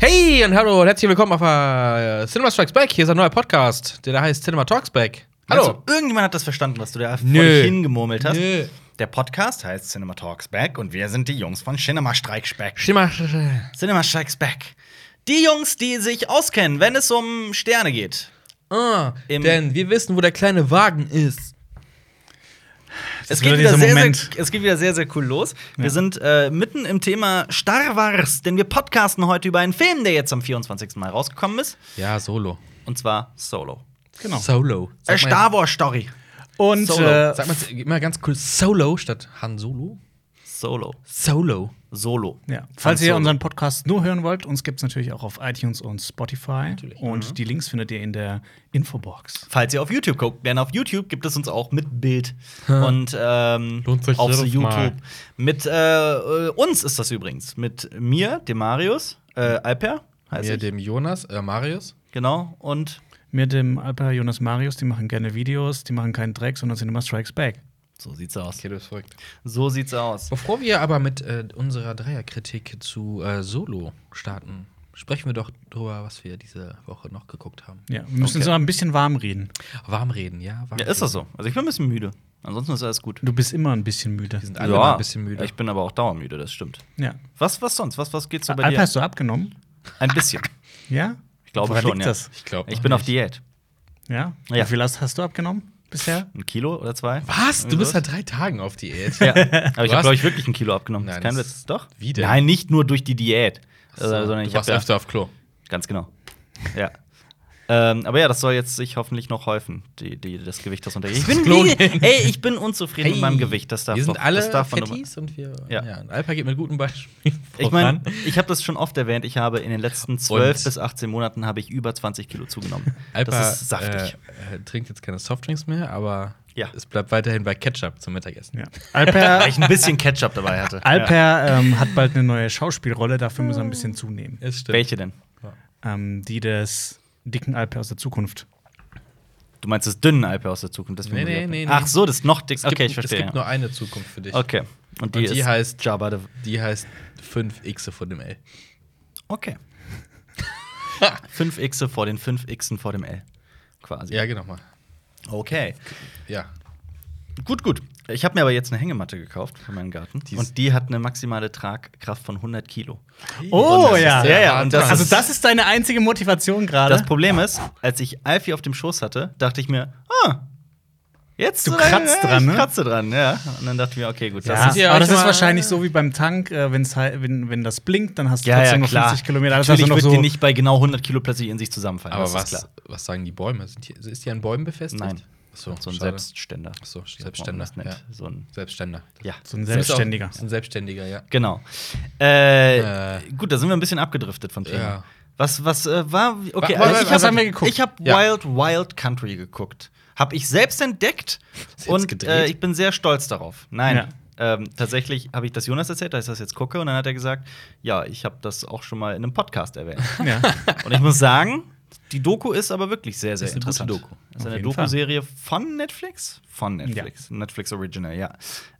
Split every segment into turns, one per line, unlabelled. Moin, hallo und herzlich willkommen auf äh, Cinema Strikes Back. Hier ist ein neuer Podcast, der da heißt Cinema Talks Back. Hallo.
Also, irgendjemand hat das verstanden, was du da vor
Nö.
dich hingemurmelt hast.
Nö.
Der Podcast heißt Cinema Talks Back und wir sind die Jungs von Cinema Strikes Back.
Schimmer.
Cinema Strikes Back. Die Jungs, die sich auskennen, wenn es um Sterne geht.
Ah,
äh, Im-
denn wir wissen, wo der kleine Wagen ist.
Es
wieder
geht, wieder
dieser
sehr, sehr,
Moment.
es geht wieder sehr, sehr cool los. Wir sind äh, mitten im Thema Star Wars, denn wir podcasten heute über einen Film, der jetzt am 24. Mal rausgekommen ist.
Ja, Solo.
Und zwar Solo.
Genau.
Solo.
Äh,
Sag mal-
Star Wars Story.
Und
Solo.
äh,
Sag mal immer ganz cool Solo statt Han Solo.
Solo.
Solo.
Solo.
ja, falls
Ah,
ihr
Solo.
unseren Podcast nur hören wollt, uns gibt es natürlich auch auf iTunes und Spotify.
Mhm.
Und die Links findet ihr in der Infobox.
Falls ihr auf YouTube guckt, denn auf YouTube gibt es uns auch mit Bild. Und ähm,
Lohnt sich
auf so
jedes
YouTube.
Mal.
Mit äh, äh, uns ist das übrigens. Mit mir, dem Marius, äh, Alper, heißt
Mir
ich.
dem Jonas, äh, Marius.
Genau. Und
Mit dem Alper Jonas Marius, die machen gerne Videos, die machen keinen Dreck, sondern sind immer Strikes Back.
so sieht's aus.
Okay, du bist verrückt.
So sieht's aus.
Bevor wir aber mit äh, unserer Dreierkritik zu äh, Solo starten, sprechen wir doch drüber, was wir diese Woche noch geguckt haben.
Ja, wir müssen
Okay.
uns noch ein bisschen warm reden.
Warm reden, ja? Warm
Ja, ist das
reden.
so. Also ich bin ein bisschen müde. Ansonsten ist alles gut.
Du bist immer ein bisschen müde.
sind alle
Ja,
mal ein bisschen müde.
Ich bin aber auch dauermüde, das stimmt.
Ja.
Was, was sonst? Was, was geht so bei
Alper,
dir?
hast du abgenommen?
Ein bisschen.
Ja?
Ich glaube
Woran
schon, ja.
liegt das?
Ich glaube.
Ich bin auf Diät.
Ja?
Ja.
Wie viel hast, hast du abgenommen bisher?
Ein Kilo oder zwei?
Was? Du bist
Irgendwas?
seit drei Tagen auf Diät.
Ja, aber
Du
ich
hast-
habe, glaube ich, wirklich ein Kilo abgenommen.
Nein,
ist kein
das
Witz. Doch?
Wie denn?
Nein, nicht nur durch die Diät.
So,
äh, sondern ich
du warst
habe ja,
öfter auf Klo.
Ganz genau. Ja. ähm, aber ja, das soll jetzt sich hoffentlich noch häufen, die, die, das Gewicht, das untergeht. Ich bin,
Klo
nie-
gehen.
ey, ich bin unzufrieden mit meinem Gewicht. Das darf
wir sind
doch-
alle
das darf man
Fettis und wir.
Ja.
Alper geht mit gutem Beispiel.
Ich meine,
voran.
ich habe das schon oft erwähnt, ich habe in den letzten 12 bis 18 Monaten habe ich über 20 Kilo zugenommen.
Alper
das ist saftig.
Äh, äh, trinkt jetzt keine Softdrinks mehr, aber
Ja.
es bleibt weiterhin bei Ketchup zum Mittagessen.
Ja.
äh,
Alper,
Weil ich ein bisschen Ketchup dabei hatte.
Alper ähm, hat bald eine neue Schauspielrolle, dafür muss er ein
Oh.
bisschen zunehmen.
Es
Ja.
stimmt.
Welche denn?
Ähm, die des dicken Alper aus der Zukunft.
Du meinst das dünnen Alper aus der Zukunft? Das
Nee, nee, nee, nee.
Ach so, das ist noch dick.
Es gibt,
Okay, ich verstehe.
Es gibt nur eine Zukunft für dich.
ja. Okay.
Und
Und
die
ist
heißt-
Jabba the
Die heißt 5 Xe von dem L.
Okay. 5 Xe vor den 5 Xen vor dem L. Quasi.
Ja, geh nochmal.
Okay.
Ja.
Gut, gut. Ich habe mir aber jetzt eine Hängematte gekauft für meinen Garten.
Die ist-
und die hat eine maximale Tragkraft von 100 Kilo.
Oh
das
ja.
ist der
Ja, ja, und das
Wahnsinn.
Also, das ist deine einzige Motivation
Das
gerade.
Problem ist, als ich Alfie auf dem Schoß hatte, dachte ich mir, ah, jetzt äh,
Du kratzt
ja,
dran, ne?
Ich kratze dran, ja. Und dann dachte ich mir, okay, gut,
Ja,
das ist.
ihr
aber
euch
das ist
mal-
wahrscheinlich so wie beim Tank, äh, wenn's, hei- wenn, wenn das blinkt, dann hast du
Ja, ja,
trotzdem noch
klar.
50 Kilometer. Das
Natürlich
hast du
wird
noch
die
so-
nicht bei genau 100 Kilo plötzlich in sich zusammenfallen.
Aber
das
was,
ist klar.
was sagen die Bäume? Sind die, ist die an Bäumen befestigt?
Nein.
Achso,
so ein
schade.
Selbstständer.
Ach so,
Wie
Selbstständer,
man das nennt.
ja.
So ein,
Selbstständer.
ja.
So ein Selbstständiger.
Ist auch- Ist ein Selbstständiger, ja.
Genau. Äh,
Äh.
gut, da sind wir ein bisschen abgedriftet vom Thema.
Ja.
Was, was äh, war. Okay,
Wa- wa-
also ich
was haben
wir geguckt?
Ich habe
Ja.
Wild Wild Country geguckt. Hab ich selbst entdeckt
Selbst
und
gedreht?
äh, ich bin sehr stolz darauf. Nein. Ähm, tatsächlich habe ich das Jonas erzählt, dass ich das jetzt gucke, und dann hat er gesagt, ja, ich habe das auch schon mal in einem Podcast erwähnt.
Ja.
und ich muss sagen, die Doku ist aber wirklich sehr, sehr
Ist eine gute
interessant.
Doku.
Ist
Auf
eine
jeden Fall.
Doku-Serie von Netflix? Von Netflix. Netflix Original, ja.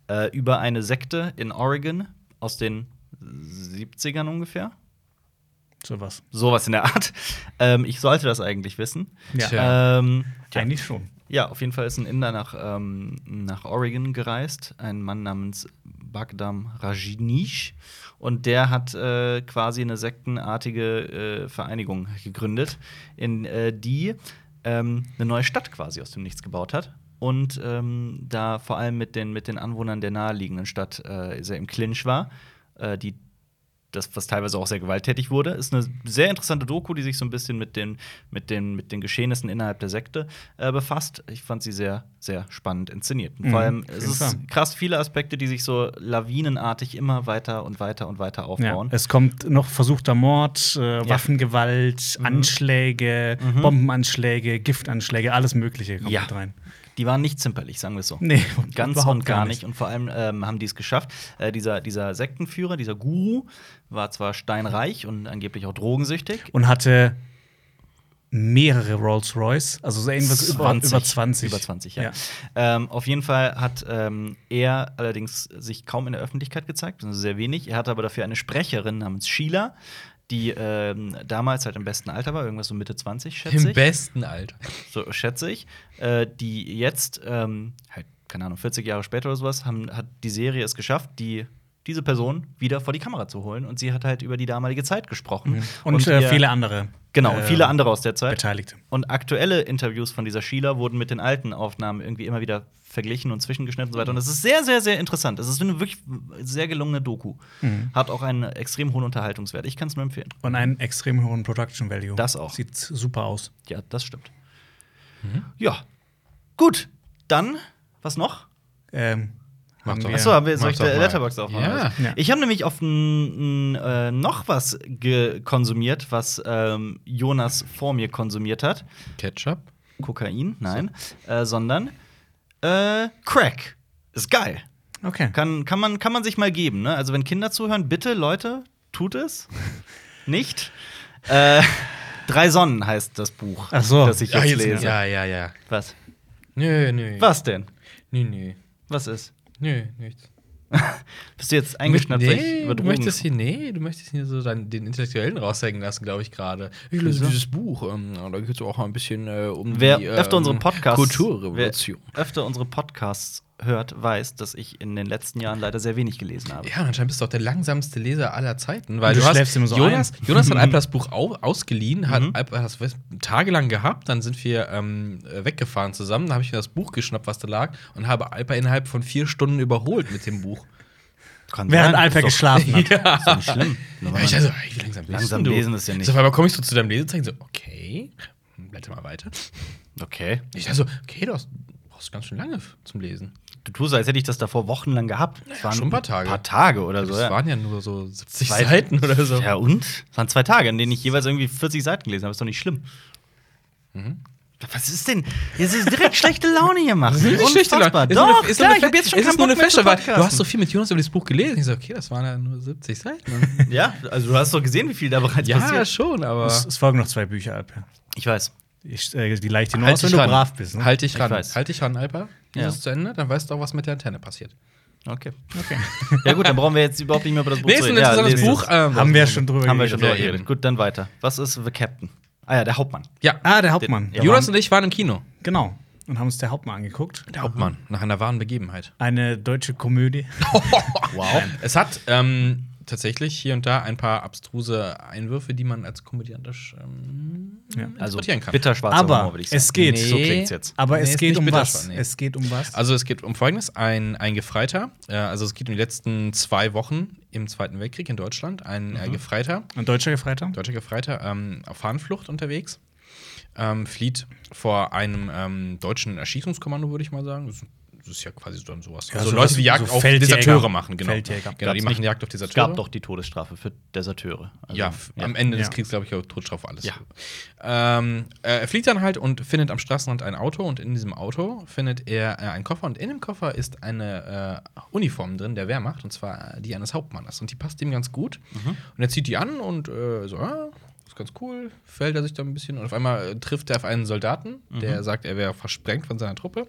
Äh, über eine Sekte in Oregon aus den 70ern ungefähr.
so was.
Sowas in der Art. Ähm, ich sollte das eigentlich wissen.
Ja.
Tja.
Ähm,
Tja. Eigentlich schon.
ja, auf jeden Fall ist ein Inder nach, ähm, nach Oregon gereist, ein Mann namens Bagdam Rajneesh. Und der hat äh, quasi eine sektenartige äh, Vereinigung gegründet, in äh, die ähm, eine neue Stadt quasi aus dem Nichts gebaut hat. Und ähm, da vor allem mit den, mit den Anwohnern der naheliegenden Stadt äh, sehr im Clinch war, äh, die das, was teilweise auch sehr gewalttätig wurde, ist eine sehr interessante Doku, die sich so ein bisschen mit den, mit den, mit den Geschehnissen innerhalb der Sekte äh, befasst. Ich fand sie sehr, sehr spannend inszeniert. Und
Mhm,
vor allem,
auf
es
jeden Fall.
ist krass viele Aspekte, die sich so lawinenartig immer weiter und weiter und weiter
Ja.
aufbauen.
Es kommt noch versuchter Mord, äh,
Ja. Mhm.
Waffengewalt, Anschläge, Bombenanschläge, Giftanschläge, alles Mögliche kommt
Ja.
mit rein.
Die waren nicht zimperlich, sagen wir es so.
Nee,
Ganz
überhaupt
und gar nicht. Und vor allem ähm, haben die es geschafft. Äh, dieser, dieser Sektenführer, dieser Guru, war zwar steinreich und angeblich auch drogensüchtig.
Und hatte mehrere Rolls Royce, also so irgendwas über, über 20.
Über 20, ja. Ähm, auf jeden Fall hat ähm, er allerdings sich kaum in der Öffentlichkeit gezeigt, also sehr wenig. Er hatte aber dafür eine Sprecherin namens Sheila, die ähm, damals halt im besten Alter war, irgendwas so Mitte 20, schätze
Im
ich.
besten Alter.
So schätze ich. Äh, die jetzt, ähm, halt, keine Ahnung, 40 Jahre später oder sowas, haben, hat die Serie es geschafft, die diese Person wieder vor die Kamera zu holen. Und sie hat halt über die damalige Zeit gesprochen.
Und,
wir-
äh, viele andere.
Genau, und
äh,
viele andere aus der Zeit.
Beteiligte.
Und aktuelle Interviews von dieser Sheila wurden mit den alten Aufnahmen irgendwie immer wieder verglichen und zwischengeschnitten und so weiter. Und es ist sehr, sehr, sehr interessant. Es ist eine wirklich sehr gelungene Doku. Hat auch einen extrem hohen Unterhaltungswert. Ich kann es nur empfehlen.
Und einen extrem hohen Production Value.
Das auch.
Sieht super aus.
Ja, das stimmt. Ja. Gut, dann, was noch?
Ähm,
Mach
haben
doch.
wir-
Achso, haben wir
mach
solche
doch mal.
Letterbox aufmachen.
Ja.
Also,
Ja.
Ich habe nämlich auf n, n, äh, noch was ge- konsumiert, was ähm, Jonas vor mir konsumiert hat.
Ketchup?
Kokain, nein, äh, sondern äh, Crack. Ist geil.
Okay.
Kann, kann, man, kann man sich mal geben. Ne? Also, wenn Kinder zuhören, bitte, Leute, tut es. Nicht. Äh, Drei Sonnen heißt das Buch,
Ach so.
das ich jetzt lese.
Ja, ja, ja.
Was?
Nö, nö.
Was denn?
Nö, nö.
Was ist?
Nö, nichts.
Bist du jetzt eingeschnappt? weil ich
nee,
über
du
Drogen-
möchtest hier, nee, du möchtest hier so deinen, den Intellektuellen raushängen lassen, glaube ich, gerade. Ich lese
Wieso?
dieses Buch, ähm, da geht es auch ein bisschen äh, um
Wer
die
öfter unsere Podcasts,
Kulturrevolution.
Wer öfter unsere Podcasts hört, weiß, dass ich in den letzten Jahren leider sehr wenig gelesen habe.
Ja, und anscheinend bist du auch der langsamste Leser aller Zeiten, weil
Und
du,
du
hast
schläfst immer so
Jonas,
ein.
Jonas hat Alper das Buch au ausgeliehen, hat
Mhm.
Alper das weiß, tagelang gehabt, dann sind wir ähm, äh, weggefahren zusammen, dann habe ich mir das Buch geschnappt, was da lag, und habe Alper innerhalb von vier Stunden überholt mit dem Buch.
Kann
Während
sein.
Alper
Ist doch-
geschlafen hat.
Ist doch nicht schlimm. Nur
Ja,
weil
ich
man-
also, ey, wie langsam, bist
Langsam
denn du?
lesen ist ja nicht-
So, auf einmal kommst du zu deinem Lesezeichen so, okay, blätter mal weiter.
okay.
Ich also, okay, du hast, brauchst ganz schön lange f- zum Lesen.
Du tust so, als hätte ich das davor wochenlang gehabt. Es waren
schon ein paar Tage.
paar Tage oder so.
Das
ja.
waren ja nur so 70
Zwei-
Seiten oder so.
Ja, und? Es waren zwei Tage, in denen ich jeweils irgendwie 40 Seiten gelesen habe. Ist doch nicht schlimm.
Mhm.
Was ist denn? Jetzt ist direkt schlechte Laune hier machen.
Das ist nicht schlecht,
Unfassbar.
Leute.
Doch,
ist nur
klar,
eine,
ich hab jetzt schon
ist
keinen
nur
Bock
eine
mehr zu
Fäsche, weil du
podcasten.
hast so viel mit Jonas über das Buch gelesen. Ich so, okay, das waren ja nur 70 Seiten.
Ja, also du hast doch gesehen, wie viel da bereits
ja,
passiert.
schon, aber.
Es, es folgen noch zwei Bücher, Alper.
Ich weiß.
Ich, äh, die leichte nur aus, wenn du brav bist. Ne?
Halt dich
Ich
ran.
weiß.
Halt dich ran, Alper.
Ja.
Das ist zu Ende, dann weißt du auch, was mit der Antenne passiert.
Okay.
Okay.
Ja gut, dann brauchen wir jetzt überhaupt nicht mehr über das Buch
Nee, ist ein interessantes
lesen wir
Buch.
das.
ähm,
Haben wir schon drüber
Haben wir schon
Ja,
drüber geredet.
eben.
Gut, dann weiter. Was ist The Captain? Ah ja, der Hauptmann.
Ja.
Ah, der Hauptmann.
Ja.
Jonas und ich waren im Kino.
Genau. Und haben uns der Hauptmann angeguckt.
Der Hauptmann, nach einer wahren Begebenheit.
Eine deutsche Komödie.
Wow. Es hat ähm, tatsächlich hier und da ein paar abstruse Einwürfe, die man als komödiantisch ähm,
Ja.
Also
interpretieren kann.
bitterschwarzer Humor,
Aber
würde ich sagen.
es geht.
Nee.
So klingt's jetzt.
Aber
Nee,
es
ist
geht
nicht
um
bitter
was.
schon, nee.
Es geht um was.
Also es geht um Folgendes. Ein, ein Gefreiter, äh, also es geht um die letzten zwei Wochen im Zweiten Weltkrieg in Deutschland. Ein
Mhm.
äh, Gefreiter,
Ein deutscher Gefreiter.
deutscher Gefreiter, ähm, auf Fahnenflucht unterwegs, ähm, flieht vor einem ähm, deutschen Erschießungskommando, würde ich mal sagen. Das ist, das ist ja quasi dann sowas.
Ja,
also
sowas
Leute, die
wie
Jagd
so
auf
Feldjäger.
Deserteure machen, genau.
Feldjäger.
Genau, die
Gab's
machen
nicht.
Jagd auf Deserteure.
Es gab doch die Todesstrafe für Deserteure. Also,
ja, f- am Ende des
Ja.
Kriegs, glaube ich, auch Todesstrafe alles.
Ja.
Ähm, äh, er flieht dann halt und findet am Straßenrand ein Auto und in diesem Auto findet er äh, einen Koffer und in dem Koffer ist eine äh, Uniform drin der Wehrmacht und zwar die eines Hauptmannes und die passt ihm ganz gut und er zieht die an und äh, so, ah, ist ganz cool, fällt er sich da ein bisschen und auf einmal äh, trifft er auf einen Soldaten, der sagt, er wäre versprengt von seiner Truppe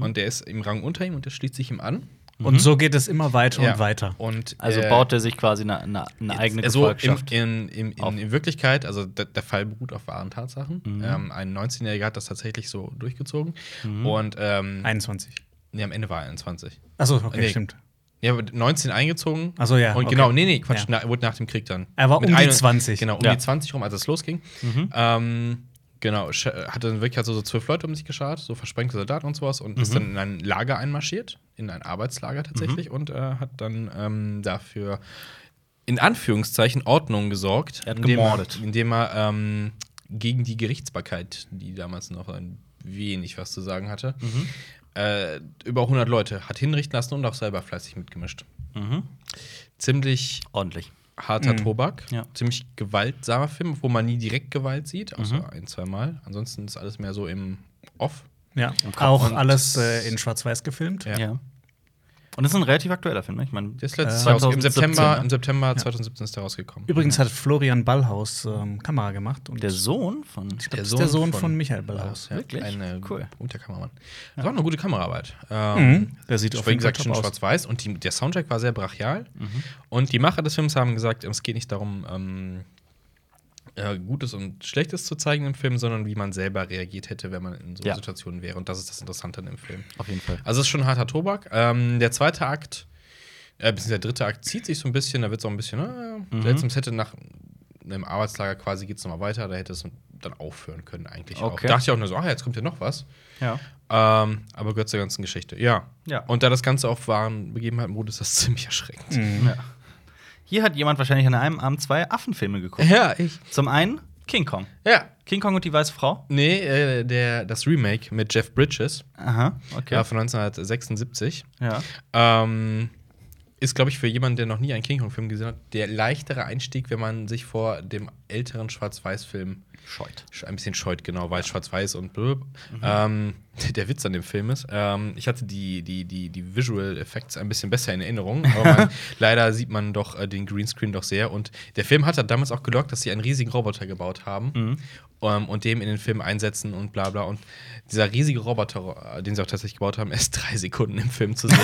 und der ist im Rang unter ihm und der schließt sich ihm an.
Und so geht es immer weiter
Mhm. Ja.
und weiter.
Und,
Also
äh,
baut er sich quasi eine, eine, eine eigene
also in,
Gefolgschaft.
in, in,
auf. Mhm.
in, in Wirklichkeit, also der, der Fall beruht auf wahren Tatsachen. Ähm, ein 19-Jähriger hat das tatsächlich so durchgezogen.
Mhm.
Und ähm,
21.
nee, am Ende war er 21.
Achso, okay,
Nee.
stimmt.
Ja, aber 19 eingezogen.
Ach so, ja,
Und
okay.
genau, nee, nee, Quatsch,
Ja.
na, wurde nach dem Krieg dann.
Er war
Mit
um die
ein-
20.
Genau, um
Ja. Mhm.
die 20 rum, als es losging. Ähm, genau, sch- äh, hatte dann wirklich also so zwölf Leute um sich geschart, so versprengte Soldaten und sowas und
Mhm.
ist dann in ein Lager einmarschiert, in ein Arbeitslager tatsächlich
Mhm.
und äh, hat dann ähm, dafür in Anführungszeichen Ordnung gesorgt.
Er hat
indem
gemordet.
Er, indem er ähm, gegen die Gerichtsbarkeit, die damals noch ein wenig was zu sagen hatte,
Mhm.
äh, über 100 Leute hat hinrichten lassen und auch selber fleißig mitgemischt. Ziemlich
Mhm. Ordentlich.
harter Tobak.
Mhm. Ja.
Ziemlich gewaltsamer Film, wo man nie direkt Gewalt sieht, außer
Mhm.
ein, zwei Mal. Ansonsten ist alles mehr so im Off.
Ja.
Kopf.
Auch
Und-
alles äh, in Schwarz-Weiß gefilmt.
Ja.
Ja. Und das ist ein relativ aktueller Film, ne? Ich meine,
Der ist letztes
Äh,
Jahr rausgekommen. Im
2017,
September,
ne?
im September 2017 ist der rausgekommen.
Übrigens hat Florian Ballhaus ähm, Kamera gemacht. Und
der Sohn von.
das ist der Sohn von, Michael Ballhaus.
Ja,
Wirklich?
Eine
Cool.
guter Kameramann. Das war eine gute Kameraarbeit. Ähm,
Mhm. Der sieht auf
Wie
jeden Fall
gesagt,
top
schon
aus. Mhm.
schwarz-weiß und die, der Soundtrack war sehr brachial. Und die Macher des Films haben gesagt, es geht nicht darum, ähm, äh, Gutes und Schlechtes zu zeigen im Film, sondern wie man selber reagiert hätte, wenn man in so
Ja.
Situationen wäre. Und das ist das Interessante an dem Film.
Auf jeden Fall.
Also es ist schon harter Tobak. Ähm, der zweite Akt, äh, beziehungsweise der dritte Akt zieht sich so ein bisschen, da wird es auch ein bisschen,
Mhm.
äh, letztens hätte nach einem Arbeitslager quasi geht es nochmal weiter, da hätte es dann aufhören können eigentlich
Okay.
auch. Dachte ich auch nur so, ah, jetzt kommt ja noch was.
Ja.
Ähm, aber gehört zur ganzen Geschichte, ja.
Ja.
Und da das Ganze auf wahren Begebenheiten beruht, ist das ziemlich erschreckend.
ja. Hier hat jemand wahrscheinlich an einem Abend zwei Affenfilme geguckt.
Ja, ich.
Zum einen King Kong.
Ja.
King Kong und die weiße Frau.
Nee, äh, der, das Remake mit Jeff Bridges
Aha, okay.
ja. von 1976
Ja.
ähm, ist, glaube ich, für jemanden, der noch nie einen King Kong-Film gesehen hat, der leichtere Einstieg, wenn man sich vor dem älteren Schwarz-Weiß-Film
Scheut.
sch- ein bisschen scheut, genau, weiß, schwarz-weiß und blub. Ähm, der Witz an dem Film ist, ähm, ich hatte die, die, die, die Visual Effects ein bisschen besser in Erinnerung, aber man, leider sieht man doch äh, den Greenscreen doch sehr. Und der Film hat damals auch gelockt, dass sie einen riesigen Roboter gebaut haben ähm, und dem in den Film einsetzen und bla bla. Und dieser riesige Roboter, äh, den sie auch tatsächlich gebaut haben, er ist drei Sekunden im Film zu sehen.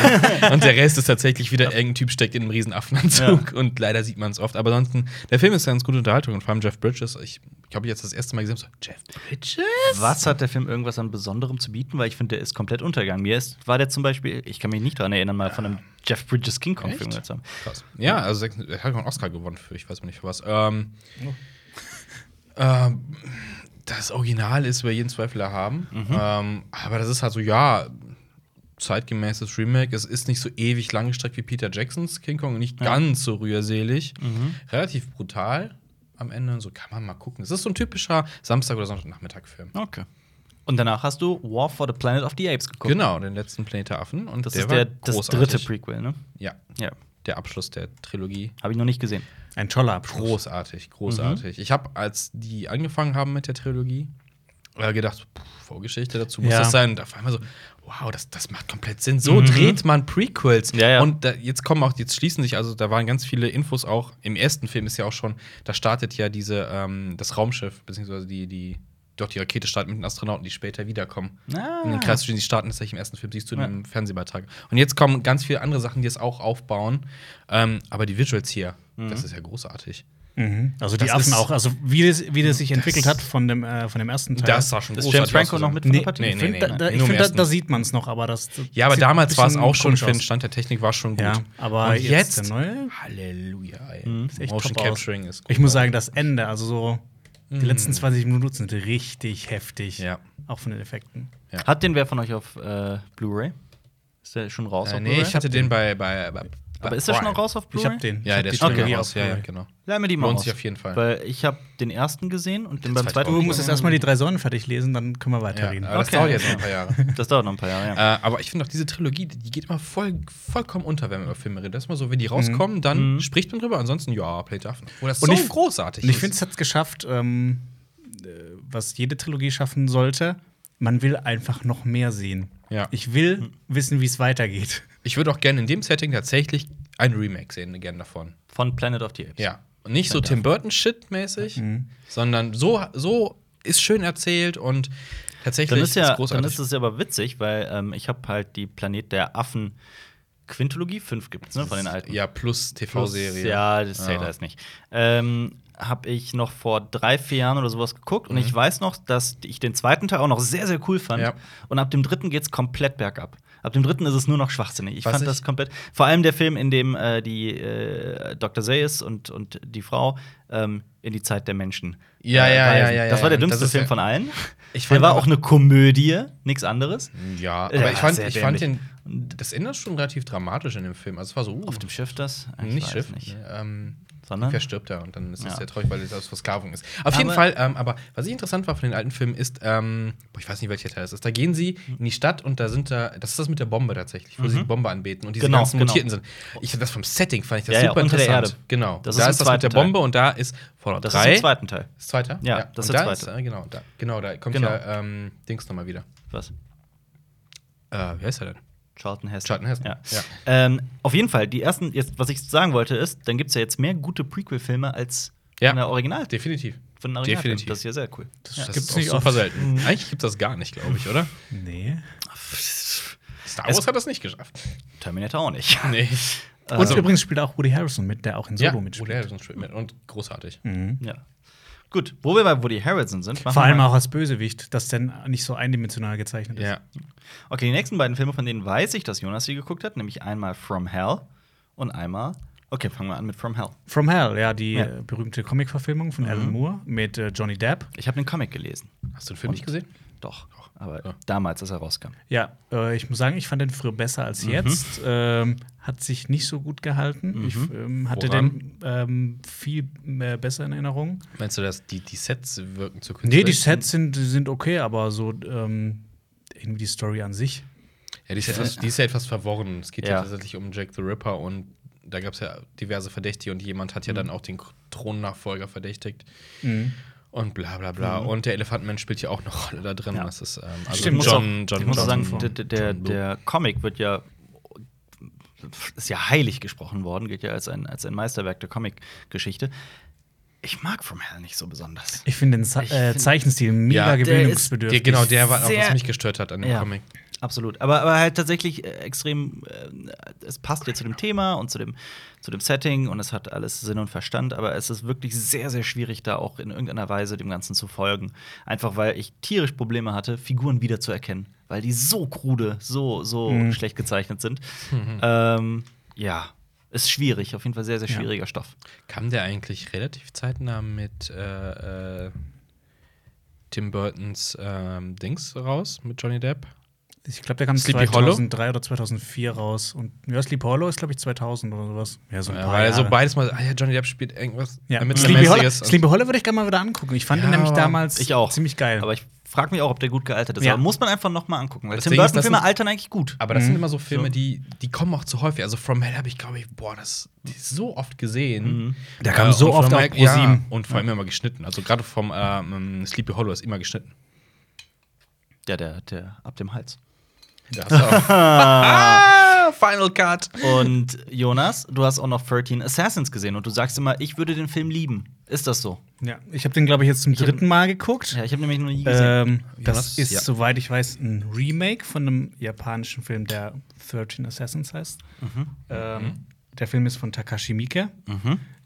und der Rest ist tatsächlich wieder irgendein Typ steckt in einem riesen Affenanzug und leider sieht man es oft. Aber ansonsten, der Film ist ganz gute Unterhaltung und vor allem Jeff Bridges, ich glaube, ich jetzt das erste Mal gesehen habe, so, Jeff Bridges?
Was hat der Film irgendwas an Besonderem zu bieten? Weil ich finde, der ist komplett untergegangen. Mir ist, war der zum Beispiel, ich kann mich nicht daran erinnern, mal von einem Jeff Bridges King Kong Film
Ah. Echt?
gehört zu haben.
Krass. Ja, also sechs- er hat auch einen Oscar gewonnen für, ich weiß mal nicht für was. Ähm, ähm, das Original ist über jeden Zweifel erhaben.
Mhm.
Ähm, aber das ist halt so, ja, zeitgemäßes Remake. Es ist nicht so ewig langgestreckt wie Peter Jacksons King Kong, nicht ganz so rührselig.
Mhm.
Relativ brutal am Ende. So kann man mal gucken. Es ist so ein typischer Samstag- oder Sonntagnachmittag-Film.
Okay. Und danach hast du War for the Planet of the Apes geguckt.
Genau, den letzten Planet der Affen. Und
Das
der
ist
war
der, das
großartig.
dritte Prequel, ne?
Ja,
Ja.
der Abschluss der Trilogie.
Habe ich noch nicht gesehen.
Ein toller Abschluss.
Mhm.
Großartig, großartig. Ich habe, als die angefangen haben mit der Trilogie, äh, gedacht, puh, Vorgeschichte dazu muss
Ja.
das sein. Und auf einmal so, wow, das, das macht komplett Sinn. So dreht man Prequels.
Mhm. Ja, ja.
Und da, jetzt kommen auch, jetzt schließen sich, also da waren ganz viele Infos auch. Im ersten Film ist ja auch schon, da startet ja diese, ähm, das Raumschiff, beziehungsweise die, die, doch die Rakete startet mit den Astronauten, die später wiederkommen.
Ah.
In den Kreis zwischen die starten, das ich im ersten Film siehst du in
Ja.
einem Fernsehbeitrag. Und jetzt kommen ganz viele andere Sachen, die es auch aufbauen. Ähm, aber die Visuals hier, das ist ja großartig.
Mhm. Also die
Das
Affen
ist-
auch. Also wie das, wie das sich entwickelt hat von dem, äh, von dem ersten Teil.
Das sah schon
Ist James
großartig
Franco
aus.
noch mit von
Nee,
der Partie?
nee,
nee,
nee,
nee,
nee,
da, da,
nee,
ich
nur im
finde, da,
ersten.
da sieht man es noch, aber das. das
Ja, aber
sieht
damals
ein
war es
bisschen
auch schon
komisch
für den
aus.
Stand der Technik war schon gut.
Ja, aber
Und
jetzt
jetzt,
der neue? Mhm.
Halleluja, ey.
Ist echt
Motion
top aus.
Capturing ist gut.
Ich muss sagen, das Ende, also so die letzten 20 Minuten sind richtig heftig.
Ja.
Auch von den Effekten.
Ja.
Hat den wer von euch auf äh, Blu-ray? Ist der schon raus?
äh,
auf
nee,
Blu-ray?
ich hatte den bei, bei, bei
Aber
bei
ist der schon
Prime.
noch raus auf
Ich
Blu-ray?
hab
Ja,
den. ich hab
der
die
ist schon
Trilogie
noch raus.
auf
Ja, ja,
Blu-ray.
genau.
Leih mir die mal
Lohnt
aus.
sich auf jeden Fall.
Weil ich habe den ersten gesehen und den
Der
beim
zweite
zweiten.
auch.
Du musst jetzt erstmal die drei Säulen fertig lesen, dann können wir
genau. Ja,
weiterreden.
aber das
Okay.
dauert jetzt noch ein paar Jahre.
Das dauert noch ein paar Jahre, ja.
Äh, aber ich finde auch diese Trilogie, die- die geht immer voll, vollkommen unter, wenn man über Filme redet. Das ist mal so, wenn die rauskommen, dann spricht man drüber. Ansonsten, ja, Play Duff. Oh, das ist
Mhm. Und
so
ich-
großartig.
Und ich
ist.
finde, es hat es geschafft, ähm, äh, was jede Trilogie schaffen sollte. Man will einfach noch mehr sehen.
Ja.
Ich will wissen, wie es weitergeht.
ich würde auch gerne in dem Setting tatsächlich ein Remake sehen, gerne davon.
Von Planet of the Apes.
Ja. Und nicht so Tim Burton-Shit-mäßig,
Mhm.
sondern so, so ist schön erzählt und tatsächlich
Dann ist, ja, dann
großartig.
ist es ja aber witzig, weil ähm, ich habe halt die Planet der Affen Quintologie 5 gibt's, ne, von den alten.
ja, plus TV-Serie.
Ja, das zählt
Ja.
alles nicht. Ähm, habe ich noch vor drei, vier Jahren oder sowas geguckt und ich weiß noch, dass ich den zweiten Teil auch noch sehr, sehr cool fand.
Mhm. Ja.
Und ab dem dritten geht's komplett bergab. Ab dem dritten ist es nur noch schwachsinnig. Ich
Was
fand
ich-
das komplett. Vor allem der Film, in dem äh, die äh, Dr. Zayas und, und die Frau ähm, in die Zeit der Menschen.
Ja, ja, ja,
reisen.
ja, ja,
Das war der
ja.
dümmste
Das ist
Film
ja-
von allen.
Ich
der
fand
war
aber-
auch eine Komödie, nichts anderes.
Ja, aber
Ja,
ich fand,
sehr
ich fand
dämlich.
den, das Ende ist schon relativ dramatisch in dem Film. Also es war so, uh,
Auf dem Schiff das? Ich
nicht
weiß
Schiff,
Nicht.
nee, Ähm,
Sondern?
Verstirbt er und dann ist das
Ne? Ja.
sehr traurig, weil das aus Versklavung ist. Auf jeden
Aber-
Fall, ähm, aber was ich interessant war von den alten Filmen ist, ähm, boah, ich weiß nicht, welcher Teil das ist, da gehen sie
Hm.
in die Stadt und da sind da, das ist das mit der Bombe tatsächlich, wo sie die Bombe anbeten und diese
Mhm. Genau,
ganzen Mutierten
genau.
sind. Ich, das vom Setting fand ich das
Ja, ja,
super
unter der
interessant.
Erde.
Genau.
Das
da
ist
ist, das mit
im
der
zweiten Teil.
Bombe und da ist Fallout
Das
3.
ist im zweiten Teil.
Das zweite?
Ja, das ist
und
der
da
zweite.
Ist, äh, genau, da, genau, da kommt
Genau.
ja ähm, Dings nochmal wieder.
Was?
Äh, wer ist er denn?
Charlton Heston.
Charlton Heston,
Ja.
ja.
Ähm, auf jeden Fall, die ersten, jetzt, was ich sagen wollte, ist, dann gibt es ja jetzt mehr gute Prequel-Filme als
Ja.
von der Original.
Definitiv.
Von den Original
Definitiv.
Das ist ja sehr cool. ja.
Das
Gibt's
gibt's nicht
nicht
super
oft.
Mhm.
selten. Eigentlich gibt's das gar nicht, glaube ich, oder?
Nee.
Star Wars hat das nicht geschafft.
Terminator auch nicht.
Nee.
Und übrigens spielt auch Woody Harrison mit, der auch in Solo
Ja, Mhm.
Hm,
mitspielt.
Woody Harrelson spielt mit und großartig.
ja. Gut, wo wir bei Woody Harrelson sind. machen
Vor
wir
allem
mal-
auch als Bösewicht, das denn nicht so eindimensional gezeichnet ist.
Ja.
Okay, die nächsten beiden Filme, von denen weiß ich, dass Jonas sie geguckt hat, nämlich einmal From Hell und einmal. Okay, fangen wir an mit From Hell.
From Hell, ja, die
Ja.
äh, berühmte Comicverfilmung von Alan Moore mit äh, Johnny Depp.
Ich habe den Comic gelesen.
Hast du den Film nicht gesehen?
Doch. Aber
Ja.
damals, als er rauskam.
Ja, äh, ich muss sagen, ich fand den früher besser als jetzt. Ähm, hat sich nicht so gut gehalten. Ich ähm, hatte den ähm, viel äh, besser in Erinnerung.
Meinst du, dass die, die Sets wirken zu
Nee,
künstlich?
die Sets sind, sind okay, aber so ähm, irgendwie die Story an sich.
Ja, die ist, ja etwas, die ist ja etwas verworren. Es geht ja,
Ja.
tatsächlich um Jack the Ripper und da gab es ja diverse Verdächtige und jemand
Hm.
hat ja dann auch den K- Thronnachfolger verdächtigt und bla bla bla. Und der Elefantenmensch spielt ja auch eine Rolle da drin.
Ja.
Das ist ähm, also
Stimmt, muss
John,
ich
John,
Hm. muss
John,
sagen,
John,
der, der,
Blue.
der Comic wird ja ist ja heilig gesprochen worden, gilt ja als ein, als ein Meisterwerk der Comic-Geschichte. Ich mag From Hell nicht so besonders.
Ich finde den Sa
Ich
äh,
find-
Zeichenstil mega
Ja, der der,
gewöhnungsbedürftig.
genau, der war auch, was
Sehr-
mich gestört hat an dem Comic.
Absolut. Aber, aber halt tatsächlich äh, extrem, äh, es passt ja zu dem Thema und zu dem, zu dem Setting und es hat alles Sinn und Verstand, aber es ist wirklich sehr, sehr schwierig, da auch in irgendeiner Weise dem Ganzen zu folgen. Einfach weil ich tierisch Probleme hatte, Figuren wiederzuerkennen, weil die so krude, so, so
Mhm.
schlecht gezeichnet sind. Ähm, ja, ist schwierig, auf jeden Fall sehr, sehr
Ja.
schwieriger Stoff.
Kam der eigentlich relativ zeitnah mit äh, äh, Tim Burtons ähm, Dings raus, mit Johnny Depp?
Ich glaube, der kam
Sleepy
2003 oder 2004 raus. Und ja, Sleepy Hollow ist, glaube ich, 2000 oder sowas. Ja, so
Äh,
ein paar
weil so
Jahre.
beides mal, ah ja, Johnny Depp spielt irgendwas äh,
Ja. Sleepy, Hollow,
Ermittelmäßiges. und-
Sleepy Hollow würde ich gerne mal wieder angucken. Ich fand
Ja,
den nämlich
aber-
damals
Ich auch.
ziemlich geil.
Aber ich frage mich auch, ob der gut gealtert ist.
Ja.
Aber muss man einfach noch mal angucken, weil
Das
Tim
Ding ist, das
Burton-Filme
sind-
altern eigentlich gut.
Aber
Mhm.
das sind immer so Filme, die, die kommen auch zu häufig. Also From Hell habe ich, glaube ich, boah, das die ist so oft gesehen. Äh,
Der kam so
und
oft
From
auf
Hell-
Pro 7.
und vor allem immer geschnitten. Also gerade vom ähm, Sleepy Hollow ist immer geschnitten.
Ja, der, der ab dem Hals.
ah, Final Cut.
Und Jonas, du hast auch noch 13 Assassins gesehen und du sagst immer, ich würde den Film lieben. Ist das so?
ja, ich habe den, glaube ich, jetzt zum
hab-
dritten Mal geguckt.
Ja, ich habe nämlich noch
Äh,
nie gesehen.
Ähm,
was?
das ist,
Ja.
soweit ich weiß, ein Remake von einem japanischen Film, der 13 Assassins heißt.
Mhm.
Ähm, der Film ist von Takashi Miike.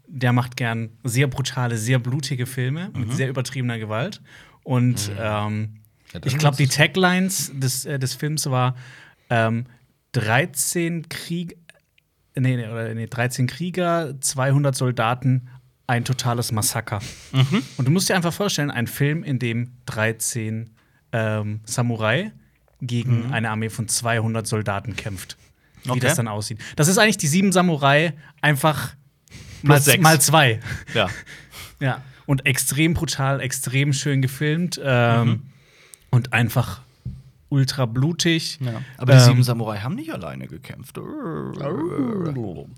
Der macht gern sehr brutale, sehr blutige Filme
Mhm.
mit sehr übertriebener Gewalt. Und ähm,
Ja, dann
ich glaube, die
ist-
Taglines des, äh, des Films war ähm, 13 Krieg. Nee, nee, oder, nee, 13 Krieger, 200 Soldaten, ein totales Massaker.
Mhm.
Und du musst dir einfach vorstellen, ein Film, in dem 13 ähm, Samurai gegen eine Armee von 200 Soldaten kämpft. Wie
Mhm. Okay.
das dann aussieht. Das ist eigentlich die sieben Samurai einfach mal,
sechs.
mal zwei.
ja.
Ja. Und extrem brutal, extrem schön gefilmt ähm,
Mhm.
und einfach ultra blutig.
ja. Aber die
Ähm,
sieben Samurai haben nicht alleine gekämpft.
Oh.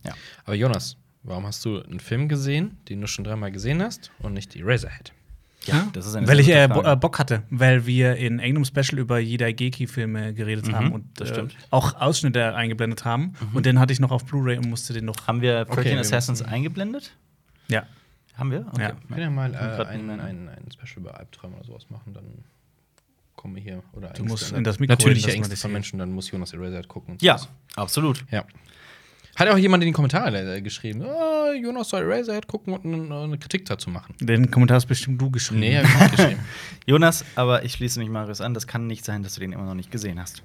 Ja.
Aber Jonas, warum hast du einen Film gesehen, den du schon dreimal gesehen hast und nicht Eraserhead? Hm?
Ja,
das ist eine
Weil
sehr
ich
gute
äh,
Frage.
Bo- äh, Bock hatte, weil wir in irgendeinem Special über Jedi Geki-Filme geredet haben und
Mhm, das
äh,
stimmt. Mhm.
auch Ausschnitte eingeblendet haben. Und den hatte ich noch auf Blu-ray und musste den noch.
Haben wir 13
äh, Okay, wir
Assassins eingeblendet?
Ja.
Haben wir?
Ja.
Können wir mal äh,
grad
ein,
einen-
ein, ein Special über Albträume oder sowas machen, dann kommen wir hier. Oder
Du
Ängste
musst
an-
in das Mikro
Natürlich
reden, dass man
Ängste
dich
von
sieht.
Menschen, dann muss Jonas Eraserhead gucken.
ja, absolut.
Ja. Hat auch jemand in die Kommentare äh, geschrieben, oh, Jonas soll Razorhead gucken und n- eine Kritik dazu machen.
Den Kommentar hast bestimmt du geschrieben.
Nee, hab ich nicht geschrieben.
Jonas, aber ich schließe mich Marius an. Das kann nicht sein, dass du den immer noch nicht gesehen hast.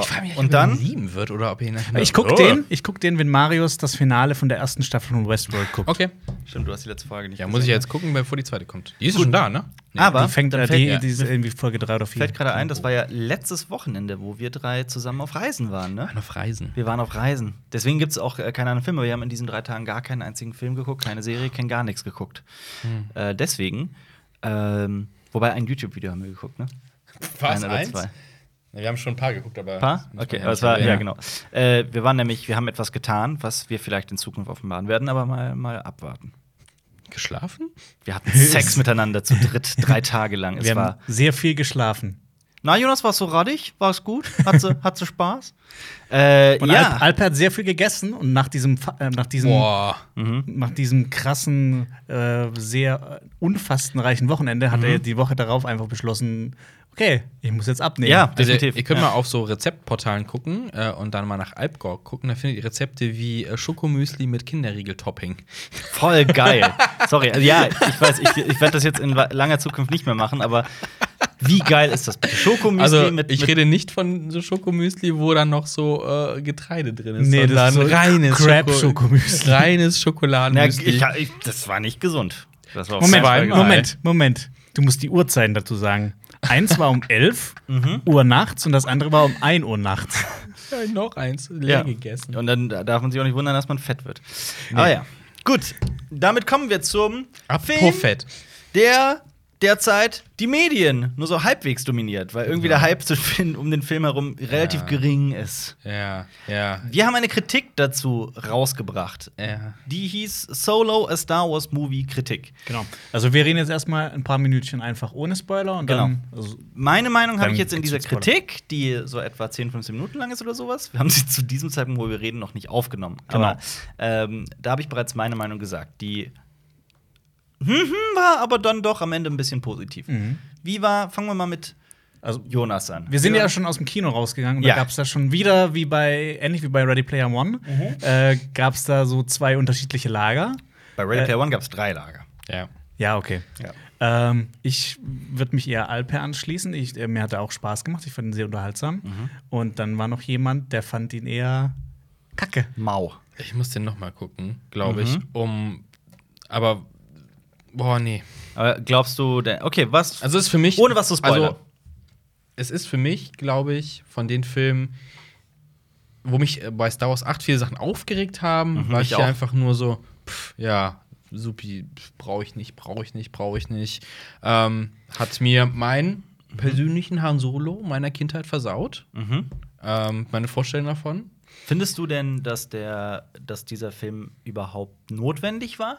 Ich frag mich, ob
und
er ihn
dann.
lieben wird oder ob er ihn nachher-
Ich guck
Oh.
den, ich guck den, wenn Marius das Finale von der ersten Staffel von Westworld guckt.
Okay.
Stimmt, du hast die letzte Frage nicht
Ja, muss ich
gesehen.
jetzt gucken, bevor die zweite kommt. Die ist ja schon da, ne? Nee.
Aber
Die fängt
dann
äh,
fällt-
die,
ja.
die ist irgendwie Folge 3 oder 4.
Fällt gerade ein, das war ja letztes Wochenende, wo wir drei zusammen auf Reisen waren, ne?
Auf Reisen.
Wir waren auf Reisen. Deswegen gibt es auch äh, keine anderen Filme. Wir haben in diesen drei Tagen gar keinen einzigen Film geguckt, keine Serie, kein gar nichts geguckt.
Hm.
Äh, deswegen, ähm, wobei ein YouTube-Video haben wir geguckt, ne?
Was?
Ein oder
eins?
zwei.
Ja, Wir haben schon ein paar geguckt, aber.
Paar?
das muss
Okay,
man
aber es war,
nicht
ja,
erwähnen.
genau. Äh, wir waren nämlich, wir haben etwas getan, was wir vielleicht in Zukunft offenbaren werden, aber mal, mal abwarten.
Geschlafen?
Wir hatten Sex miteinander zu dritt, drei Tage lang. Es
Wir
war.
haben sehr viel geschlafen.
Na, Jonas, warst du radig? War es gut? Hat sie, hat sie Spaß? Äh,
Und
ja.
Alp, Alper hat sehr viel gegessen und nach diesem, Fa- äh, nach diesem,
Boah.
nach diesem krassen, äh, sehr äh, unfastenreichen Wochenende hat er die Woche darauf einfach beschlossen, okay, ich muss jetzt abnehmen.
Ja,
Also,
definitiv.
ihr könnt
ja.
mal auf so Rezeptportalen gucken äh, und dann mal nach Alpgor gucken. Da findet ihr Rezepte wie äh, Schokomüsli mit Kinderriegel-Topping.
Voll geil. Sorry, also ja, ich weiß, ich, ich werde das jetzt in wa- langer Zukunft nicht mehr machen, aber wie geil ist das? bitte? Schokomüsli
Also,
mit,
ich
mit
rede nicht von so Schokomüsli, wo dann noch so äh, Getreide drin ist.
Nee, das ist
sondern
so Crab-Schokomüsli.
Reines
na,
Schokoladenmüsli.
ich, ich, das war nicht gesund. Das war auf
Moment,
jeden Fall geil.
Moment, Moment. Du musst die Uhrzeiten dazu sagen. Eins war um 11 Uhr nachts und das andere war um 1 Uhr nachts.
Ja, noch eins leer
Ja.
gegessen.
Und dann darf man sich auch nicht wundern, dass man fett wird. Aber ja, gut. Damit kommen wir zum Film,
Apropos Fett.
der derzeit die Medien nur so halbwegs dominiert, weil irgendwie der Hype zu finden, um den Film herum relativ
Ja.
gering ist.
Ja, ja,
Wir haben eine Kritik dazu rausgebracht.
ja.
Die hieß Solo a Star Wars Movie Kritik.
Genau. Also wir reden jetzt erstmal ein paar Minütchen einfach ohne Spoiler und dann. Also,
Meine Meinung habe
Dann
ich jetzt in dieser
gibt's einen Spoiler.
Kritik, die so etwa 10, 15 Minuten lang ist oder sowas. Wir haben sie zu diesem Zeitpunkt, wo wir reden, noch nicht aufgenommen. Aber
Genau.
ähm, da habe ich bereits meine Meinung gesagt. Die hm, hm, war aber dann doch am Ende ein bisschen positiv. Wie war, fangen wir mal mit
Mhm. also
Jonas an.
wir sind ja schon aus dem Kino rausgegangen und
Ja.
da gab es da schon wieder, wie bei, ähnlich wie bei Ready Player One, äh, gab es da so zwei unterschiedliche Lager.
Bei Ready Player One gab es drei Lager.
ja.
äh, Ja, okay.
Ja.
Ähm, ich würde mich eher Alper anschließen. Ich, äh, mir hat er auch Spaß gemacht. Ich fand ihn sehr unterhaltsam.
Mhm.
Und dann war noch jemand, der fand ihn eher kacke.
Mau.
Ich muss den noch mal gucken, glaube ich, um aber boah, nee.
Aber glaubst du, der, okay, was?
Also es ist für mich
Ohne was zu spoilern.
Also, es ist für mich, glaube ich, von den Filmen, wo mich äh, bei Star Wars 8 viele Sachen aufgeregt haben,
Mhm,
war
mich
ich
auch.
ja einfach nur so pff, ja, supi, brauche ich nicht, brauche ich nicht, brauche ich nicht. Ähm, hat mir meinen persönlichen Han Solo meiner Kindheit versaut.
mhm.
Ähm, meine Vorstellung davon.
Findest du denn, dass, der, dass dieser Film überhaupt notwendig war?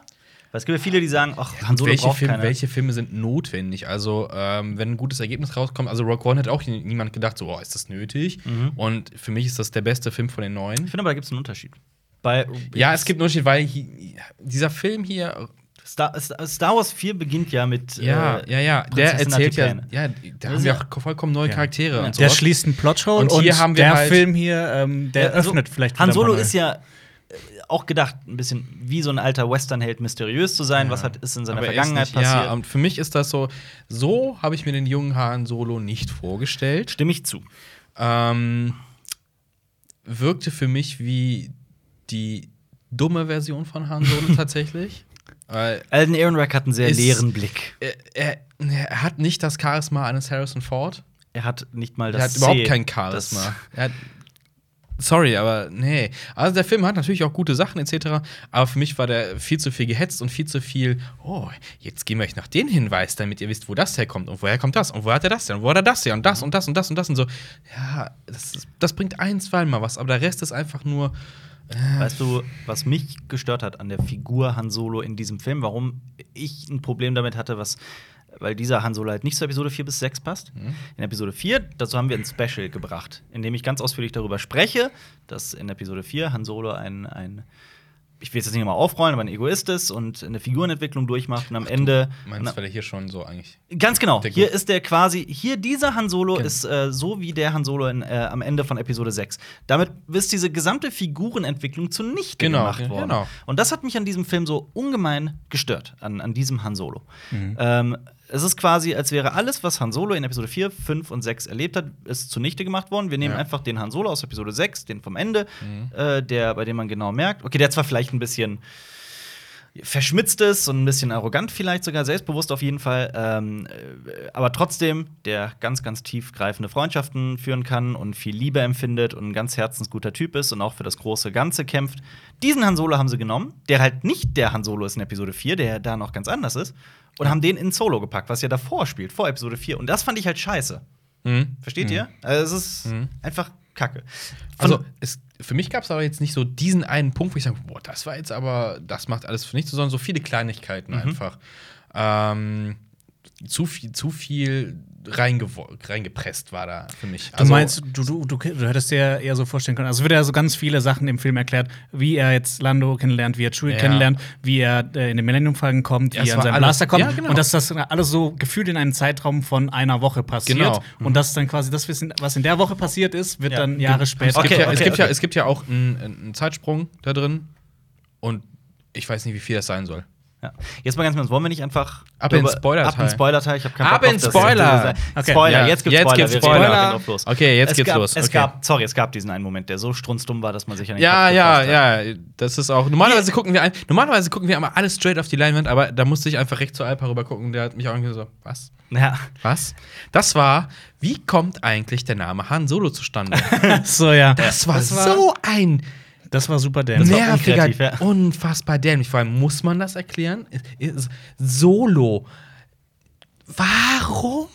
Weil es gibt ja viele, die sagen, ach, Han Solo
welche,
braucht
Filme,
keiner.
welche Filme sind notwendig? Also, ähm, wenn ein gutes Ergebnis rauskommt, also Rock One hat auch nie- niemand gedacht, so, oh, ist das nötig?
Mhm.
Und für mich ist das der beste Film von den neuen.
Ich finde aber, da gibt es einen Unterschied. Bei
Ja, es gibt einen Unterschied, weil hi- dieser Film hier, äh,
Star, Star Star Wars 4 beginnt ja mit.
ja,
äh,
ja, ja, der
Prinzessin hat die
erzählt ja,
Pläne.
ja, da haben wir auch vollkommen neue
Ja.
Charaktere und
Der
sowas.
schließt einen Plothole
Und hier haben wir
der
halt-
Film hier, ähm, der
Ja, also,
öffnet vielleicht
Han
wieder ein paar
Solo
neue.
ist ja äh, auch gedacht, ein bisschen wie so ein alter Westernheld mysteriös zu sein. Was hat, ist in seiner
Aber er ist
Vergangenheit
nicht,
passiert?
Ja, ähm, und für mich ist das so, so habe ich mir den jungen Han Solo nicht vorgestellt.
Stimme ich zu.
ähm, wirkte für mich wie die dumme Version von Han Solo tatsächlich. Äh,
Alden Ehrenreich hat einen sehr
Ist-
leeren Blick.
er, er, er hat nicht das Charisma eines Harrison Ford.
Er hat nicht mal das.
Er hat überhaupt
C,
kein
das-
Charisma. Er hat, sorry, aber nee. Also der Film hat natürlich auch gute Sachen etc. Aber für mich war der viel zu viel gehetzt und viel zu viel. Oh, jetzt geben wir euch noch den Hinweis, damit ihr wisst, wo das herkommt und woher kommt das und woher hat er das denn und wo hat er das denn und das und das und das und das und so. Ja, das, ist- das bringt ein, zwei Mal was, aber der Rest ist einfach nur.
Weißt du, was mich gestört hat an der Figur Han Solo in diesem Film, warum ich ein Problem damit hatte, was weil dieser Han Solo halt nicht zu Episode 4 bis 6 passt.
Mhm.
In Episode 4, dazu haben wir ein Special gebracht, in dem ich ganz ausführlich darüber spreche, dass in Episode 4 Han Solo ein, ein ich will es jetzt nicht nochmal aufrollen, aber ein Egoist ist und eine Figurenentwicklung durchmacht und am Ende
Meinst du, weil er hier schon so eigentlich.
Ganz genau.
Der
Hier
Gru-
ist der quasi, hier dieser Han Solo
Genau.
ist äh, so wie der Han Solo in, äh, am Ende von Episode 6. Damit ist diese gesamte Figurenentwicklung zunichte
Genau,
gemacht
ja,
worden.
genau.
Und das hat mich an diesem Film so ungemein gestört, an, an diesem Han Solo.
Mhm.
Ähm, es ist quasi, als wäre alles, was Han Solo in Episode 4, 5 und 6 erlebt hat, ist zunichte gemacht worden. Wir nehmen
Ja. Mhm.
einfach den Han Solo aus Episode 6, den vom Ende, äh, der, bei dem man genau merkt, okay, der hat zwar vielleicht ein bisschen verschmitztes und ein bisschen arrogant vielleicht sogar, selbstbewusst auf jeden Fall, ähm, äh, aber trotzdem, der ganz, ganz tiefgreifende Freundschaften führen kann und viel Liebe empfindet und ein ganz herzensguter Typ ist und auch für das große Ganze kämpft. Diesen Han Solo haben sie genommen, der halt nicht der Han Solo ist in Episode 4, der da noch ganz anders ist, und haben den in Solo gepackt, was ja davor spielt, vor Episode 4. Und das fand ich halt scheiße.
Hm?
Versteht ihr? Also, es ist einfach Kacke. Von-
Also, es, für mich gab es aber jetzt nicht so diesen einen Punkt, wo ich sage, boah, das war Mhm. jetzt aber, das macht alles für nichts, sondern so viele Kleinigkeiten einfach. Ähm, zu viel, zu viel reingewo- reingepresst war da für mich. Also,
Du meinst, du, du, du, du hättest dir eher so vorstellen können. Also es wird ja so ganz viele Sachen im Film erklärt, wie er jetzt Lando kennenlernt, wie er Chewie
Ja.
kennenlernt, wie er äh, in den Millennium-Falcon kommt,
Ja,
wie
es
er in
war
seinen
alles-
Blaster kommt.
Ja, genau.
Und dass das alles so gefühlt in einem Zeitraum von einer Woche passiert.
Genau.
Und dass dann quasi das Wissen, was in der Woche passiert ist, wird
Ja.
dann Jahre
es,
später.
gibt
Okay,
ja, es,
okay,
gibt ja,
okay.
es gibt ja auch einen, einen Zeitsprung da drin und ich weiß nicht, wie viel das sein soll.
Ja. Jetzt mal ganz kurz, wollen wir nicht einfach
Ab in
drüber-
Spoilerteil.
Ab in Spoilerteil, ich habe keinen
Ab
Bock
in
auf das.
Spoiler.
Okay.
Spoiler,
Ja.
jetzt gibt's
Jetzt
Spoiler.
gibt's
wir reden
Spoiler.
da drauf los.
Okay, jetzt
es
geht's
gab,
los.
Es
Okay.
gab, sorry, es gab diesen einen Moment, der so strunzdumm war, dass man sich an den
Ja,
Kopf
ja,
gefasst hat.
ja. Das ist auch. Normalerweise gucken wir ein, normalerweise gucken wir immer alles straight auf die Leinwand, aber da musste ich einfach recht zu Alpa rüber gucken. Der hat mich auch irgendwie so, was?
ja.
Was? Das war, wie kommt eigentlich der Name Han Solo zustande?
so, ja.
Das war, so ein
Das war super dämlich.
Das war
nerviger,
unkreativ, ja.
unfassbar dämlich. Vor allem muss man das erklären. Ist- Solo. Warum?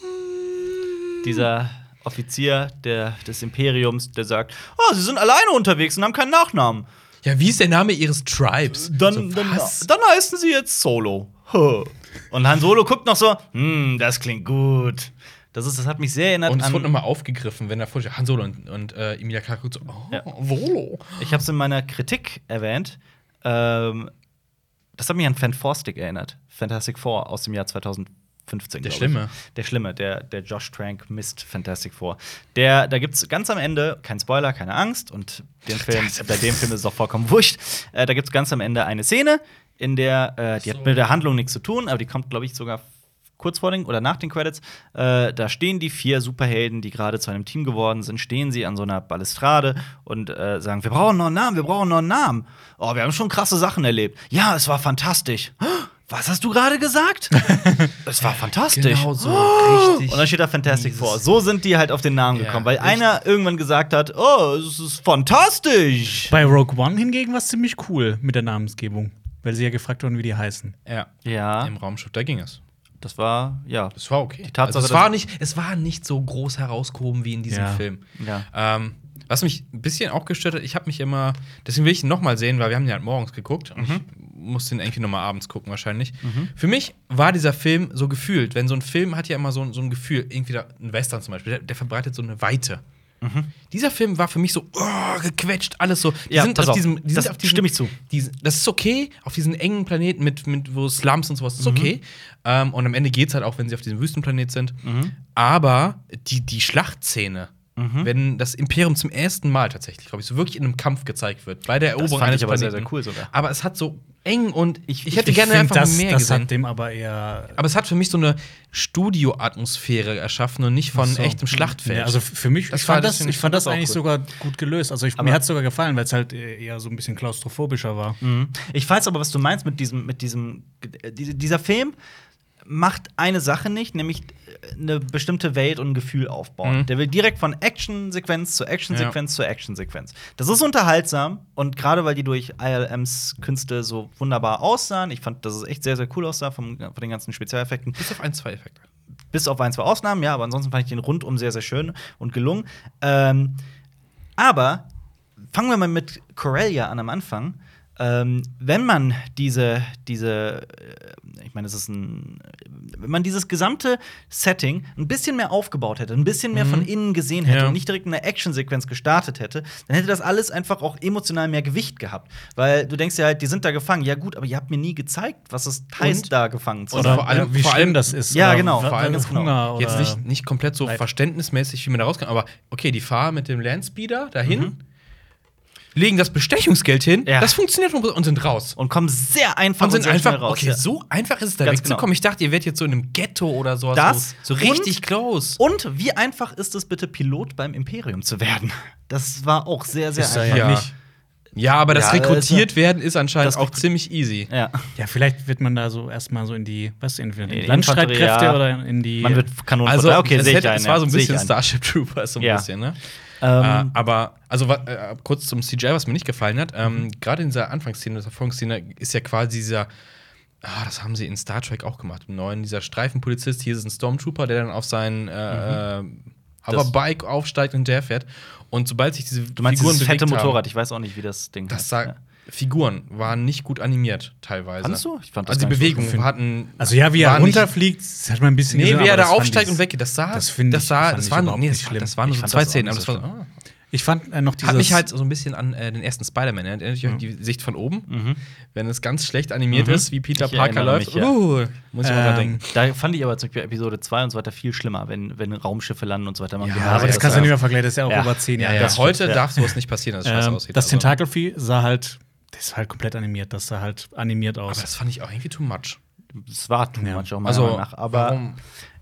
Dieser Offizier der, des Imperiums, der sagt, oh, sie sind alleine unterwegs und haben keinen Nachnamen.
Ja, wie ist der Name ihres Tribes?
Dann,
so,
dann,
was?
dann heißen sie jetzt Solo. Huh. Und Han Solo guckt noch so, hm, das klingt gut. Das, ist, das hat mich sehr erinnert
und es
an
wurde nochmal aufgegriffen, wenn da vorher Han Solo und, und äh, Emilia Clarke guckt so, oh,
Ja.
Solo.
Ich habe es in meiner Kritik erwähnt. Ähm, das hat mich an Fantastic erinnert. Fantastic Four aus dem Jahr 2015.
Der
glaub ich.
Schlimme.
Der Schlimme, der, der Josh Trank misst Fantastic Four. Der, da gibt's ganz am Ende, kein Spoiler, keine Angst, und den Film, bei dem Film ist es auch vollkommen wurscht. Äh, da gibt's ganz am Ende eine Szene, in der, äh, die hat mit der Handlung nichts zu tun, aber die kommt, glaube ich, sogar kurz vor den oder nach den Credits, äh, da stehen die vier Superhelden, die gerade zu einem Team geworden sind, stehen sie an so einer Balustrade und äh, sagen, wir brauchen noch einen Namen, wir brauchen noch einen Namen. Oh, wir haben schon krasse Sachen erlebt. Ja, es war fantastisch. Was hast du gerade gesagt? es war fantastisch.
Genau
Oh.
so, richtig.
Und dann steht da Fantastic Four. So sind die halt auf den Namen
Ja,
gekommen, weil
richtig.
einer irgendwann gesagt hat, oh, es ist fantastisch.
Bei Rogue One hingegen war es ziemlich cool mit der Namensgebung, weil sie ja gefragt wurden, wie die heißen.
Ja.
Ja,
Im Raumschiff, da ging es.
das war, ja.
Das war okay.
Die Tatsache,
also, es, war
dass-
nicht, es war nicht so groß herausgehoben wie in diesem
Ja.
Film.
Ja.
Ähm, was mich ein bisschen auch gestört hat, ich habe mich immer, deswegen will ich ihn nochmal sehen, weil wir haben den halt morgens geguckt und
Mhm.
ich muss den irgendwie nochmal abends gucken wahrscheinlich. Für mich war dieser Film so gefühlt, wenn so ein Film hat ja immer so, ein- so ein Gefühl, irgendwie da, ein Western zum Beispiel, der, der verbreitet so eine Weite. Dieser Film war für mich so oh, gequetscht, alles so. Die
Mhm. Ja,
sind
pass
auf
auf,
diesem, die
das
sind auf diesem,
stimme ich zu.
diesen- das ist okay, auf diesen engen Planeten mit, mit wo Slums und sowas, das ist okay. Ähm, und am Ende geht's halt auch, wenn sie auf diesem Wüstenplanet sind. Aber die, die Schlachtszene, wenn das Imperium zum ersten Mal tatsächlich, glaube ich, so wirklich in einem Kampf gezeigt wird, bei der Eroberung
fand
eines
ich aber sehr,
Planeten.
sehr cool sogar.
Aber es hat so eng und ich, ich hätte
Ich
gerne
find,
einfach
das,
mehr
das
gesehen.
hat dem aber eher
Aber es hat für mich so eine Studio-Atmosphäre erschaffen und nicht von
So.
echtem Schlachtfeld.
Ja, also f- für mich,
Das
ich
war
fand das,
deswegen-
ich fand das
das auch
eigentlich
gut.
sogar gut gelöst. Also ich, mir hat es sogar gefallen, weil es halt äh, eher so ein bisschen klaustrophobischer war.
Mhm.
Mhm. Ich weiß aber, was du meinst mit diesem, mit diesem, äh, diese- dieser Film macht eine Sache nicht, nämlich äh, eine bestimmte Welt und ein Gefühl aufbauen. Der will direkt von Action-Sequenz zu Action-Sequenz zu Action-Sequenz. Das ist unterhaltsam und gerade weil die durch ILMs Künste so wunderbar aussahen, ich fand, dass es echt sehr, sehr cool aussah vom, von den ganzen Spezialeffekten,
bis auf ein, zwei Effekte.
bis auf ein, zwei Ausnahmen, ja, aber ansonsten fand ich den rundum sehr, sehr schön und gelungen. Ähm, aber fangen wir mal mit Corellia an am Anfang. Ähm, wenn man diese, diese, äh, ich meine, es ist ein, wenn man dieses gesamte Setting ein bisschen mehr aufgebaut hätte, ein bisschen mehr von innen gesehen hätte
Mhm. Ja.
und nicht direkt eine Actionsequenz gestartet hätte, dann hätte das alles einfach auch emotional mehr Gewicht gehabt. Weil du denkst ja halt, die sind da gefangen. Ja, gut, aber ihr habt mir nie gezeigt, was es heißt,
Und?
da gefangen zu
Und
sein.
vor allem-
äh, wie
vor
schlimm
allem-
das ist.
Ja,
oder
genau,
wa-
vor allem
was
ganz genau.
Hunger
jetzt
oder
nicht, nicht komplett so
Leid.
verständnismäßig, wie man da rauskam, aber okay, die fahren mit dem Landspeeder dahin, legen das Bestechungsgeld hin,
Mhm. Ja.
das funktioniert und sind raus.
und kommen sehr einfach
Und sind
sehr
einfach,
schnell raus.
okay,
ja.
so einfach ist es da
Ganz genau.
wegzukommen. Ich dachte, ihr werdet jetzt so in einem Ghetto oder sowas.
Das
so, so
und-
richtig close.
Und wie einfach ist es bitte, Pilot beim Imperium zu werden? Das war auch sehr, sehr
Ist er
einfach.
ja. nicht.
Ja, aber das
Ja, also-
rekrutiert werden ist anscheinend
Das
auch
rekrut-
ziemlich easy.
Ja.
Ja, vielleicht wird man da so erstmal so in die, was in die
die
Landstreitkräfte
Infanterie, ja.
oder in die.
Man wird Kanonen
Also,
verteilt. okay,
es,
sehe ich
hätte,
ein,
es war so ein
ja. Sehe ich
bisschen
ein.
Starship Troopers, so ein
Ja.
bisschen, ne?
Ähm,
Äh, aber, also wa- äh, kurz zum CGI, was mir nicht gefallen hat. Ähm, Gerade in dieser Anfangsszene, dieser Erfolgsszene, ist ja quasi dieser. Ah, das haben sie in Star Trek auch gemacht. Im neuen, dieser Streifenpolizist, hier ist ein Stormtrooper, der dann auf sein äh,
Mhm.
äh, Hoverbike aufsteigt und der fährt. Und sobald sich diese
Du meinst dieses fette
bewegt haben-
Motorrad? Ich weiß auch nicht, wie das Ding
das
heißt.
sah
Ja.
Figuren waren nicht gut animiert teilweise.
Fandest du? Ich fand das
also die
gar nicht so
Bewegung
schlimm.
hatten.
Also ja, wie er
war nicht-
runterfliegt, das hat man ein bisschen
Nee,
gesehen.
wie er
aber
da
das fand
aufsteigt
ich-
und weggeht, das sah,
das finde ich-
das sah,
fand
das
ich
waren,
überhaupt
nee, das,
nicht
war-
schlimm.
das waren nur
Ich
so
fand
zwei
das auch
Szenen, aber
nicht
das
so
war, ah.
Ich fand äh, noch dieses.
hat mich halt so ein bisschen an äh, den ersten Spider-Man erinnert, erinnert euch an die Sicht von oben, wenn es ganz schlecht animiert
Mhm.
ist, wie Peter
Ich
Parker
erinnere
läuft.
mich, ja.
Uh, muss ich mal dran
Ähm,
denken.
Da fand ich aber zum Beispiel Episode 2 und so weiter viel schlimmer, wenn, wenn Raumschiffe landen und so weiter. Man
ja,
genau
aber
weiß,
das kannst du
dass-
nicht mehr vergleichen, das ist ja auch
Ja.
über zehn Jahre.
Ja,
her.
ja, heute
stimmt, ja.
darf sowas nicht passieren, dass es scheiße
Ähm,
aussieht.
das
also.
Tentakelvieh sah halt, das sah halt komplett animiert, das sah halt animiert aus.
Aber das fand ich auch irgendwie too much.
Es war too
Ja.
much auch mal
Also,
nach. Aber
warum?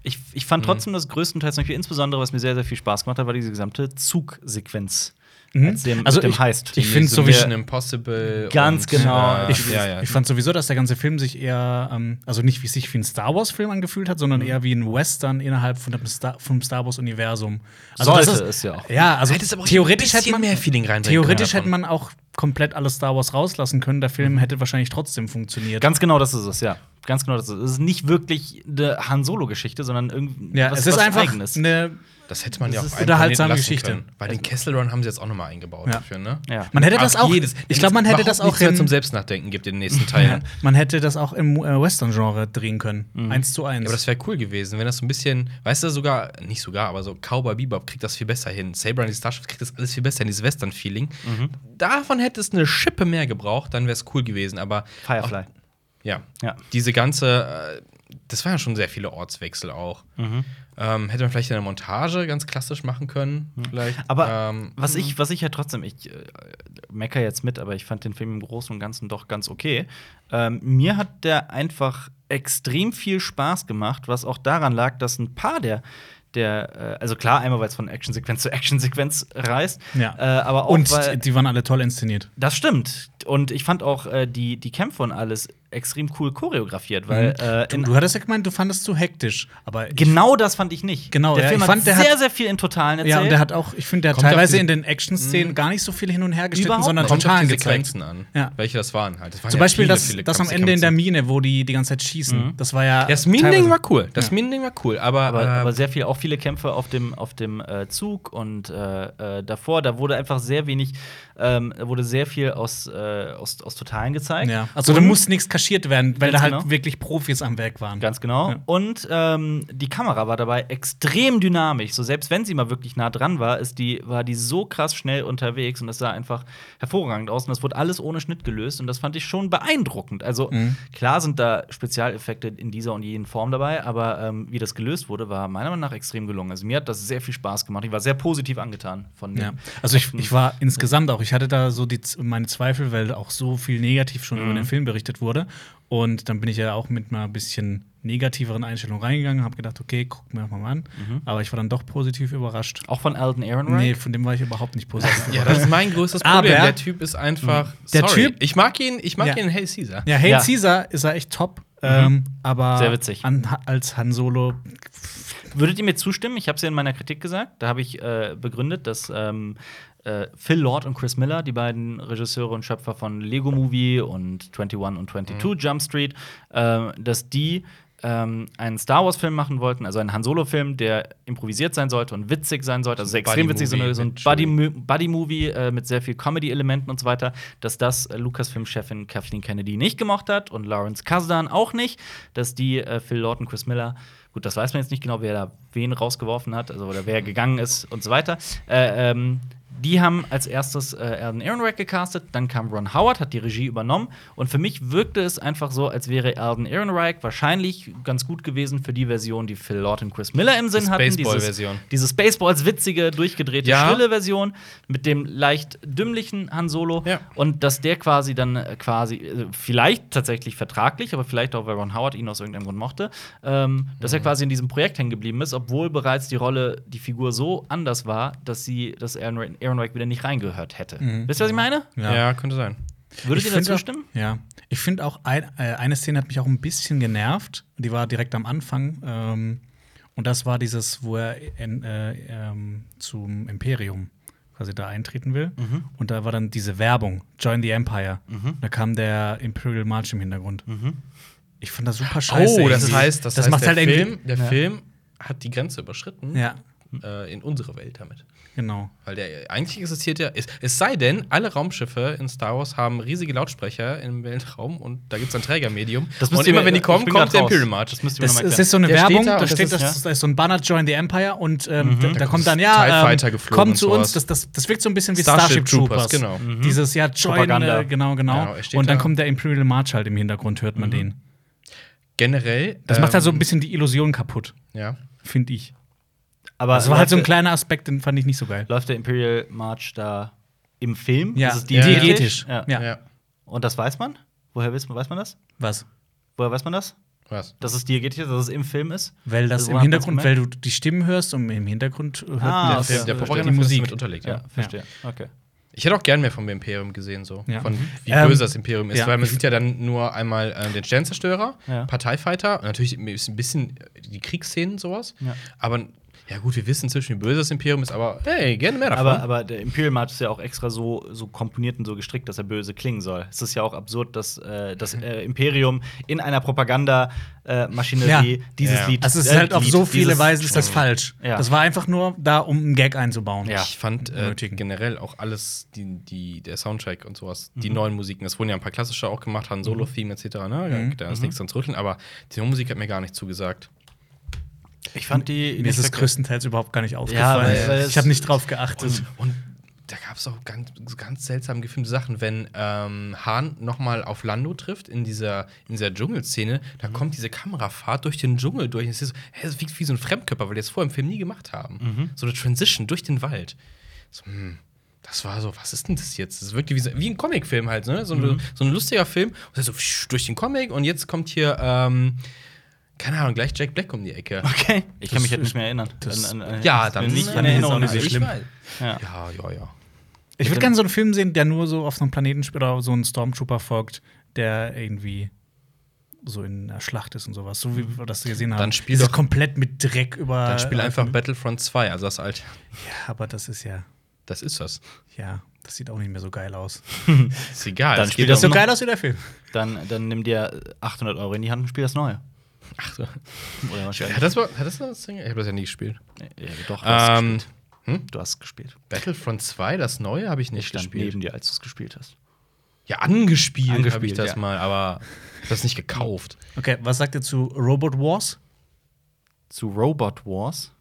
ich, ich
Mhm.
fand trotzdem das größtenteils, zum Beispiel, insbesondere, was mir sehr, sehr viel Spaß gemacht hat, war diese gesamte Zugsequenz.
Mhm.
Als dem,
Also
mit dem
ich-
heißt.
ich finde
so
so
wie
wie-
Mission Impossible.
Ganz
und,
genau.
Äh,
ich,
ja, ja.
ich fand sowieso, dass der ganze Film sich eher, ähm, also nicht wie sich wie ein Star Wars-Film angefühlt hat,
Mhm.
sondern eher wie ein Western innerhalb von dem Star, vom Star Wars-Universum. Also das
Sollte
ist-
es ja auch.
Ja, also
Hättest aber auch
theoretisch
ein
hätte
bisschen
man
mehr Feeling reinbringen
Theoretisch
können Mhm.
hätte man auch komplett alles Star Wars rauslassen können. Der Film hätte wahrscheinlich trotzdem funktioniert.
Ganz genau das ist es, ja. Ganz genau das ist es. Es ist nicht wirklich eine Han Solo-Geschichte, sondern irgendwie
ja,
was,
es ist
was
einfach
Eigenes.
eine.
Das hätte man ja
Das
auch
ist
einen
unterhaltsame
Planeten lassen
Geschichte. Also
Können, weil den Kessel Run haben sie jetzt auch nochmal eingebaut
Ja.
dafür, ne?
Ja.
Man hätte das
Ach,
auch.
jedes-
ich glaube, man hätte das auch
nichts mehr
im-
zum Selbstnachdenken gibt in den nächsten
Ja,
Teilen.
man hätte das auch im äh, Western-Genre drehen können. Eins zu eins.
Mhm. Ja, aber das wäre cool gewesen, wenn das so ein bisschen, weißt du, sogar, nicht sogar, aber so Cowboy Bebop kriegt das viel besser hin. Saber und die Starships kriegt das alles viel besser hin, dieses Western-Feeling.
Mhm.
Davon hätte es eine Schippe mehr gebraucht, dann wäre es cool gewesen. Aber
Firefly.
ja,
Ja.
diese ganze, äh, das waren ja schon sehr viele Ortswechsel auch.
Mhm.
Ähm, hätte man vielleicht in der Montage ganz klassisch machen können, vielleicht.
Mhm. Aber
ähm,
was, ich, was ich ja trotzdem, ich äh, mecker jetzt mit, aber ich fand den Film im Großen und Ganzen doch ganz okay. Ähm, mir hat der einfach extrem viel Spaß gemacht, was auch daran lag, dass ein paar der, der äh, also klar, einmal weil es von Actionsequenz zu Actionsequenz reist,
Ja.
äh, aber auch
und
weil,
die, die waren alle toll inszeniert.
Das stimmt. Und ich fand auch äh, die, die Kämpfe und alles extrem cool choreografiert, weil äh,
Mhm. Du,
in,
du hattest ja gemeint, du fandest zu hektisch. Aber ich-
genau das fand ich nicht.
Genau,
der
ja,
Film
ich
hat
fand, der hat-
sehr, sehr viel in Totalen erzählt.
ja, und der hat auch, ich finde, der hat
Kommt auf Mhm.
teilweise
diese-
in den Action-Szenen gar nicht so viel hin und her geschnitten,
Überhaupt
sondern
nicht.
kommt auf
total
die
gezeigt.
Sequenzen an,
Ja.
welche das waren halt. Das waren
Zum
ja
Beispiel
viele,
das,
viele
das am Ende
Kampfsequenzen.
in der Mine, wo die die ganze Zeit schießen.
Mhm.
Das war ja.
Das Minding
teilweise-
war cool. Das Minding war cool, aber,
aber,
ähm,
aber sehr viel, auch viele Kämpfe auf dem, auf dem äh, Zug und äh, äh, davor. Da wurde einfach sehr wenig, ähm, da wurde sehr viel aus, äh, aus, aus Totalen gezeigt.
Ja. Also da
Und-
muss nichts kaschiert werden, weil
Ganz
da halt
genau.
wirklich Profis am Werk waren.
Ganz genau.
Ja.
Und ähm, die Kamera war dabei extrem dynamisch. So selbst wenn sie mal wirklich nah dran war, ist die, war die so krass schnell unterwegs und das sah einfach hervorragend aus. Und das wurde alles ohne Schnitt gelöst und das fand ich schon beeindruckend. Also
Mhm.
klar sind da Spezialeffekte in dieser und jenen Form dabei, aber ähm, wie das gelöst wurde, war meiner Meinung nach extrem gelungen. Also mir hat das sehr viel Spaß gemacht. Ich war sehr positiv angetan von dem.
Ja.
genau.
Also ich, ich war insgesamt auch, ich hatte da so die, Z- meine Zweifel, weil auch so viel negativ schon
Mhm.
über den Film berichtet wurde. Und dann bin ich ja auch mit einer bisschen negativeren Einstellung reingegangen, habe gedacht, okay, guck mir das mal an.
Mhm.
Aber ich war dann doch positiv überrascht.
Auch von Alden Ehrenreich?
Nee, von dem war ich überhaupt nicht positiv überrascht.
Ja, das ist mein größtes
Aber- Mhm.
Problem. der Typ ist einfach.
Der
sorry.
Typ-
Ich mag ihn, ich mag
Ja.
ihn in Hey Caesar.
Ja, Hail
Ja. Mhm.
Caesar ist er echt top. Ähm, aber
Sehr witzig.
An, als Han Solo.
Würdet ihr mir zustimmen? Ich habe es ja in meiner Kritik gesagt. Da habe ich äh, begründet, dass ähm, äh, Phil Lord und Chris Miller, die beiden Regisseure und Schöpfer von Lego Movie und 21 und 22 Jump Street, äh, dass die ähm, einen Star Wars-Film machen wollten, also einen Han Solo-Film, der improvisiert sein sollte und witzig sein sollte, also sehr extrem witzig, so, eine- so ein
Buddy-Movie mit
Buddy-Mo- Buddy-Movie äh, mit sehr viel Comedy-Elementen und so weiter, dass das äh, Lucasfilm-Chefin Kathleen Kennedy nicht gemacht hat und Lawrence Kasdan auch nicht, dass die äh, Phil Lord und Chris Miller, gut, das weiß man jetzt nicht genau, wer da wen rausgeworfen hat, also oder wer gegangen ist und so weiter. Äh, ähm, die haben als erstes äh, Alden Ehrenreich gecastet, dann kam Ron Howard, hat die Regie übernommen und für mich wirkte es einfach so, als wäre Alden Ehrenreich wahrscheinlich ganz gut gewesen für die Version, die Phil Lord und Chris Miller im Sinn hatten. dieses-
Baseball-Version.
Diese Spaceballs witzige, durchgedrehte,
Ja.
schrille Version mit dem leicht dümmlichen Han Solo
Ja.
und dass der quasi dann äh, quasi äh, vielleicht tatsächlich vertraglich, aber vielleicht auch weil Ron Howard ihn aus irgendeinem Grund mochte, ähm, dass er quasi in diesem Projekt hängen geblieben ist, obwohl bereits die Rolle, die Figur so anders war, dass sie, dass Aaron, Ra- Aaron Reich wieder nicht reingehört hätte. Wisst ihr, was ich meine?
Ja. könnte sein.
Oh,
Würdet ihr
find
dazu stimmen?
Auch, ja. Ich finde auch, ein, äh, eine Szene hat mich auch ein bisschen genervt. Die war direkt am Anfang. Ähm, und das war dieses, wo er in, äh, ähm, zum Imperium quasi da eintreten will.
Mhm.
Und da war dann diese Werbung, Join the Empire. Da kam der Imperial March im Hintergrund.
Mhm.
Ich fand das super scheiße.
oh, das
irgendwie.
heißt, das, heißt,
macht
der
halt irgendwie.
Film, der Film hat die Grenze überschritten.
Ja.
äh, in unsere Welt damit.
Genau.
Weil der eigentlich existiert ja, es, es sei denn, alle Raumschiffe in Star Wars haben riesige Lautsprecher im Weltraum und da gibt es ein Trägermedium.
Das müsst
und
ihr
immer
mir-
wenn die
ich
kommen,
bin
kommt
grad
der
raus.
Imperial March.
Das müsst ihr mir
Das,
nochmal
das ist so eine
Der steht
Werbung,
da
da,
und das
steht,
ist-
das,
ja.
da ist so ein Banner Join the Empire und ähm, da, da
Da
kommt dann,
kommt
ja,
Mhm. TIE
ähm,
Fighter geflogen
komm
und
zu
sowas.
uns. Das, das, das wirkt so ein bisschen wie
Starship
Starship,
Troopers,
Troopers.
genau.
Dieses, ja, Join,
Propaganda.
äh, genau, genau.
Ja, er steht
und dann
da.
kommt der Imperial March halt im Hintergrund, hört man den.
Generell.
Das macht halt so ein
ähm,
bisschen die Illusion kaputt,
Ja.
finde ich.
Aber
Das war halt so ein
läuft der-
kleiner Aspekt, den fand ich nicht so geil.
Läuft der Imperial March da im Film?
Ja,
Ist es
Ja.
diegetisch.
Ja.
ja.
Und das weiß man? Woher weiß man, weiß man das?
Was?
Woher weiß man das?
Was?
Dass es diegetisch ist, dass es im Film ist?
Weil das
Also,
im
woran hat's
Hintergrund, weil du die Stimmen hörst und im Hintergrund hört
Ah,
man
aus
Der,
der-
der
verstehe.
Propaganda
Die Musik.
mit unterlegt. Ja.
Ja, verstehe. Okay.
Ich hätte auch gern mehr vom Imperium gesehen, so.
Ja.
Von wie
Ähm,
böse das Imperium ist,
ja.
weil man sieht ja dann nur einmal ähm, den Sternzerstörer,
Ja.
Parteifighter, und natürlich ist ein bisschen die Kriegsszenen sowas.
Ja.
Aber ja gut, wir wissen inzwischen, wie böse das Imperium ist, aber hey, gerne mehr davon.
Aber, aber der Imperial March ist ja auch extra so, so komponiert und so gestrickt, dass er böse klingen soll. Es ist ja auch absurd, dass äh, das äh, Imperium in einer Propaganda-Maschinerie
Ja.
dieses
Ja.
Lied.
Also es
äh,
ist halt auf
Lied,
so viele
dieses-
Weisen ist das falsch.
Ja.
Das war einfach nur da, um einen Gag einzubauen.
Ja.
Ich fand äh,
Unnötigen.
generell auch alles, die, die, der Soundtrack und sowas, die neuen Musiken, das wurden ja ein paar klassische auch gemacht, haben Solo-Theme etc. Ne? Da ist nichts dran zu rütteln, aber die neue Musik hat mir gar nicht zugesagt.
Ich fand die.
Mir ist
die-
es größtenteils überhaupt gar nicht
weil-
aufgefallen.
weil
ich
es-
habe nicht drauf geachtet.
Und da gab es auch ganz, ganz seltsam gefilmte Sachen, wenn ähm, Hahn nochmal auf Lando trifft in dieser, in dieser Dschungelszene, da kommt diese Kamerafahrt durch den Dschungel durch. Es ist so, hä, das wirkt wie so ein Fremdkörper, weil die das vorher im Film nie gemacht haben. So eine Transition durch den Wald. So, hm, das war so, was ist denn das jetzt? Das wirkte wie, so, wie ein Comicfilm halt, ne? So, ein- so ein lustiger Film. Und dann so psch, durch den Comic und jetzt kommt hier, ähm, keine Ahnung, gleich Jack Black um die Ecke.
Okay. Ich kann mich
Das-
jetzt nicht mehr erinnern.
das-
Ja,
ist
dann
mir nicht
äh,
in
nee, ist
Erinnerung.
auch nicht
geblieben.
so schlimm.
Ja.
Ja, ja, ja.
Ich würde gerne so einen Film sehen, der nur so auf einem Planeten sp- oder so einen Stormtrooper folgt, der irgendwie so in einer Schlacht ist und sowas. So wie wir das gesehen haben.
Dann spiel
Dieses
doch-
komplett mit Dreck über.
Dann
Äh,
spiel einfach
mhm.
Battlefront 2, also das alte.
Ja, aber das ist ja.
Das ist das.
Ja, das sieht auch nicht mehr so geil aus.
Ist egal.
Dann
es
spiel
geht
das
um-
so geil
aus wie der Film.
Dann, dann nimm dir 800 Euro in die Hand und spiel das Neue.
Ach so.
Oder wahrscheinlich.
Hat das, mal- hat das mal das Ding? Ich habe das ja nie gespielt.
Ja, doch, du hast
Ähm,
gespielt. Du hast gespielt.
Battlefront 2, das neue, habe ich
Ich
nicht
stand
gespielt.
neben dir, als du es gespielt hast.
Ja, angespielt habe ich
Angespielt,
das
ja. Hm.
mal, aber hab das nicht gekauft.
Okay, was sagt ihr zu Robot Wars?
Zu Robot Wars.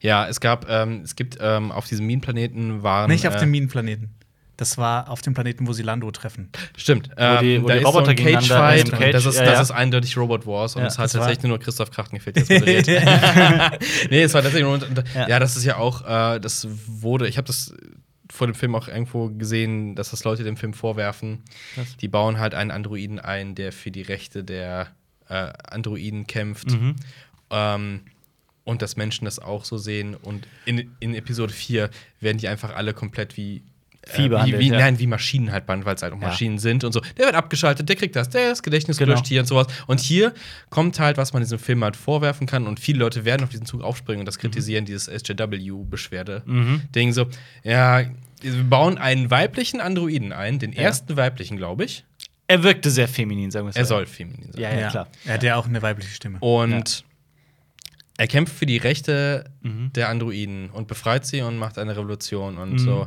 Ja, es gab, ähm, es gibt ähm, auf diesem Minenplaneten waren.
Nicht auf
äh,
dem Minenplaneten. Das war auf dem Planeten, wo sie Lando treffen.
Stimmt. Ähm,
die- wo
da
die
ist
Roboter
so ein Cage
gegeneinander
Fight.
im
und
Cage-
das, ist,
ja,
das
ja.
ist eindeutig Robot Wars und
Ja,
es hat
das war-
tatsächlich nur Christoph Krachten gefehlt, der es moderiert. nee, es war tatsächlich nur. Und, ja.
Ja.
ja, das ist ja auch, äh, das wurde, ich habe das vor dem Film auch irgendwo gesehen, dass das Leute dem Film vorwerfen.
Was?
Die bauen halt einen Androiden ein, der für die Rechte der äh, Androiden kämpft.
Mhm.
Ähm, und dass Menschen das auch so sehen. Und in, in Episode 4 werden die einfach alle komplett wie. äh,
Vieh behandelt,
wie, wie,
ja.
Nein, wie Maschinen halt behandelt, weil es halt auch
Ja.
Maschinen sind und so. Der wird abgeschaltet, der kriegt das, der ist Gedächtnis
Genau.
gelöscht hier und sowas. Und hier kommt halt, was man diesem Film halt vorwerfen kann. Und viele Leute werden auf diesen Zug aufspringen und das kritisieren, dieses SJW-Beschwerde-Ding so. Ja, wir bauen einen weiblichen Androiden ein, den ersten weiblichen, glaube ich.
Er wirkte sehr feminin, sagen wir es
Er soll feminin sein.
Ja, ja, klar.
Er hat ja auch eine weibliche Stimme.
Oh, Und er kämpft für die Rechte der Androiden und befreit sie und macht eine Revolution und so.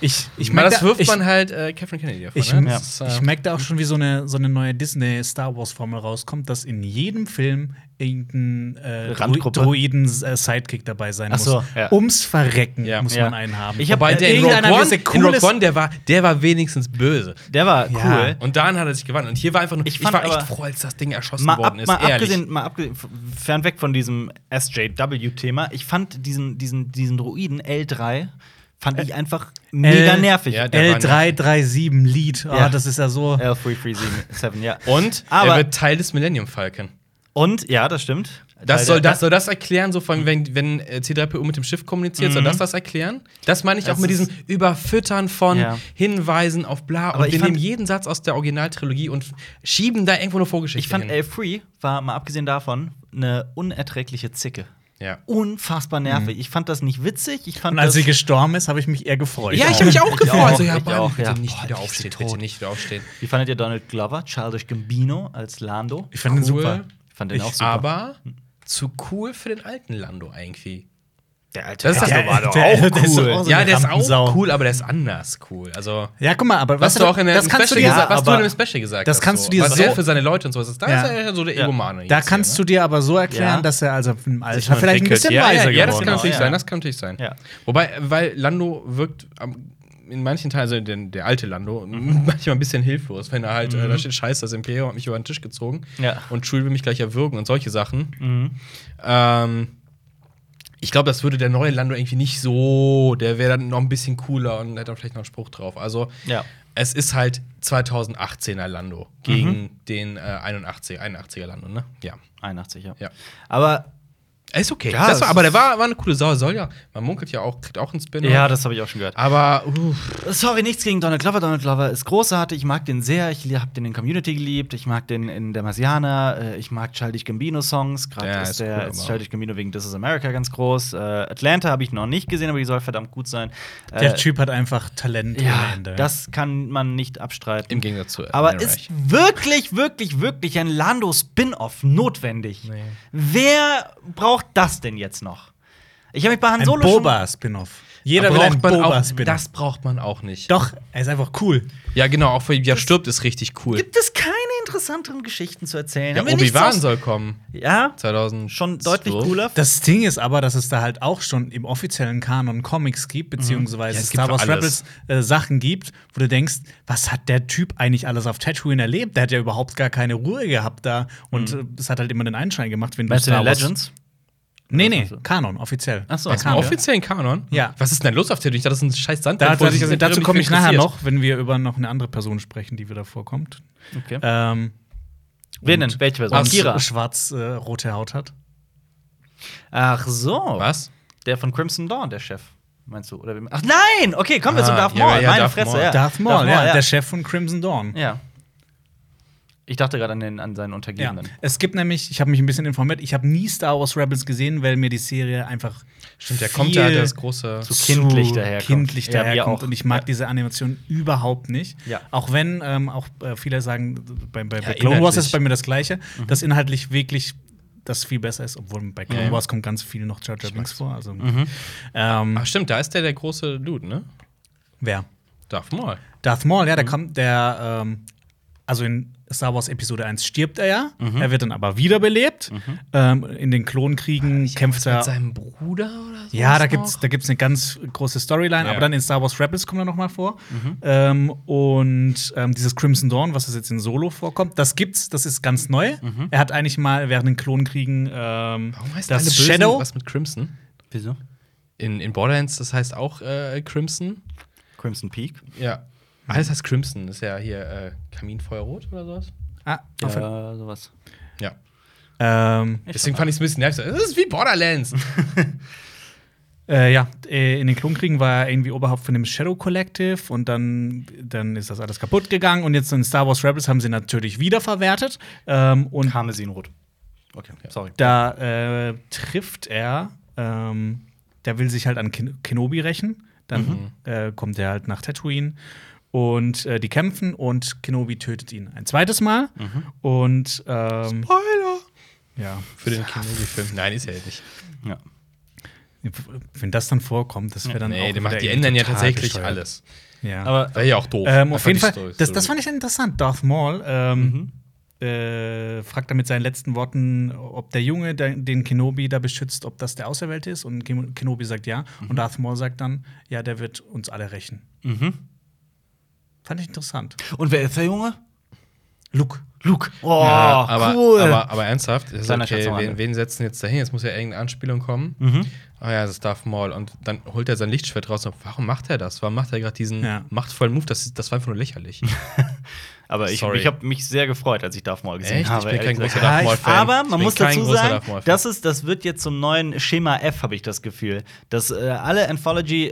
Ich,
Ich meine, das
da-
wirft
ich,
man halt äh, Catherine Kennedy davon.
Ich,
ne?
ja.
Das ist, äh,
ich merke da auch schon, wie so eine, so eine neue Disney-Star Wars-Formel rauskommt, dass in jedem Film irgendein äh, Dro-
Randgruppe.
Droiden-Sidekick dabei sein
Ach so,
muss.
ja.
Ums Verrecken
Ja.
muss
Ja.
man einen haben.
Ich hab-
Wobei
Äh,
der in
irgendeiner
Rogue, One,
diese
in Rogue
cooles-
One, der war, der war wenigstens böse.
Der war cool.
Ja.
Und daran hat er sich gewandt. Und hier war einfach nur, ich,
Ich fand
war echt
aber-
froh, als das Ding erschossen
Mal, ab,
worden ist.
mal,
ehrlich.
abgesehen, mal abgesehen, f- fernweg von diesem SJW-Thema, ich fand diesen, diesen, diesen Druiden L3, fand ich einfach mega nervig.
Äh, ja, der-
L337 Lied. Ah,
Ja.
das ist ja so.
L3377, ja.
und er
Aber-
wird Teil des Millennium Falcon.
Und, ja, das stimmt.
Das
Teil
soll
der-
das, soll das erklären, so von wenn, wenn äh, C3PO mit dem Schiff kommuniziert, soll das das erklären? Das meine ich auch
Mhm. Das
mit
ist-
diesem Überfüttern von
Ja.
Hinweisen auf bla.
Aber
und
ich
wir
fand-
nehmen jeden Satz aus der Originaltrilogie und f- schieben da irgendwo eine Vorgeschichte
Ich fand
hin.
L3 war, mal abgesehen davon, eine unerträgliche Zicke.
Ja. Mhm.
Unfassbar nervig. Ich fand das nicht witzig. Ich fand
Und als
das
sie gestorben ist, habe ich mich eher gefreut.
ja, ich habe mich auch gefreut.
auch,
so, ja,
ich
Mann,
auch,
bitte
ja.
nicht
Boah,
wieder
die ist
aufstehen,
tot.
bitte nicht wieder aufstehen.
Wie fandet ihr Donald Glover, Childish Gambino als Lando?
Oh, Ich fand den
Cool.
super.
Ich fand den
Ich-
auch super.
Aber zu cool für den alten Lando irgendwie.
Der alte
Das ist das
Der-
Normale.
der-
auch
der ist
cool.
auch so
ja,
eine
der ist
Rampensau.
auch cool, aber der ist anders cool. Also
Ja, guck mal, aber
was
weißt
du auch in der
das
im
kannst
Special,
du dir,
gesagt, was du
aber-
in dem Special gesagt
das
hast.
kannst
so.
du dir
was
so-
er für seine Leute und sowas ist. Da
Ja.
ist er ja so der
Ja.
Egomane. ne?
Da kannst du dir aber so erklären,
Ja.
dass er also im Alter
mal
vielleicht ein
entwickelt.
bisschen
Ja,
ja, ja,
weiser
das
geworden
kann
genau,
natürlich
ja.
sein, das kann natürlich sein.
Ja.
Wobei, weil Lando wirkt am, in manchen Teilen, also der, der alte Lando,
Mhm.
manchmal ein bisschen hilflos, wenn er halt, äh, da steht Scheiß, das Imperium hat mich über den Tisch gezogen
Ja. Mhm.
und Schul will mich gleich erwürgen und solche Sachen. Ähm, ich glaube, das würde der neue Lando irgendwie nicht so, der wäre dann noch ein bisschen cooler und hätte auch vielleicht noch einen Spruch drauf. Also
Ja.
es ist halt 2018er Lando gegen
Mhm.
den äh, 81, 81er Lando, ne? Ja.
81, ja.
Ja.
Aber
Er Ist okay.
Ja,
das war,
es
aber
ist-
der war, war eine coole Sau. Er Soll ja. Man munkelt ja auch, kriegt auch einen Spin.
ja, das habe ich auch schon gehört.
Aber uff,
Sorry, nichts gegen Donald Glover. Donald Glover ist großartig. Ich mag den sehr. Ich habe den in Community geliebt. Ich mag den in Der Marsianer. Äh, Ich mag Childish Gambino-Songs. Gerade
Ja,
ist
ist
der
cool,
ist
aber auch.
Childish Gambino wegen This is America ganz groß. Äh, Atlanta habe ich noch nicht gesehen, aber die soll verdammt gut sein. Äh,
Der Typ hat einfach Talent ohne
ja,
Ende.
das kann man nicht abstreiten.
im Gegensatz zu.
Aber
Aaron
ist
Reich.
wirklich, wirklich, wirklich ein Lando-Spin-Off notwendig? Wer braucht das denn jetzt noch? Ich habe mich bei Han
ein
Solo
Boba-Spin-off. Jeder will ein
braucht man auch,
Boba-Spin-off.
das braucht man auch nicht.
Doch, er ist einfach cool.
Ja, genau. Auch für Ja stirbt ist richtig
schon
cool.
Gibt es keine interessanteren Geschichten zu erzählen?
Ja,
Haben wir nichts
Obi-Wan
aus-
soll kommen.
Ja,
2000
schon deutlich
zwölf.
cooler.
Das Ding ist aber, dass es da halt auch schon im offiziellen Kanon Comics gibt, beziehungsweise
Ja, es gibt
Star
für
Wars Rebels
alles.
äh, Sachen gibt, wo du denkst, was hat der Typ eigentlich alles auf Tatooine erlebt? Der hat ja überhaupt gar keine Ruhe gehabt da und äh, es hat halt immer den Einschein gemacht, wenn du
Weißt du, in
Star Wars.
Legends?
Nee, nee, Kanon, offiziell.
Ach so,
Der
aus dem
Im
Kanon.
offiziellen Kanon?
Ja.
Was ist denn da los auf der Ich dachte, das ist ein scheiß Sand.
Da, da, dazu komme ich nachher noch, wenn wir über noch eine andere Person sprechen, die wieder vorkommt.
Okay.
Ähm,
Äh, Wen denn? Welche Version?
und
Kira.
schwarz-rote Haut hat.
Ach so.
Was?
Der von Crimson Dawn, der Chef. Meinst du? Oder wem? Ach nein! Okay, kommen wir
Ah,
zu Darth
ja,
Maul.
ja,
Meine
Darth
Fresse,
Maul.
ja.
Darth Maul, ja,
ja.
der Chef von Crimson Dawn.
ja. Ich dachte gerade an, den- an seinen
Ja,
Untergebenen.
es gibt nämlich, ich habe mich ein bisschen informiert, ich habe nie Star Wars Rebels gesehen, weil mir die Serie einfach
Stimmt, der
viel
kommt ja, halt der ist große.
zu kindlich
zu
daherkommt.
kindlich
Ja, mir
daherkommt
auch.
und ich mag
Ja.
diese Animation überhaupt nicht.
Ja.
Auch wenn ähm, auch äh, viele sagen, bei, bei, bei
Ja,
Clone Wars
inhaltlich.
ist bei mir das Gleiche, dass inhaltlich wirklich das viel besser ist, obwohl bei Clone
Ja, ja.
Wars kommt ganz viel noch Jar Jar Binks vor. Also,
Ach,
ähm,
stimmt, da ist der der große Dude, ne?
wer?
Darf mal.
Darth Maul,
Mhm.
ja, der kommt, der, ähm, also in Star Wars Episode 1 stirbt er ja,
Mhm.
er wird dann aber wiederbelebt. Ähm, in den
Ah,
Klonkriegen kämpft er.
seinem Bruder oder so?
Ja, da gibt's, da gibt's eine ganz große
Ja.
Storyline,
Mhm.
aber dann in Star Wars Rebels kommt er noch mal vor. Ähm, und ähm, dieses Crimson Dawn, was das jetzt in Solo vorkommt, das gibt's, das ist ganz neu. Er hat eigentlich mal während den Klonkriegen ähm,
Mhm. Warum heißt
das
alle Bösen
Shadow.
was mit Crimson?
Wieso?
In, in Borderlands, das heißt auch äh, Crimson.
Crimson Peak.
Ja. Alles heißt Crimson. Ist ja hier äh, Kaminfeuerrot oder sowas.
Ah, auf-
Ja, sowas.
Ja.
ähm,
Deswegen fand ich es ein bisschen nervig. Das ist wie Borderlands.
Äh, ja, äh, in den Klonkriegen war er irgendwie Oberhaupt von dem Shadow Collective und dann, dann ist das alles kaputt gegangen und jetzt in Star Wars Rebels haben sie natürlich wiederverwertet ähm, und
Hm. Karmesinrot. Okay, sorry.
da äh, trifft er, ähm, der will sich halt an Ken Kenobi rächen, dann
Mhm.
äh, kommt er halt nach Tatooine und äh, die kämpfen und Kenobi tötet ihn ein zweites Mal
Mhm.
und ähm,
Spoiler.
ja,
Für den Kenobi-Film. Nein, ist ja nicht.
Ja.
wenn das dann vorkommt, das wäre dann
Nee,
auch
die,
wieder
machen, die
irgendwie
ändern ja
total
tatsächlich
bescheuert.
alles.
Ja.
Aber
Wäre ja auch doof.
Ähm,
Einfach
auf jeden
die
Fall,
Story- Mhm.
das, das fand ich interessant. Darth Maul ähm, äh, fragt dann mit seinen letzten Worten, ob der Junge, der, den Kenobi da beschützt, ob das der Auserwählte ist. Und Ke- Kenobi sagt ja.
Mhm.
Und Darth Maul sagt dann, ja, der wird uns alle rächen. Fand ich interessant.
und wer ist der Junge?
Luke.
Luke. Oh,
Ja, Äh, aber,
cool.
aber, aber ernsthaft, das ist
Kleiner
okay,
Scherz am Rande.
wen, wen setzen jetzt dahin? Jetzt muss ja irgendeine Anspielung kommen. Ah ja, das ist Darth Maul. Und dann holt er sein Lichtschwert raus. Und warum macht er das? Warum macht er gerade diesen
Ja.
machtvollen Move? Das, ist- das war einfach nur lächerlich.
aber ich,
Sorry.
ich habe mich sehr gefreut, als ich Darth Maul gesehen
Echt? Ich
habe.
bin
ehrlich
kein
gesagt.
großer Darth Maul-Fan.
Aber
Ich
man
bin
muss
kein
dazu
großer
sagen,
Darth Maul-Fan.
das, ist, das wird jetzt zum neuen Schema F, habe ich das Gefühl. Dass äh, alle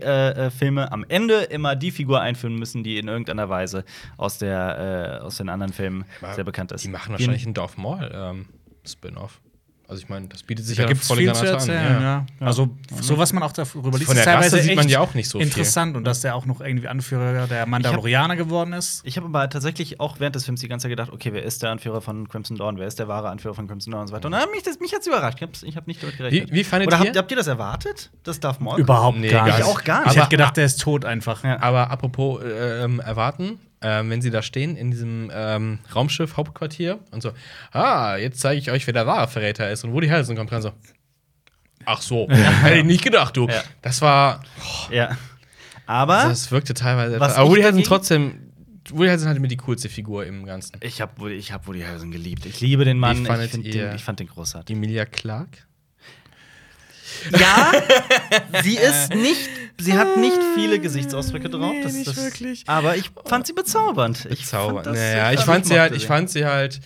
Anthology-Filme am Ende immer die Figur einführen müssen, die in irgendeiner Weise aus, der, äh, aus den anderen Filmen sehr bekannt ist.
Die machen wahrscheinlich einen Darth Maul ähm, Spin-off. Also ich meine, das bietet sich
Da
ja
gibt es
voll
viel
gerne
zu
an,
erzählen,
ja.
ja. Also, so was man auch darüber liest,
Von der Rasse sieht man ja auch nicht so viel.
interessant. Und dass der auch noch irgendwie Anführer der Mandalorianer geworden ist.
Ich habe aber tatsächlich auch während des Films die ganze Zeit gedacht, okay, wer ist der Anführer von Crimson Dawn? Wer ist der wahre Anführer von Crimson Dawn und so weiter? Und dann, mich, das- mich hat's überrascht. Ich hab's- Ich habe nicht damit gerechnet.
Wie- wie fandet
Oder habt,
ihr-
habt ihr das erwartet? Das darf Maul?
Überhaupt
Nee,
gar
gar
nicht.
nicht.
Auch gar nicht.
Ich hätte
Aber-
gedacht, der ist tot einfach.
Ja.
Aber apropos äh, ähm, erwarten, ähm, wenn sie da stehen in diesem ähm, Raumschiff Hauptquartier und so, ah, jetzt zeige ich euch, wer der wahre Verräter ist und wo die Halsen kommt, dran so. Ach so, hätte ich nicht gedacht, du.
Ja.
Das war,
Ja. Aber
das wirkte teilweise.
Was
aber
ich
Woody Harrelson
dagegen-
trotzdem, Woody Harrelson hatte mir die coolste Figur im Ganzen.
ich habe Woody, ich hab Woody Harrison geliebt. Ich liebe den Mann.
Ich
Ich,
fand
find
es
den,
eher-
ich fand den großartig.
Emilia Clark?
Ja, sie ist nicht, sie hat nicht viele Gesichtsausdrücke drauf. das,
nicht
das,
wirklich.
Aber ich fand sie bezaubernd. Ich
Bezaubernd.
fand das-
naja, ich fand sie halt, ich fand sie halt.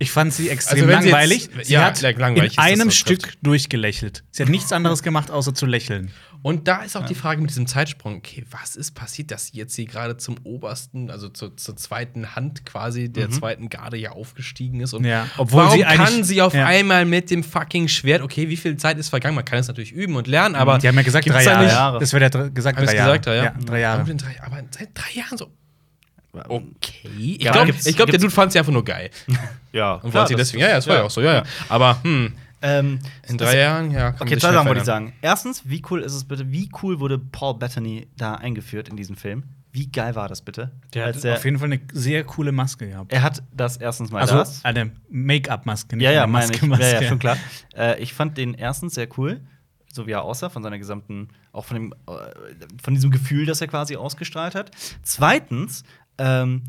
Ich fand sie extrem
Also wenn sie jetzt-
langweilig. sie
ja,
hat
ja, langweilig ist das
in einem
so
Stück
trifft.
durchgelächelt. Sie hat nichts anderes gemacht, außer zu lächeln.
Und da ist auch die Frage mit diesem Zeitsprung, okay, was ist passiert, dass sie jetzt hier gerade zum obersten, also zur, zur zweiten Hand quasi der zweiten Garde ja aufgestiegen ist und
Mhm. Ja, obwohl
warum
sie eigentlich-
kann sie auf
ja.
einmal mit dem fucking Schwert, okay, wie viel Zeit ist vergangen, man kann es natürlich üben und lernen, aber
Die haben ja gesagt,
gibt's
drei
da
Jahre.
nicht-
Jahre.
Das wird ja dr- gesagt,
Haben
drei
sie
Jahre.
gesagt, ja, ja.
drei
Warum
Jahre.
denn drei, aber seit drei Jahren so.
Oh.
Okay. Ich
Ja,
glaube,
gibt's-
glaub, der
gibt's-
Dude fand sie einfach nur geil.
Ja,
Und
klar,
wollte sie
das-
deswegen. Ja, ja, das war ja auch so, ja, ja. Aber hm,
Ähm,
in
das-
drei Jahren, ja, kann
Okay,
sich
zwei
schnell
Sachen wollte ich
verändern.
sagen. Erstens, wie cool ist es bitte, wie cool wurde Paul Bettany da eingeführt in diesen Film? Wie geil war das bitte?
Der
Als
hat auf jeden Fall eine sehr coole Maske gehabt.
er hat das erstens mal
Also
das.
eine Make-up-Maske, nicht
Ja, ja,
eine
meine ich. Ja, ja,
Maske.
schon klar. Äh, ich fand den erstens sehr cool, so wie er aussah, von seiner gesamten, auch von dem, äh, von diesem Gefühl, das er quasi ausgestrahlt hat. Zweitens, ähm,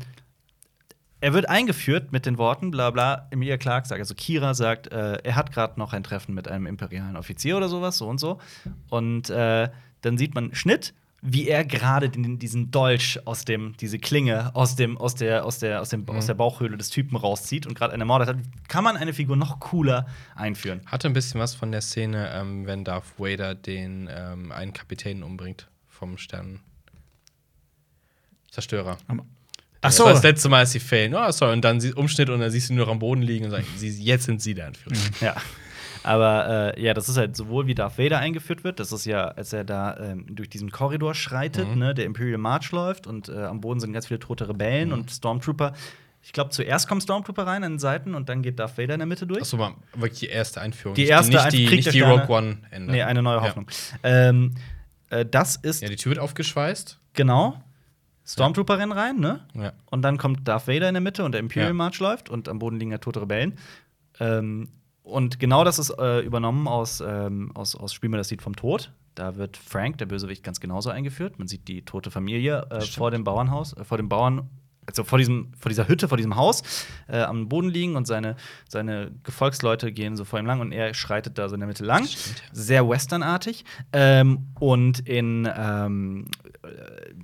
er wird eingeführt mit den Worten, bla bla, Emilia Clark sagt, also Kira sagt, äh, er hat gerade noch ein Treffen mit einem imperialen Offizier oder sowas, so und so. Und äh, dann sieht man Schnitt, wie er gerade den- diesen Dolch aus dem, diese Klinge aus dem, aus der, aus der, aus dem, aus der Bauchhöhle des Typen rauszieht und gerade einen ermordet hat. Kann man eine Figur noch cooler einführen?
Hatte ein bisschen was von der Szene, ähm, wenn Darth Vader den ähm, einen Kapitän umbringt vom Sternenzerstörer.
Ach
Das, war
so,
das letzte Mal, als sie fehlen. Oh, sorry. Und dann sie, Umschnitt und dann siehst du nur noch am Boden liegen und sagst, sie, jetzt sind sie der Anführer.
Ja. Aber äh, ja, das ist halt sowohl wie Darth Vader eingeführt wird, das ist ja, als er da ähm, durch diesen Korridor schreitet,
Mhm.
ne, der Imperial March läuft und äh, am Boden sind ganz viele tote Rebellen
Mhm.
und Stormtrooper. Ich glaube, zuerst kommen Stormtrooper rein an den Seiten und dann geht Darth Vader in der Mitte durch.
Achso, mal wirklich die erste Einführung.
Die erste
nicht die,
Krieg
nicht
der
die
Sterne.
Rogue One Ende.
Nee, eine neue
Ja.
Hoffnung. Ähm, äh, das ist
Ja. die Tür wird aufgeschweißt.
genau Stormtrooper rennen rein, ne?
Ja.
Und dann kommt Darth Vader in der Mitte und der Imperial
Ja.
March läuft und am Boden liegen ja tote Rebellen. Ähm, und genau das ist äh, übernommen aus, ähm, aus, aus Spiel mir das Lied vom Tod. Da wird Frank, der Bösewicht, ganz genauso eingeführt. Man sieht die tote Familie äh, vor dem Bauernhaus, äh, vor dem Bauern, also vor, diesem, vor dieser Hütte, vor diesem Haus, äh, am Boden liegen und seine, seine Gefolgsleute gehen so vor ihm lang und er schreitet da so in der Mitte lang. Sehr westernartig. Ähm, und in ähm,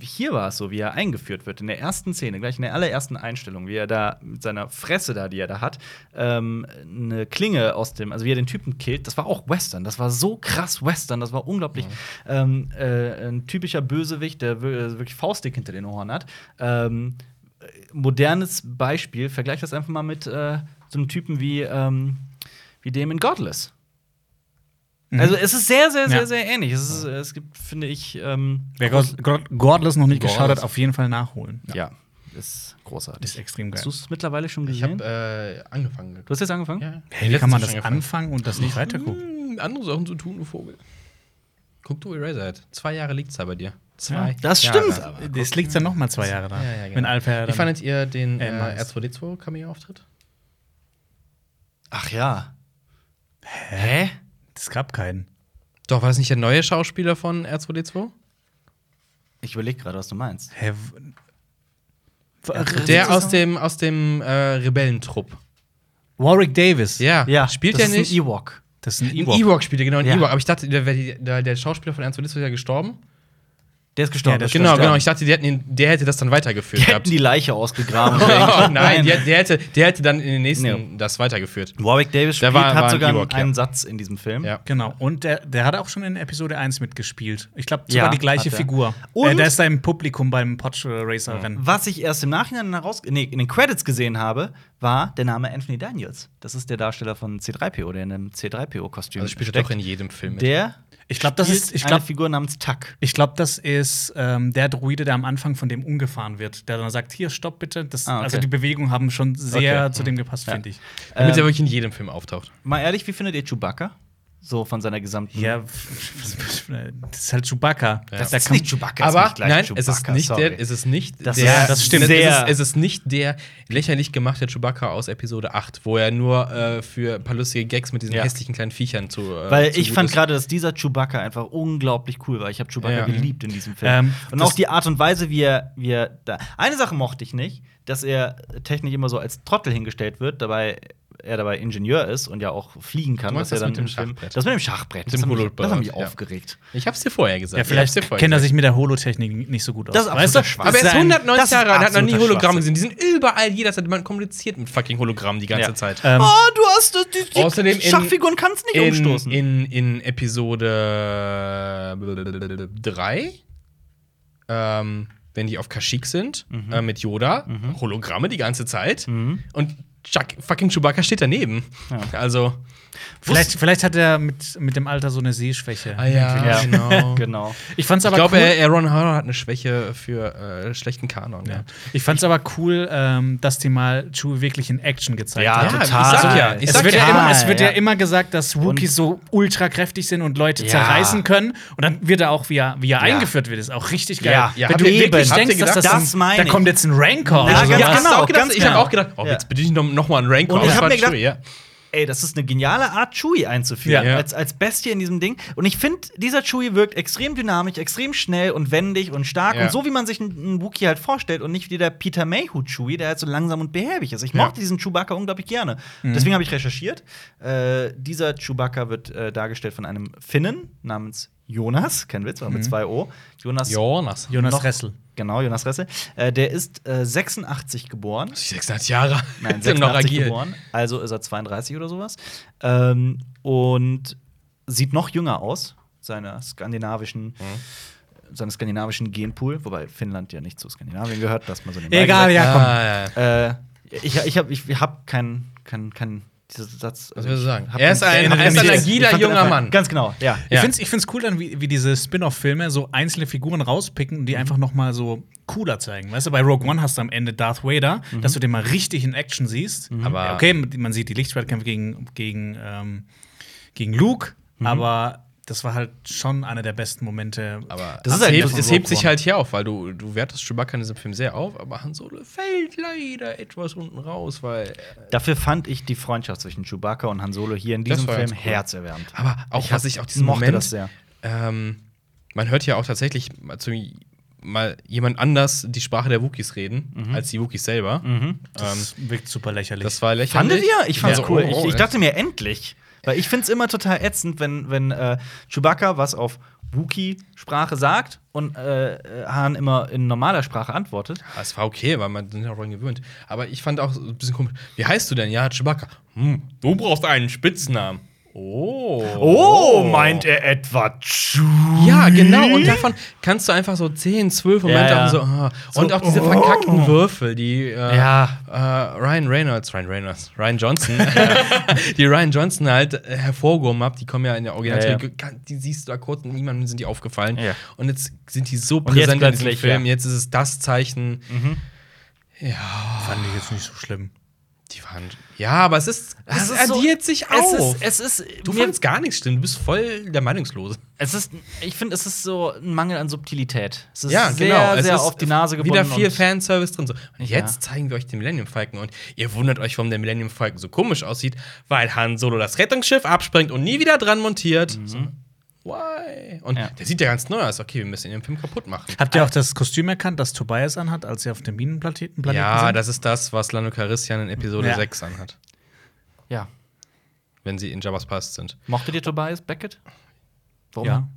hier war es so, wie er eingeführt wird, in der ersten Szene, gleich in der allerersten Einstellung, wie er da mit seiner Fresse da, die er da hat, ähm, eine Klinge aus dem, also wie er den Typen killt, das war auch Western, das war so krass Western, das war unglaublich. Ähm, äh, ein typischer Bösewicht, der wir- äh, wirklich faustdick hinter den Ohren hat. Ähm, äh, modernes Beispiel, vergleich das einfach mal mit äh, so einem Typen wie, ähm, wie dem in Godless. Also es ist sehr, sehr, sehr,
Ja.
sehr ähnlich. Es, ist, es gibt, finde ich, ähm,
wer God God Godless noch nicht geschaut hat,
Godless.
auf jeden Fall nachholen.
ja, ist großartig.
Ist extrem geil.
Hast du es mittlerweile schon
Ich
gesehen?
habe äh, angefangen.
du hast jetzt angefangen?
Ja.
Hey, wie kann man das
Letztens schon
anfangen und das nicht weitergucken?
Hm, andere Sachen zu tun, du Vogel. Guck du Eraserhead. Zwei Jahre liegt's da bei dir. Zwei.
das
Jahre.
stimmt.
Das liegt dann noch mal zwei Jahre da.
Ja, ja, genau.
Wenn Alper
Wie
dann
fandet ihr den
Äh,
äh,
nice.
R2D2 Cameo-Auftritt?
Ach ja. Hä?
Es gab keinen.
Doch, war das nicht der neue Schauspieler von R2D2?
Ich überlege gerade, was du meinst.
Hä? W-
Der aus dem, aus dem äh, Rebellentrupp.
Warwick Davis.
Ja. spielt
das
der
ist
nicht?
Ein Ewok.
Das ist ein
Ein
Ewok.
Ewok spielt er, genau, ein
Ja.
Ewok. Aber ich dachte, der, der, der, der Schauspieler von R2D2 ist ja gestorben.
Der ist gestorben.
Ja, der ist
Genau,
stimmt,
genau.
ja.
Ich dachte, die hätten ihn, der hätte das dann
die
weitergeführt
hätten
gehabt.
die Leiche ausgegraben.
Oh, nein, der, der, hätte, der hätte dann in den nächsten das weitergeführt.
Warwick Davis
Der
spielt,
war-
hat
war ein
sogar
Ewok, ja.
einen Satz in diesem Film.
Ja.
Genau, und der, der hat auch schon in Episode 1 mitgespielt. Ich glaube,
Ja,
sogar die gleiche
hat er.
Figur.
Und-
äh, der ist da im Publikum beim Podge Racer Rennen.
Was ich erst im Nachhinein heraus, nee, in den Credits gesehen habe, war der Name Anthony Daniels. Das ist der Darsteller von C3PO, der in einem C3PO-Kostüm
Also spielt er
steckt.
doch in jedem Film mit.
Der
Ich glaub, das
spielt
ist- ich
eine
glaub-
Figur namens Tuck.
Ich glaube, das ist ähm, der Druide, der am Anfang von dem umgefahren wird, der dann sagt, hier, stopp bitte. Das,
Ah, okay.
Also die Bewegungen haben schon sehr
Okay.
zu dem gepasst,
Ja.
finde ich.
damit er
Ähm,
wirklich in jedem Film auftaucht.
Mal ehrlich, wie findet ihr Chewbacca? So von seiner gesamten.
Ja, was- das ist halt Chewbacca.
Ja.
Das,
Das
da
ist
kann,
nicht Chewbacca. ist
Aber
nicht gleich
nein,
Chewbacca,
es ist nicht
sorry.
der, es ist nicht
Das
der,
ist- das stimmt.
Es ist,
sehr-
es ist nicht der lächerlich gemachte Chewbacca aus Episode 8, wo er nur äh, für ein paar lustige Gags mit diesen
Ja.
hässlichen kleinen Viechern zu. Äh,
Weil
zu
ich
gut
fand
ist.
gerade, dass dieser Chewbacca einfach unglaublich cool war. Ich habe Chewbacca
Ja. Mhm.
geliebt in diesem Film.
Ähm,
und
das-
auch die Art und Weise, wie er, wie er da. Eine Sache mochte ich nicht, dass er technisch immer so als Trottel hingestellt wird, dabei er dabei Ingenieur ist und ja auch fliegen kann.
Du meinst
was er
das mit
dann
dem
im Film-
Schachbrett?
Das mit dem Schachbrett.
Mit
das
dem
hat mich,
Holobrett,
das hat mich
ja.
aufgeregt.
Ich hab's dir vorher gesagt.
ja,
Ich hab's
vielleicht
dir vorher
kennt er
gesagt.
sich mit der Holotechnik nicht so gut aus.
Das ist absoluter Schwachsinn.
Aber er ist
ein-
190
das ist
Jahre alt, hat noch nie
absoluter
Hologramme
Schwachsinn.
gesehen. Die sind überall jederzeit. Man kommuniziert mit fucking Hologrammen die ganze
Ja.
Zeit.
Ähm,
oh, du hast die, die
Außerdem in-
Schachfiguren kannst nicht
In,
umstoßen.
in, in Episode 3, ähm, wenn die auf Kashyyyk sind,
Mhm.
äh, mit Yoda, Hologramme die ganze Zeit. Und Chuck, fucking Chewbacca steht daneben. Also,
vielleicht, vielleicht hat er mit, mit dem Alter so eine Sehschwäche.
Ah, Ja.
genau.
genau.
Ich fand's
Ich
Ah aber
glaube,
cool.
er- Aaron Howard hat eine Schwäche für äh, schlechten Kanon. Ja.
ja. Ich fand's aber cool, ähm, dass die mal Chewie wirklich in Action gezeigt
Ja,
haben.
total.
Ich sag ja, ich
Es
sag
wird,
ja,
ja immer, es wird ja.
ja.
immer gesagt, dass Rookies so ultra kräftig sind und Leute
Ja.
zerreißen können. Und dann wird er auch, wie er, wie
Ja.
er eingeführt wird, ist auch richtig geil.
Ja, ja.
Wenn
Habt
du
ihr
wirklich
eben- habt ihr
denkst, dass
gedacht,
das,
das
ein,
meine
da
ich.
kommt jetzt ein Rankor
Ja,
oder sowas.
ganz
ich hab auch gedacht,
ganz
ich habe
genau.
auch gedacht, oh,
Ja.
jetzt bediene ich noch, noch mal einen Rank.
Und ich hab mir gedacht,
ja.
Ey, das ist eine geniale Art, Chewie einzuführen.
Ja.
Als, als Bestie in diesem Ding. Und ich finde, dieser Chewie wirkt extrem dynamisch, extrem schnell und wendig und stark.
Ja.
Und so, wie man sich einen einen Wookie halt vorstellt. Und nicht wie der Peter Mayhew Chewie, der halt so langsam und behäbig ist. Ich
Ja.
mochte diesen Chewbacca unglaublich gerne. Deswegen habe ich recherchiert. Äh, dieser Chewbacca wird äh, dargestellt von einem Finnen namens Jonas. Kein Witz, aber mit zwei O. Jonas.
Jonas.
Jonas
noch-
Ressel.
Genau, Jonas Ressel. Äh, der ist äh, 86 geboren.
600 Jahre.
Nein,
Sie haben noch
86
agiert.
geboren, also ist er 32 oder sowas. Ähm, und sieht noch jünger aus, seiner skandinavischen,
Mhm.
seinem skandinavischen Genpool, wobei Finnland ja nicht zu Skandinavien gehört, dass man so nebenbei
Egal,
gesagt.
ja, komm.
Ah, ja.
Äh, ich ich habe ich hab keinen kein, kein, diesen Satz. Also
Was willst du sagen?
hab
Er ist
keinen-
ein-
erinnere
er ist
mich
ein
nicht.
agiler
Ich fand den
junger
einfach-
Mann.
Ganz genau, ja.
Ja.
Ich find's, ich find's cool dann, wie, wie diese Spin-off-Filme so einzelne Figuren rauspicken
Mhm.
und die einfach noch mal so cooler zeigen. Weißt du, bei Rogue One hast du am Ende Darth Vader,
Mhm.
dass du den mal richtig in Action siehst.
Aber-
okay, man sieht die Lichtschwertkämpfe gegen, gegen, ähm, gegen Luke,
Mhm.
aber das war halt schon einer der besten Momente.
Aber
Das
das
ist
ist
halt
es,
ein
hebt,
bisschen
es hebt
Rogue
sich
One.
halt hier auf, weil du, du wertest Chewbacca in diesem Film sehr auf, aber Han Solo fällt leider etwas unten raus, weil.
Dafür fand ich die Freundschaft zwischen Chewbacca und Han Solo hier in
Das
diesem
war
Film
ganz cool.
herzerwärmend.
Aber auch,
Ich hab-
was ich auch diesen
mochte
Moment.
das sehr.
Ähm, man hört ja auch tatsächlich mal, zu, mal jemand anders die Sprache der Wookies reden,
Mhm.
als die Wookies selber. Ähm,
das wirkt super lächerlich.
das war lächerlich.
Fandet ihr? Ich fand's
Ja.
cool.
Oh, oh,
ich, ich
ja.
dachte mir, endlich. Weil ich find's immer total ätzend, wenn, wenn äh, Chewbacca was auf Wookie-Sprache sagt und äh, Han immer in normaler Sprache antwortet.
Ah, Es war okay, weil man sind ja auch daran gewöhnt. Aber ich fand auch so ein bisschen komisch. Wie heißt du denn? Ja, Chewbacca. Hm, du brauchst einen Spitznamen. Oh.
er etwa Chewie?
Ja, genau. Und davon kannst du einfach so 10, 12 Momente
Mhm. Ja, ja.
haben. So, ah. Und
So,
auch diese
oh.
verkackten Würfel, die äh,
Ja.
äh, Ryan Reynolds, Ryan Reynolds, Ryan Johnson, äh, die Ryan Johnson halt äh, hervorgehoben hat, die kommen ja in der Original,
Ja,
die siehst du da kurz und niemandem sind die aufgefallen.
Ja.
Und jetzt sind die so
jetzt
präsent in diesem
plötzlich,
Film.
ja. Mhm.
Jetzt ist es das Zeichen. Ja,
fand ich jetzt nicht so schlimm.
die waren. Ja, aber es ist. Es, addiert sich auf.
Es ist, es ist,
du
mir-
fandst gar nichts stimmt. Du bist voll der Meinungslose.
es ist ich finde, es ist so ein Mangel an Subtilität. Es ist
Ja,
sehr,
genau. Es
sehr
ist
auf die Nase gebunden.
Wieder viel
und-
Fanservice drin. So. Und
Ja.
jetzt zeigen wir euch den Millennium Falcon. Und ihr wundert euch, warum der Millennium Falcon so komisch aussieht, weil Han Solo das Rettungsschiff absprengt und nie wieder dran montiert. So. Why? Und
Mhm. Ja.
der sieht ja ganz neu aus. Okay, wir müssen ihn im Film kaputt machen.
Habt ihr auch das Kostüm erkannt, das Tobias anhat, als sie auf dem Minenplaneten Planeten
Ja,
sind?
das ist das, was Lando Calrissian in Episode
Ja.
6 anhat,
ja.
wenn sie in Jabba's Pass sind.
Mochtet ihr Tobias Beckett? Warum?
ja.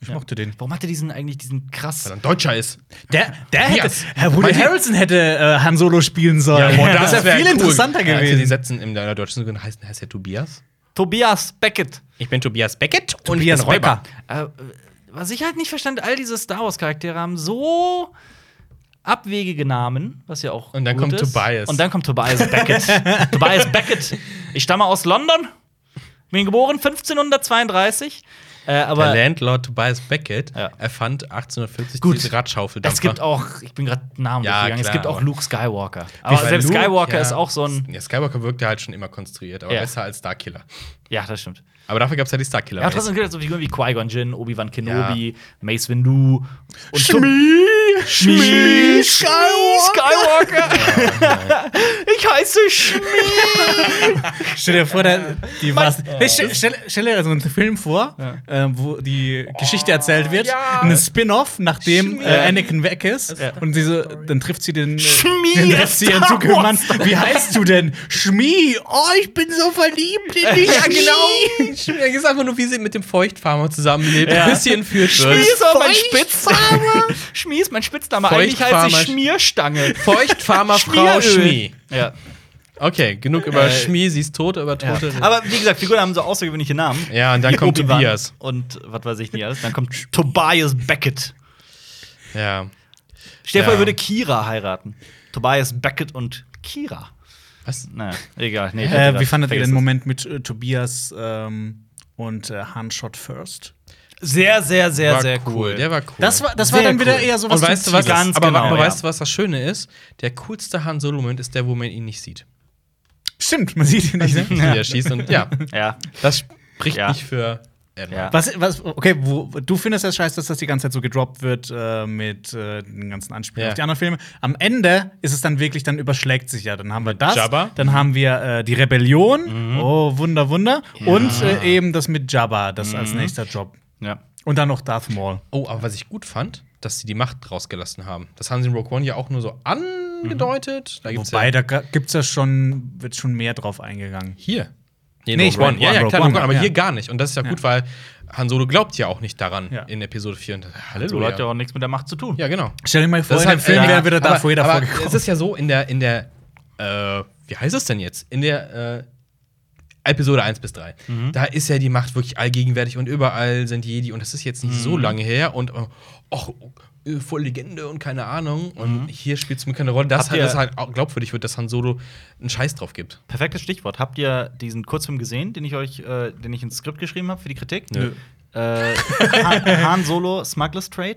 Ich mochte den.
Warum hat er diesen eigentlich diesen krass
Weil er ein Deutscher ist.
Der, der hätte,
Yes.
Herr Woody
Manche-
Harrelson hätte äh, Han Solo spielen sollen. das
wär
viel
cool.
interessanter
Ja, hätte Die
gewesen.
Sätzen in der deutschen Synchron heißen, heißt der Tobias.
Tobias Beckett?
Ich bin Tobias Beckett und
Tobias
ich bin Räuber.
Becker.
Äh, was ich halt nicht verstand, all diese Star Wars Charaktere haben so abwegige Namen, was ja auch
Und dann
gut
kommt
ist.
Tobias.
Und dann kommt Tobias Beckett. Tobias Beckett. Ich stamme aus London. Bin geboren 1532. Äh,
Der
aber
Landlord Tobias Beckett
Ja.
erfand 1840
Gut.
diese Radschaufel.
es gibt auch, ich bin gerade Namen
Ja,
durchgegangen, es
klar,
gibt auch
aber-
Luke Skywalker. Aber
Weil
selbst
Luke,
Skywalker
ja,
ist auch so ein.
Ja, Skywalker wirkte halt schon immer konstruiert, aber
Ja.
besser als Starkiller.
Ja, das stimmt.
Aber dafür gab es ja die Starkiller.
Ja, trotzdem gibt es so Figuren wie Qui-Gon Jinn, Obi-Wan Kenobi, Mace Windu und Schmie, Schmie Skywalker. ich heiße Schmie.
Stell dir vor, der, die war's. Hey, stell, stell, stell dir so einen Film vor, ähm, wo die Geschichte erzählt wird,
ja.
eine Spin-off, nachdem äh, Anakin weg ist
Ja.
und diese, dann trifft sie den, äh,
Schmie
den
ist
trifft sie ihren
Star
zukünftigen Mann.
Wars.
Wie heißt du denn? Schmie. Oh, ich bin so verliebt in dich.
ja, genau. Stimmt, Er ist einfach nur, wie sie mit dem Feuchtfarmer zusammenlebt.
Ja.
Ein bisschen für
Schmie ist auch mein
Feuchtfarmer.
Spitzname. Schmie ist mein Spitzname. Eigentlich heiße
Feuchtfarmer.
ich Schmierstange.
Feuchtfarmer Frau
Schmieröl.
Schmie.
Ja.
Okay, genug über
Äh,
Schmie, sie ist tot, über
ja.
Tote.
Aber wie gesagt, Figuren haben so außergewöhnliche Namen.
Ja, und dann
Wie
kommt
Obi-Wan
Tobias.
Und was weiß ich nicht alles. Dann kommt Tobias Beckett.
Ja.
Stell dir vor,
Ja.
er würde Kira heiraten. Tobias Beckett und Kira.
Was?
Naja, egal. Nee, ich hab
Äh,
gedacht,
wie fandet ihr
vergiss es.
den Moment mit äh, Tobias ähm, und äh, Han Shot First?
Sehr, sehr, sehr,
War
sehr cool.
Der war cool.
Das war, das war
Sehr
dann wieder
cool.
eher so was.
und weißt du was?
Subtiles.
Ganz
aber
genau,
aber
ja.
weißt du, was das Schöne ist? Der coolste Han Solo-Moment ist der, wo man ihn nicht sieht.
Stimmt, man sieht ihn nicht. Ne?
Wie er schießt und ja,
ja.
das spricht
Ja.
nicht für Admiral.
Ja.
Was, was, okay, wo, du findest das scheiße, dass das die ganze Zeit so gedroppt wird äh, mit äh, den ganzen Anspielungen
Ja.
auf die anderen Filme. Am Ende ist es dann wirklich, dann überschlägt sich ja. Dann haben wir das,
Jabba.
dann haben wir äh, die Rebellion, oh, Wunder, Wunder, und äh, eben das mit Jabba, das als nächster Job.
ja.
Und dann noch Darth Maul.
Oh, aber was ich gut fand, dass sie die Macht rausgelassen haben. Das haben sie in Rogue One ja auch nur so angedeutet. Da gibt's
Wobei,
ja
da gibt es ja schon, wird schon mehr drauf eingegangen.
hier. Nee,
Nee,
Rogue
ich mein,
One. Ja, ja,
Rogue
klar,
One,
Rogue One, aber
ja.
hier gar nicht. Und das ist ja gut, weil Han Solo glaubt ja auch nicht daran
Ja.
in Episode 4. Und, äh,
So hat ja
Halleluja.
auch nichts mit der Macht zu tun.
Ja, genau.
Stell dir mal vor,
Das ist
in dem
halt
Film
äh,
wäre wieder Darth
aber-
Vader
aber
vorgekommen.
Es ist halt ja so, in der, in der, äh, wie heißt es denn jetzt? In der, äh, Episode 1 bis 3.
Mhm.
Da ist ja die Macht wirklich allgegenwärtig und überall sind Jedi und das ist jetzt nicht so
Mhm.
lange her und äh, och, äh, voll Legende und keine Ahnung. Und hier spielt es mir keine Rolle, dass
Mhm. Habt ihr-
das halt auch glaubwürdig wird, dass Han Solo einen Scheiß drauf gibt.
Perfektes Stichwort. Habt ihr diesen Kurzfilm gesehen, den ich euch, äh, den ich ins Skript geschrieben habe für die Kritik?
Nö.
Äh, Han, Han Solo Smuggler's Trade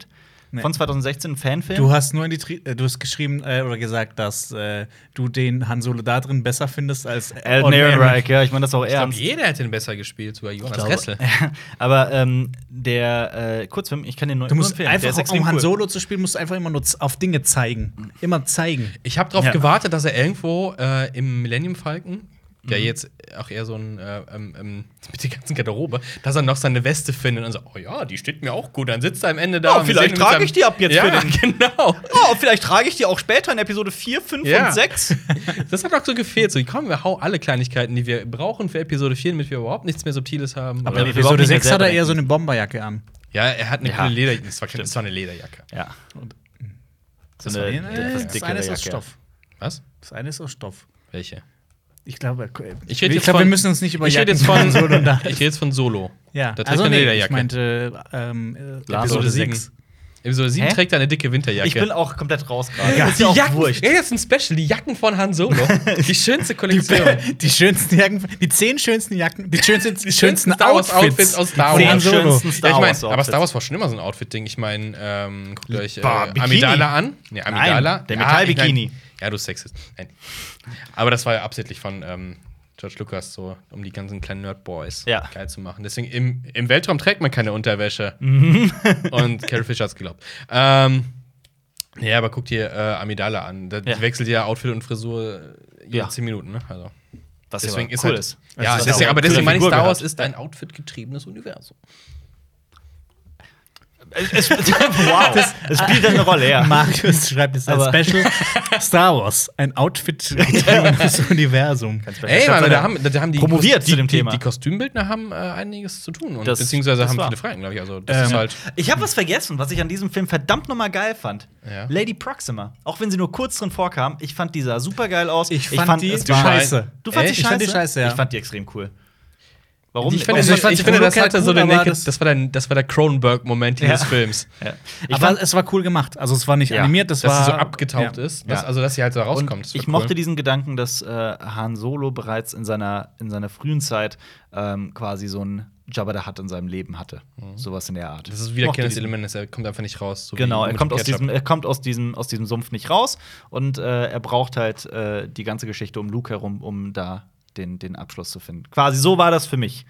Nee.
von 2016, ein Fanfilm.
Du hast nur in die Tri äh, du hast geschrieben äh, oder gesagt, dass äh, du den Han Solo da drin besser findest als
Elton
Äh,
Alden
Ehrenreich, ja, ich meine das auch
Ich glaube,
ernst.
jeder hätte ihn besser gespielt, sogar Jonas
glaube-
Ressel.
Aber ähm, der äh, Kurzfilm, ich kann den nur
Du musst
empfehlen. Der ist
einfach,
extrem
um Han
cool.
Solo zu spielen, musst du einfach immer nur z- auf Dinge
Mhm.
zeigen. Immer zeigen.
Ich habe darauf
Ja.
gewartet, dass er irgendwo äh, im Millennium Falcon, der jetzt auch eher so ein äh, ähm, ähm, mit der ganzen Garderobe, dass er noch seine Weste findet und so, oh ja, die steht mir auch gut. Dann sitzt er am Ende da.
Oh,
und
vielleicht
sehen mit
trage
seinem-
ich die ab jetzt
ja,
für den-
Genau.
Oh, vielleicht trage ich die auch später in Episode 4, 5
Ja.
und 6.
Das hat auch so gefehlt. So, komm, wir hau alle Kleinigkeiten, die wir brauchen für Episode 4, damit wir überhaupt nichts mehr Subtiles haben.
Aber
Oder-
wir überhaupt
Episode
nicht
6
mehr
hat er
selber
eher so eine Bomberjacke an.
ja, er hat eine
Ja.
coole Lederjacke. Das war, keine- das war eine Lederjacke.
Ja.
Das
eine-
war-
etwas
das,
dickere
eine ist aus
Jacke.
Stoff.
Was?
Das eine ist aus Stoff.
Welche?
Ich glaube, äh,
Ich rede jetzt
glaub,
von-
wir müssen uns nicht über
Ich rede
Jacken
jetzt von,
von Han Solo da.
ich rede jetzt von Solo.
Ja,
Da trägt
also
er eine
nee, ich
Lederjacke.
meinte ähm, äh,
Lars
Episode
oder
sieben.
6.
Episode 7
Hä?
trägt er eine dicke Winterjacke.
Ich bin auch komplett raus gerade.
Ja.
Ist ja auch wurscht.
Ja, das ist ein Special. Die Jacken von Han Solo. Die schönste
Die,
Kollektion.
die schönsten Jacken, die zehn schönsten Jacken, die schönsten, die schönsten
Star Wars
Outfits
Outfits aus Star
Von Han
Wars.
Solo.
Schönsten
Ja, ich mein,
Star Wars
aber Star
Outfits.
Wars war schon immer so ein Outfit-Ding. Ich meine, ähm, guckt euch äh,
Bah, Bikini.
Amidala an. Nee,
Nein, der Metall-Bikini.
ich mein- Ja, du Sexist. Nein. Aber das war ja absichtlich von ähm, George Lucas so, um die ganzen kleinen Nerd-Boys
Ja.
geil zu machen. Deswegen, im, im Weltraum trägt man keine Unterwäsche.
Mhm.
Und Carrie Fisher hat's geglaubt. Ähm, ja, aber guck dir äh, Amidala an. Da
Ja.
wechselt ja Outfit und Frisur äh, jede
Ja.
10 Minuten, ne? Also.
Was
Deswegen
aber
ist
cool
halt,
ist.
Ja,
Das ist
deswegen,
auch
aber
zu der
deswegen meine ich,
Figur
Star Wars
gehört.
ist ein outfitgetriebenes Universum.
Es, es, wow. Das, spielt eine Rolle, ja.
Markus schreibt jetzt
Aber-
ein Special Star Wars, ein Outfit getriebenes Universum.
Ey, Mann, da haben, da haben die
Promoviert
die,
zu dem
die,
Thema.
Die Kostümbildner haben äh, einiges zu tun und
Das-
beziehungsweise
das
haben
war.
viele Fragen, glaube ich. Also das ist
Ähm,
halt.
Ich habe was vergessen, was ich an diesem Film verdammt nochmal geil fand.
Ja.
Lady Proxima. Auch wenn sie nur kurz drin vorkam, ich fand die sah super geil aus.
Ich fand die
es war-
scheiße.
Du fandst
Echt?
die
Ich
scheiße?
fand die scheiße, ja.
Ich fand die extrem cool. Warum?
Ich, fand,
Also,
das,
ich
ich,
fand's
finde,
cool,
das hatte
cool,
so den
aber
Naked,
das-
das, war der, das war der Cronenberg-Moment dieses
Ja.
Films.
ja. ich
aber
fand,
es war cool gemacht. Also es war nicht
Ja,
animiert, das
dass
war
sie so abgetaucht
ja.
ist. Dass,
Ja.
Also, dass sie halt so
Und
rauskommt. Das war
ich
cool.
mochte diesen Gedanken, dass äh, Han Solo bereits in seiner, in seiner frühen Zeit ähm, quasi so ein Jabba der Hutt in seinem Leben hatte. Sowas in der Art.
Mhm. Das ist
Ich
wieder
mochte
Kenneth
diesen-
Element, er kommt einfach nicht raus. so wie
Genau, er
mit
kommt, aus
Ketchup.
diesem, er kommt aus, diesem, aus diesem Sumpf nicht raus und äh, er braucht halt äh, die ganze Geschichte um Luke herum, um da den, den Abschluss zu finden. Quasi so war das für mich.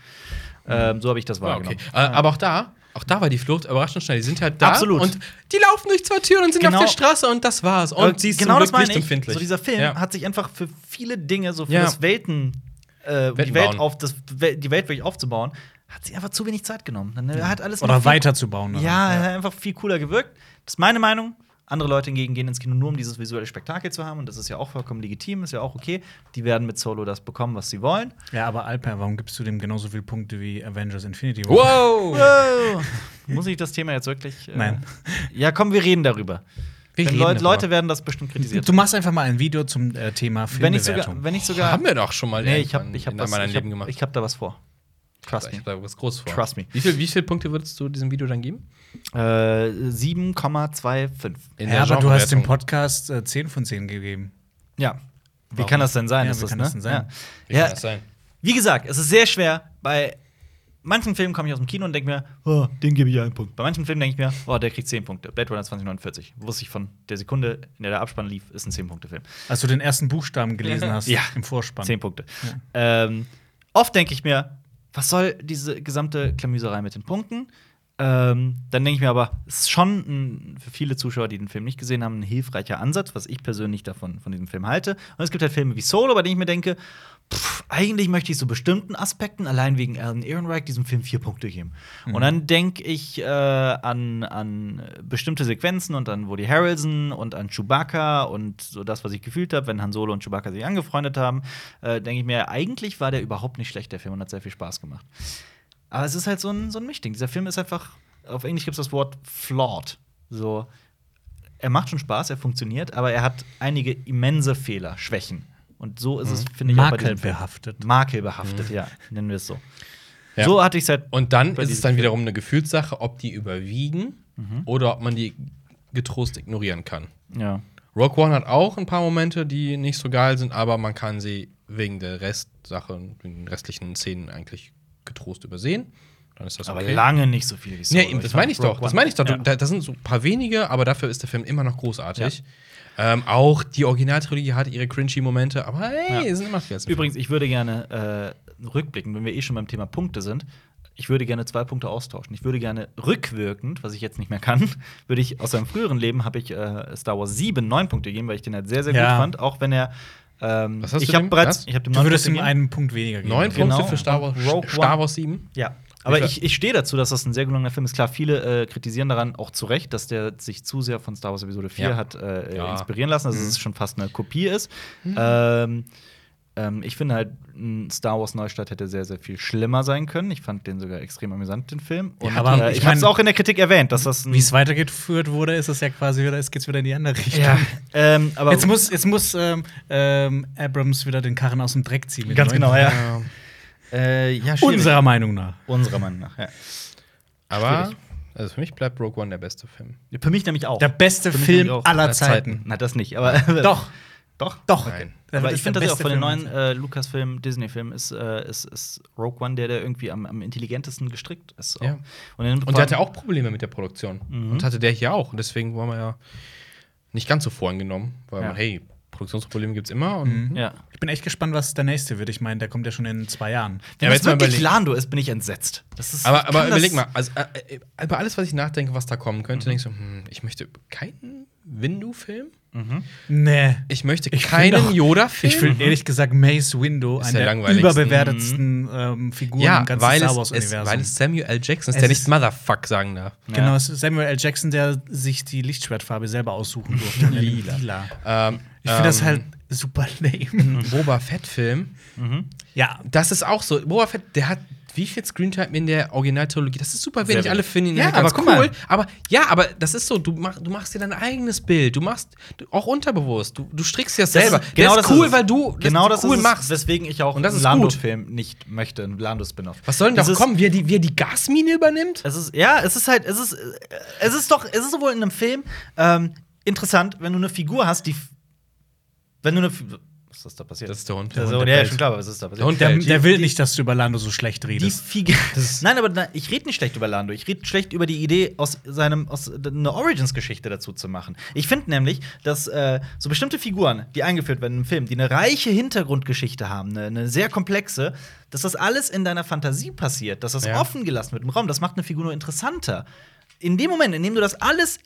Ähm, so habe ich das
Ah, okay.
wahrgenommen.
Äh, Aber auch da, auch da war die Flucht überraschend schnell. Die sind halt da
Absolut.
und die laufen durch zwei Türen und sind
Genau.
auf der Straße und das war's. Und sie ist
genau
zum
das
Glück
meine
nicht
ich.
empfindlich.
So dieser Film
Ja.
hat sich einfach für viele Dinge, so für
Ja.
das Welten, äh, die,
Welten
Welt
bauen.
auf das, Wel- die Welt wirklich aufzubauen, hat sich einfach zu wenig Zeit genommen. Dann, Er hat alles noch
Oder
viel-
weiterzubauen. daran.
Ja, er hat einfach viel cooler gewirkt. Das ist meine Meinung. Andere Leute hingegen gehen ins Kino nur, um dieses visuelle Spektakel zu haben. Und das ist ja auch vollkommen legitim, ist ja auch okay. Die werden mit Solo das bekommen, was sie wollen.
ja, aber Alper, warum gibst du dem genauso viele Punkte wie Avengers Infinity War?
Wow!
Oh, muss ich das Thema jetzt wirklich. Äh,
Nein.
Ja, komm, wir reden darüber.
Wir
Wenn
reden
Leu
darüber.
Leute werden das bestimmt kritisiert.
Du machst einfach mal ein Video zum äh, Thema
Wenn ich
Filmbewertung.
sogar. Wenn ich sogar
Haben wir doch schon mal
nee, ich habe
irgendwann
ich hab
in
was.
meinem
Ich
Leben gemacht.
habe hab da was vor. Trust
ich
me.
habe da was groß vor.
Trust me.
Wie viele wie viel Punkte würdest du diesem Video dann geben?
Äh, 7,25.
In
ja, aber du hast dem
Genrewertung.
Podcast äh, 10 von 10 gegeben.
Ja. Wie
Warum?
kann das denn sein?
Ja,
ist
wie
das,
kann
ne?
das denn sein?
Wie
Ja.
kann
Ja,
das sein?
Wie gesagt, es ist sehr schwer. Bei manchen Filmen komme ich aus dem Kino und denke mir, oh, den gebe ich einen Punkt. Bei manchen Filmen denke ich mir, oh, der kriegt 10 Punkte. Blade Runner 2049. Wusste ich von der Sekunde, in der der Abspann lief, ist ein 10-Punkte-Film.
Als du den ersten Buchstaben gelesen hast
Ja.
im Vorspann.
10 Punkte. Ähm, oft denke ich mir, was soll diese gesamte Klamüserei mit den Punkten? Ähm, dann denke ich mir aber, es ist schon ein, für viele Zuschauer, die den Film nicht gesehen haben, ein hilfreicher Ansatz, was ich persönlich davon von diesem Film halte. Und es gibt halt Filme wie Solo, bei denen ich mir denke, pff, eigentlich möchte ich so bestimmten Aspekten allein wegen Alan Ehrenreich diesem Film vier Punkte geben. Und dann denke ich äh, an, an bestimmte Sequenzen und an Woody Harrelson und an Chewbacca und so das, was ich gefühlt habe, wenn Han Solo und Chewbacca sich angefreundet haben, äh, denke ich mir, eigentlich war der überhaupt nicht schlecht, der Film, und hat sehr viel Spaß gemacht. Aber es ist halt so ein, so ein Mischding. Dieser Film ist einfach, auf Englisch gibt es das Wort flawed. So, er macht schon Spaß, er funktioniert, aber er hat einige immense Fehler, Schwächen. Und so ist
Mhm.
es, finde ich, auch bei diesem Film.
Makelbehaftet.
Makelbehaftet, ja, nennen wir es so.
Ja.
So hatte ich es halt.
Und dann
Bei
ist es
diesem
dann
Film.
wiederum eine Gefühlssache, ob die überwiegen
Mhm.
oder ob man die getrost ignorieren kann.
Ja.
Rock One hat auch ein paar Momente, die nicht so geil sind, aber man kann sie wegen der Restsache, wegen den restlichen Szenen eigentlich getrost übersehen. Dann ist das
Aber
okay.
lange nicht so viel wie Solo.
Nee, eben, das meine ich doch. Das meine ich doch. Du- Da, das sind so ein paar wenige, aber dafür ist der Film immer noch großartig. Ähm, auch die Originaltrilogie hat ihre cringy Momente, aber hey,
Ja.
sind immer noch die ganzen
Übrigens, ich würde gerne äh, rückblicken, wenn wir eh schon beim Thema Punkte sind. Ich würde gerne zwei Punkte austauschen. Ich würde gerne rückwirkend, was ich jetzt nicht mehr kann, würde ich aus meinem früheren Leben habe ich äh, Star Wars 7 neun Punkte gegeben, weil ich den halt sehr, sehr
Ja.
gut fand, auch wenn er. Ähm,
Was hast du
ich habe
dem?
bereits.
Was?
Ich hab dem
Du
neun
würdest
Punkte
ihm
gegeben.
einen Punkt weniger geben.
Neun
Genau.
Punkte für Star Wars,
Rogue
Star
One.
Wars 7.
Ja, aber
Ich-
ich, ich stehe dazu, dass das ein sehr gelungener Film ist. Klar, viele äh, kritisieren daran auch zu Recht, dass der sich zu sehr von Star Wars Episode 4
Ja.
hat äh,
Ja.
inspirieren lassen,
Mhm.
dass es schon fast eine Kopie ist. Ähm, ähm, ich finde halt, ein Star Wars Neustart hätte sehr, sehr viel schlimmer sein können. Ich fand den sogar extrem amüsant, den Film. Und,
Ja, aber
äh,
ich
ich habe es
mein-
auch in der Kritik erwähnt, dass das ein.
Wie es weitergeführt wurde, ist es ja quasi wieder, es geht's wieder in die andere Richtung.
ja, ähm, aber
Jetzt muss, jetzt muss ähm, ähm, Abrams wieder den Karren aus dem Dreck ziehen. mit
ganz
neuen-
genau, ja.
Ähm,
Äh, ja schwierig.
Unserer Meinung nach.
Unserer Meinung nach, ja.
Aber also für mich bleibt Rogue One der beste Film.
Für mich nämlich auch.
Der beste
Für mich
Film
nämlich auch.
aller
Aller Zeiten.
Zeiten.
Na, das nicht, aber.
Doch,
Doch.
doch.
Nein.
Aber ich finde das ja auch
beste
von den
Film aller
neuen
Zeiten.
äh, Lucasfilm, Disney-Filmen ist, äh, ist, ist Rogue One der, der irgendwie am, am intelligentesten gestrickt ist. auch.
Ja.
Und, in,
Und der hatte auch Probleme mit der Produktion.
Mhm.
Und hatte der hier auch. Und deswegen waren wir ja nicht ganz so vorangenommen, weil
Ja. Mhm.
man, hey, Produktionsprobleme gibt's immer. Und
Ja.
Ich bin echt gespannt, was der nächste wird. Ich meine, der kommt ja schon in zwei Jahren.
Wenn
aber
das
jetzt mal
wirklich
überleg-
Lando ist, bin ich entsetzt. Das ist,
Aber, aber
kann das-
überleg mal, also, äh, äh, über alles, was ich nachdenke, was da kommen
Mhm.
könnte, denkst du, hm, ich möchte keinen Windu-Film.
Nee.
Ich möchte
Ich
keinen
find auch-
Yoda-Film.
Ich finde ehrlich gesagt Mace Window,
Ist
eine
der
der
langweiligsten.
überbewertetsten ähm, Figuren im
ja,
ganzen
weil
Star
es, es,
Wars-Universum.
weil es Samuel L. Jackson ist,
Es
der
ist-
nicht Motherfuck sagen darf.
Genau, es ist Samuel L. Jackson, der sich die Lichtschwertfarbe selber aussuchen durfte. Und er nimmt Lila.
Ähm,
Ich finde das
ähm, Mhm.
halt super lame.
Boba Fett-Film.
ja,
Das ist auch so. Boba Fett, der hat wie viel Screentime in der Originaltrilogie? Das ist super
Sehr
wenig.
wenig.
Alle finden ihn
Ja,
ja, ganz
aber guck mal.
cool. Aber ja, aber das ist so, du, mach, du machst dir dein eigenes Bild. Du machst du, auch unterbewusst. Du, du strickst dir das
Das
selber.
ist- genau
der ist
das
cool,
ist es.
weil du
genau das
cool
ist es,
machst.
Weswegen ich auch
Und das
einen
ist gut.
Lando-Film nicht möchte, einen Lando-Spin-off.
Was soll denn
Es
da
ist-
kommen? Wie er die, wie er die Gasmine übernimmt?
Es ist, ja, es ist halt, es ist, äh, es ist doch, es ist sowohl in einem Film ähm, interessant, wenn du eine Figur hast, die. f- Wenn du eine. Fi- Was ist da passiert?
Das ist der Hund.
Der
Der Hund,
ja,
der
ja,
bellt.
schon klar, aber was ist da passiert?
Der Hund,
Der,
bellt.
der will nicht, dass du über Lando so schlecht
Die
redest.
Figur. Nein, aber na, ich rede nicht schlecht über Lando. Ich rede schlecht über die Idee, aus seinem, aus d- eine Origins-Geschichte dazu zu machen. Ich finde nämlich, dass äh, so bestimmte Figuren, die eingeführt werden im Film, die eine reiche Hintergrundgeschichte haben, eine, eine sehr komplexe, dass das alles in deiner Fantasie passiert, dass das
Ja.
offen gelassen wird im Raum. Das macht eine Figur nur interessanter. In dem Moment, in dem du das alles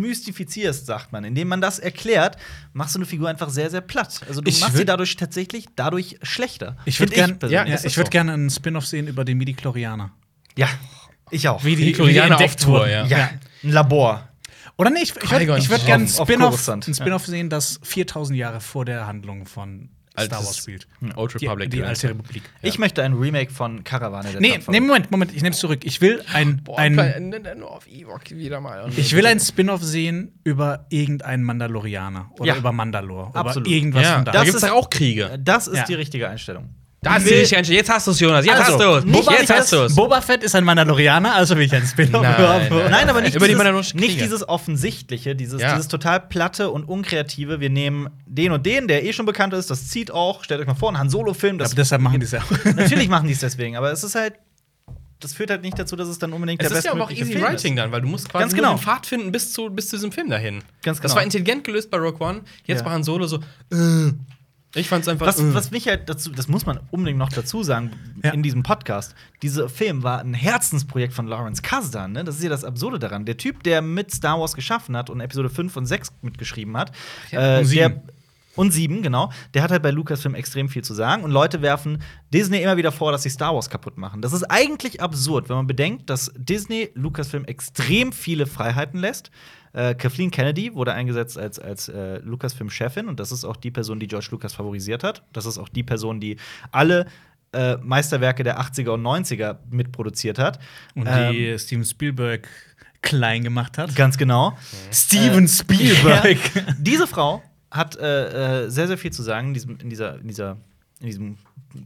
entmystifizierst, sagt man, indem man das erklärt, machst du eine Figur einfach sehr, sehr platt. Also du
Ich
machst sie
würd-
dadurch tatsächlich dadurch schlechter.
ich
Find
würde gerne
persönlich.
ja,
Ist das
ich würd
so?
gerne einen Spin-off sehen über die Midi-Chlorianer.
Ja, ich auch.
Wie die,
Die Chlorianer
entdeckt
auf Tour,
wurden.
ja.
Ja, ein Labor.
Oder nee, ich, ich würde
Qui-Gon
ich würd
auf-
gerne einen
auf
Spin-off
Coruscant.
ein Spin sehen, das 4000 Jahre vor der Handlung von
Altes-
Star Wars spielt.
Hm, Old
Die,
Republic.
die
ja.
alte Republik.
Ich möchte ein Remake von Karawane der
Nee,
Tapferen.
nee, Moment, Moment, ich nehme es zurück. Ich will ein,
Boah,
ein,
ein, nur auf Ewok wieder mal.
ich will ein Spin-off sehen über irgendeinen Mandalorianer oder
Ja.
über Mandalore oder
Absolut.
irgendwas
ja,
von
da
da.
Das
gibt es
ist-
auch Kriege.
Das ist
Ja.
die richtige Einstellung.
Das
will-
sehe ich endlich. Jetzt hast du es, Jonas. Jetzt
Also,
hast du es.
nicht, weil ich
Jetzt hast du es.
Boba Fett ist ein Mandalorianer, also will ich ein Spin-off
Nein,
über-
nein.
Nein, aber nicht
Über die
dieses,
Mandalorischen
nicht
Kriege.
dieses offensichtliche, dieses,
Ja.
dieses total platte und unkreative. Wir nehmen den und den, der eh schon bekannt ist, das zieht auch. Stellt euch mal vor, einen Han Solo-Film.
Aber
Das
deshalb machen die es ja auch.
natürlich machen die es deswegen, aber es ist halt. Das führt halt nicht dazu, dass es dann unbedingt
Es
der
ist ja aber auch
bestmögliche
easy
Film
writing dann, weil du musst quasi
Ganz genau.
nur den Pfad finden bis zu, bis zu diesem Film dahin.
Ganz
Das
genau.
war intelligent gelöst bei Rogue One. Jetzt
Ja.
war Han Solo so. Äh. Ich fand's einfach.
Was,
äh.
was mich halt dazu, das muss man unbedingt noch dazu sagen
Ja.
in diesem Podcast. Dieser Film war ein Herzensprojekt von Lawrence Kasdan, ne? Das ist ja das Absurde daran. Der Typ, der mit Star Wars geschaffen hat und Episode 5 und 6 mitgeschrieben hat,
Ja,
äh,
und
der
sieben.
und sieben, genau. Der hat halt bei Lucasfilm extrem viel zu sagen. Und Leute werfen Disney immer wieder vor, dass sie Star Wars kaputt machen. Das ist eigentlich absurd, wenn man bedenkt, dass Disney Lucasfilm extrem viele Freiheiten lässt. Äh, Kathleen Kennedy wurde eingesetzt als, als äh, Lucasfilm-Chefin. Und das ist auch die Person, die George Lucas favorisiert hat. Das ist auch die Person, die alle äh, Meisterwerke der 80er und 90er mitproduziert hat.
Und
Ähm,
die Steven Spielberg klein gemacht hat.
Ganz genau.
Äh.
Steven Spielberg.
Ja. Diese Frau hat äh, äh, sehr, sehr viel zu sagen in diesem, in dieser, in dieser, in diesem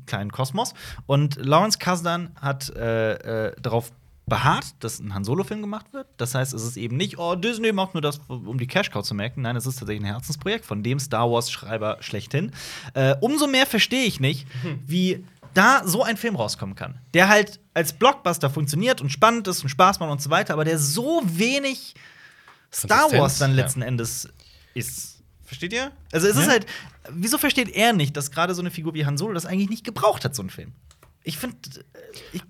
kleinen Kosmos. Und Lawrence Kasdan hat äh, äh, darauf beharrt, dass ein Han Solo-Film gemacht wird. Das heißt, es ist eben nicht, oh, Disney macht nur das, um die Cash Cow zu merken. Nein, es ist tatsächlich ein Herzensprojekt von dem Star Wars-Schreiber schlechthin. Äh, umso mehr verstehe ich nicht, wie da so ein Film rauskommen kann, der halt als Blockbuster funktioniert und spannend ist und Spaß macht und so weiter, aber der so wenig Star
Konsistenz,
Wars dann
ja.
letzten Endes ist. Versteht ihr? Also es ist
Ja.
halt, wieso versteht er nicht, dass gerade so eine Figur wie Han Solo das eigentlich nicht gebraucht hat, so ein Film? Ich finde,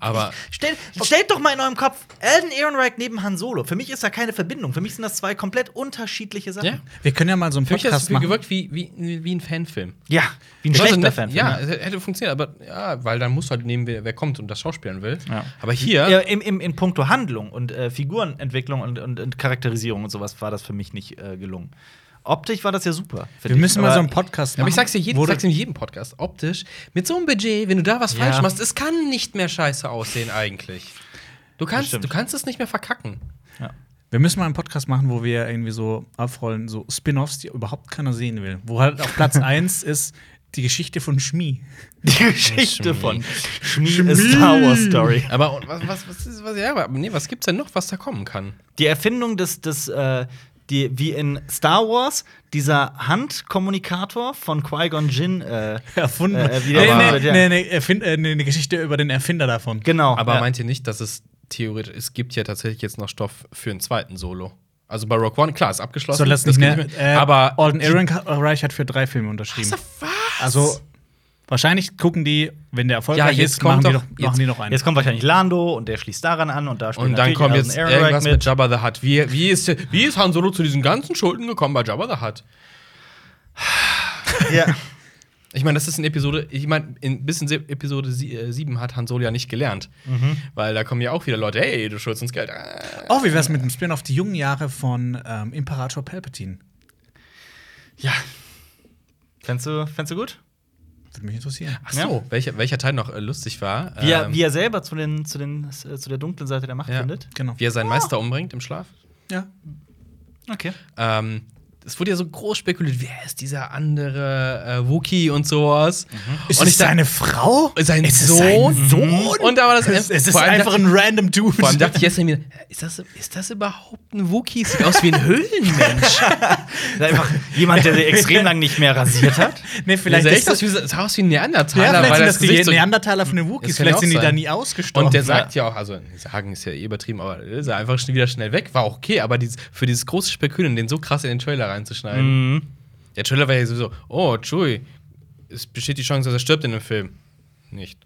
Aber-
stellt, stellt doch mal in eurem Kopf Alden Ehrenreich neben Han Solo. Für mich ist da keine Verbindung. Für mich sind das zwei komplett unterschiedliche Sachen.
Wir können ja mal so einen
Für mich hat das
Podcast
Gefühl
machen.
gewirkt wie, wie, wie ein Fanfilm.
Ja, wie ein
Also,
schlechter
ne-
Fan.
Ja, es hätte funktioniert, aber ja, weil dann musst du halt nehmen, wer, wer kommt und das schauspielen will.
Ja.
Aber hier,
Ja, Äh, im, im, in puncto Handlung und äh, Figurenentwicklung und, und, und Charakterisierung und sowas war das für mich nicht äh, gelungen. Optisch war das ja super.
Wir müssen mal so einen
Podcast.
Podcast machen.
aber ich sag's dir jeden,
wo
ich
du-
sag's in jedem Podcast, optisch, mit so einem Budget, wenn du da was
Ja.
falsch machst, es kann nicht mehr scheiße aussehen eigentlich. Du kannst,
stimmt.
du kannst es nicht mehr verkacken.
wir müssen mal einen Podcast machen, wo wir irgendwie so aufrollen, so Spin-offs, die überhaupt keiner sehen will. Wo halt auf Platz 1 ist die Geschichte von Schmi.
Die Geschichte
Schmie.
von Schmie A Star Wars Story.
Aber und was, was, was, ist, was, ja, aber, nee, was gibt's denn noch, was da kommen kann?
Die Erfindung des, des äh, die, wie in Star Wars, dieser Handkommunikator von Qui-Gon Jinn. Äh,
Erfunden.
Äh, äh,
nee,
wieder
nee,
mal.
nee, nee, erfind, äh, nee, eine Geschichte über den Erfinder davon.
genau.
Aber
ja.
meint ihr nicht, dass es theoretisch, es gibt ja tatsächlich jetzt noch Stoff für einen zweiten Solo? Also bei Rock One, klar, ist abgeschlossen.
Soll das
das
nicht
geht
mehr? Äh,
aber
Alden Ehrenreich hat für drei Filme unterschrieben. Also wahrscheinlich gucken die, wenn der
Ja,
erfolgreich
jetzt
ist, machen,
kommt
die
doch-
doch, machen die
jetzt-
noch einen.
Jetzt kommt wahrscheinlich Lando und der schließt daran an und da spielt
und dann
natürlich
kommt
Alden
jetzt
Ehrenreich
irgendwas mit Jabba the Hutt. Wie, wie, ist, wie ist Han Solo zu diesen ganzen Schulden gekommen bei Jabba the Hutt?
Ja.
Ich meine, das ist in Episode, ich meine, in, bis in Se- Episode 7 hat Han Solo ja nicht gelernt.
Mhm.
Weil da kommen ja auch wieder Leute, hey, du schuldest uns Geld. Äh,
Oh, wie wär's mit dem Spin-off Die jungen Jahre von ähm, Imperator Palpatine?
ja. Fändst du, fändst du gut?
Würde Würde mich interessieren.
Ach so, welcher, welcher Teil noch äh, lustig war.
Wie er,
ähm,
wie er selber zu, den, zu, den, äh, zu der dunklen Seite der Macht
ja,
findet.
Genau.
Wie er seinen Meister umbringt im Schlaf.
Ja.
Okay.
Ähm, es wurde ja so groß spekuliert, wer ist dieser andere äh, Wookie und sowas.
Ist
und
Mhm. es seine Frau?
sein
Ist es
Sohn? Mhm.
sein Sohn?
Und da war das
Es, es ist
vor allem
einfach
dachte-
ein random Dude.
Vor allem dachte ich erst mir, ist das, ist das überhaupt ein Wookie? Sieht aus wie ein Höhlenmensch.
Da einfach jemand, der sie extrem lang nicht mehr rasiert hat.
nee, vielleicht
sah
ist
echt aus
das,
wie, sah aus wie ein
ja,
Neandertaler,
vielleicht
weil
sind
das
das die
Gesicht so
Neandertaler von den Wookies.
Das kann
Vielleicht
auch
sind die da
sein.
nie ausgestorben.
und der sagt ja auch, also sagen ist ja eh übertrieben, aber er ist ja einfach schon wieder schnell weg, war auch okay, aber dieses, für dieses große Spekulieren, den so krass in den Trailer reinzuschneiden.
Mhm.
Der Trailer war ja sowieso, oh, Chewie, es besteht die Chance, dass er stirbt in dem Film. Nicht.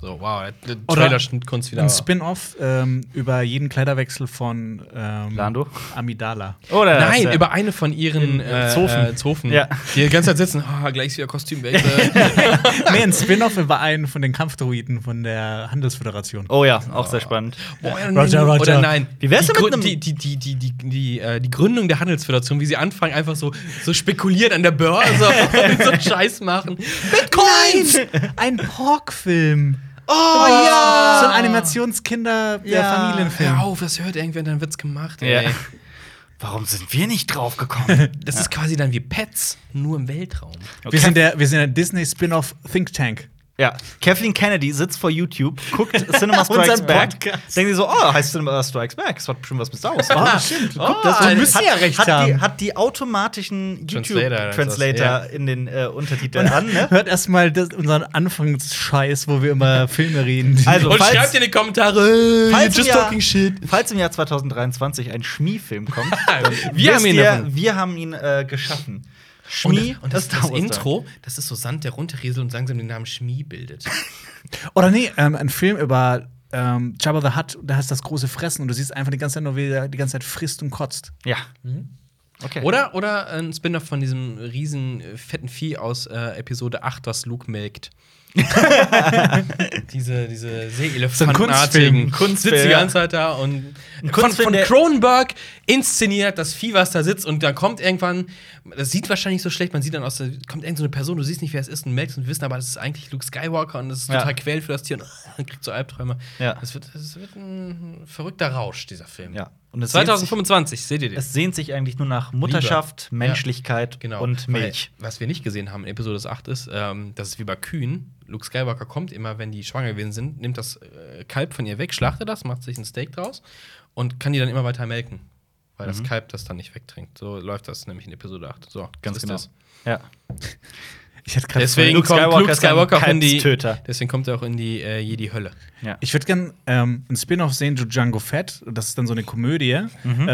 So, wow, der, der
Oder
Trailer schnitt Kunst wieder.
Ein
aber-
Spin-off ähm, über jeden Kleiderwechsel von ähm,
Lando?
Amidala.
Oder
Nein,
das, äh,
über eine von ihren
in,
äh,
Zofen.
Zofen. Äh, Zofen.
Ja.
Die die ganze Zeit sitzen, ah, gleich wieder Kostümwechsel.
nee, ein Spin-off über einen von den Kampfdroiden von der Handelsföderation.
Oh ja, auch sehr spannend.
Boah, ja,
Roger,
nee,
Roger.
Oder nein.
Wie wär's
die,
denn mit
Grün-
nem-
die, die, die, die, die, die, äh, die Gründung der Handelsföderation, wie sie anfangen, einfach so, so spekulieren an der Börse und so Scheiß machen. Bitcoin!
Ein Pork-Film.
Oh
So ein Animationskinder der
Ja.
Familienfilm.
Hör auf, das hört irgendwer, dann wird's gemacht. Ey.
Ja. Warum sind wir nicht drauf gekommen?
Das ist quasi dann wie Pets, nur im Weltraum.
Wir sind der, wir sind der Disney Spin-off Think Tank.
Ja, Kathleen Kennedy sitzt vor YouTube, guckt Cinema Strikes
Unseren
Back,
Podcast.
denkt sie so, oh, heißt Cinema Strikes Back, es hat bestimmt was mit Star Wars. Oh, stimmt.
Oh, du
müsst ja recht
hat Die,
haben.
hat die automatischen
Translator, das ist das,
YouTube-Translator
ja.
in den äh, Untertiteln an, ne?
Hört erstmal unseren Anfangsscheiß, wo wir über Filme reden.
Also,
und
falls-
schreibt in die Kommentare, you're
falls im
just
Jahr-
talking shit.
Falls im Jahr 2023 ein Schmie-Film kommt,
Wir haben
wisst
ihn
ihr,
davon.
wir haben ihn äh, geschaffen. Schmie
und, und das,
ist
das
Star Wars
Intro, das ist so Sand, der runterrieselt und langsam den Namen Schmie bildet.
Oder nee, ähm, ein Film über ähm, Jabba the Hutt, da heißt das große Fressen und du siehst einfach die ganze Zeit nur, wie er die ganze Zeit frisst und kotzt.
Ja. Okay.
Mhm. Oder, oder ein Spin-off von diesem riesen äh, fetten Vieh aus äh, Episode 8, was Luke melkt. diese diese Seeelefantenartigen.
So ein Kunstfilm, Kunstfilm,
sitzt die
ja.
ganze Zeit da und von,
Kunstfilm,
von
der-
Cronenberg inszeniert das Vieh, was da sitzt und dann kommt irgendwann, das sieht wahrscheinlich so schlecht, man sieht dann aus, da kommt irgend so eine Person, du siehst nicht, wer es ist und melkst und wir wissen aber, das ist eigentlich Luke Skywalker und das ist
Ja.
total quäl für das Tier und dann kriegt so Albträume.
Ja.
Das, wird, das wird ein verrückter Rausch, dieser Film.
Ja. Und es sehnt sich-
2025, seht ihr den?
Es sehnt sich eigentlich nur nach Mutterschaft, Menschlichkeit
Genau.
und Milch.
Weil, was wir nicht gesehen haben in Episode 8 ist, ähm, dass es wie bei Kühen, Luke Skywalker kommt immer, wenn die schwanger gewesen sind, nimmt das äh, Kalb von ihr weg, schlachtet das, macht sich ein Steak draus und kann die dann immer weiter melken. Weil
Mhm.
das Kalb das dann nicht wegtrinkt. So läuft das nämlich in Episode 8. So,
Ganz
so
genau.
das.
Ja.
Ich hätte gerade
Deswegen
Luke
kommt
Skywalker
Luke
ist ein
Skywalker auch in die.
Kalbstöter.
Deswegen kommt er auch in die äh, Jedi-Hölle.
ja.
Ich würde gern ähm, ein Spin-off sehen zu Django Fett. Das ist dann so eine Komödie, äh,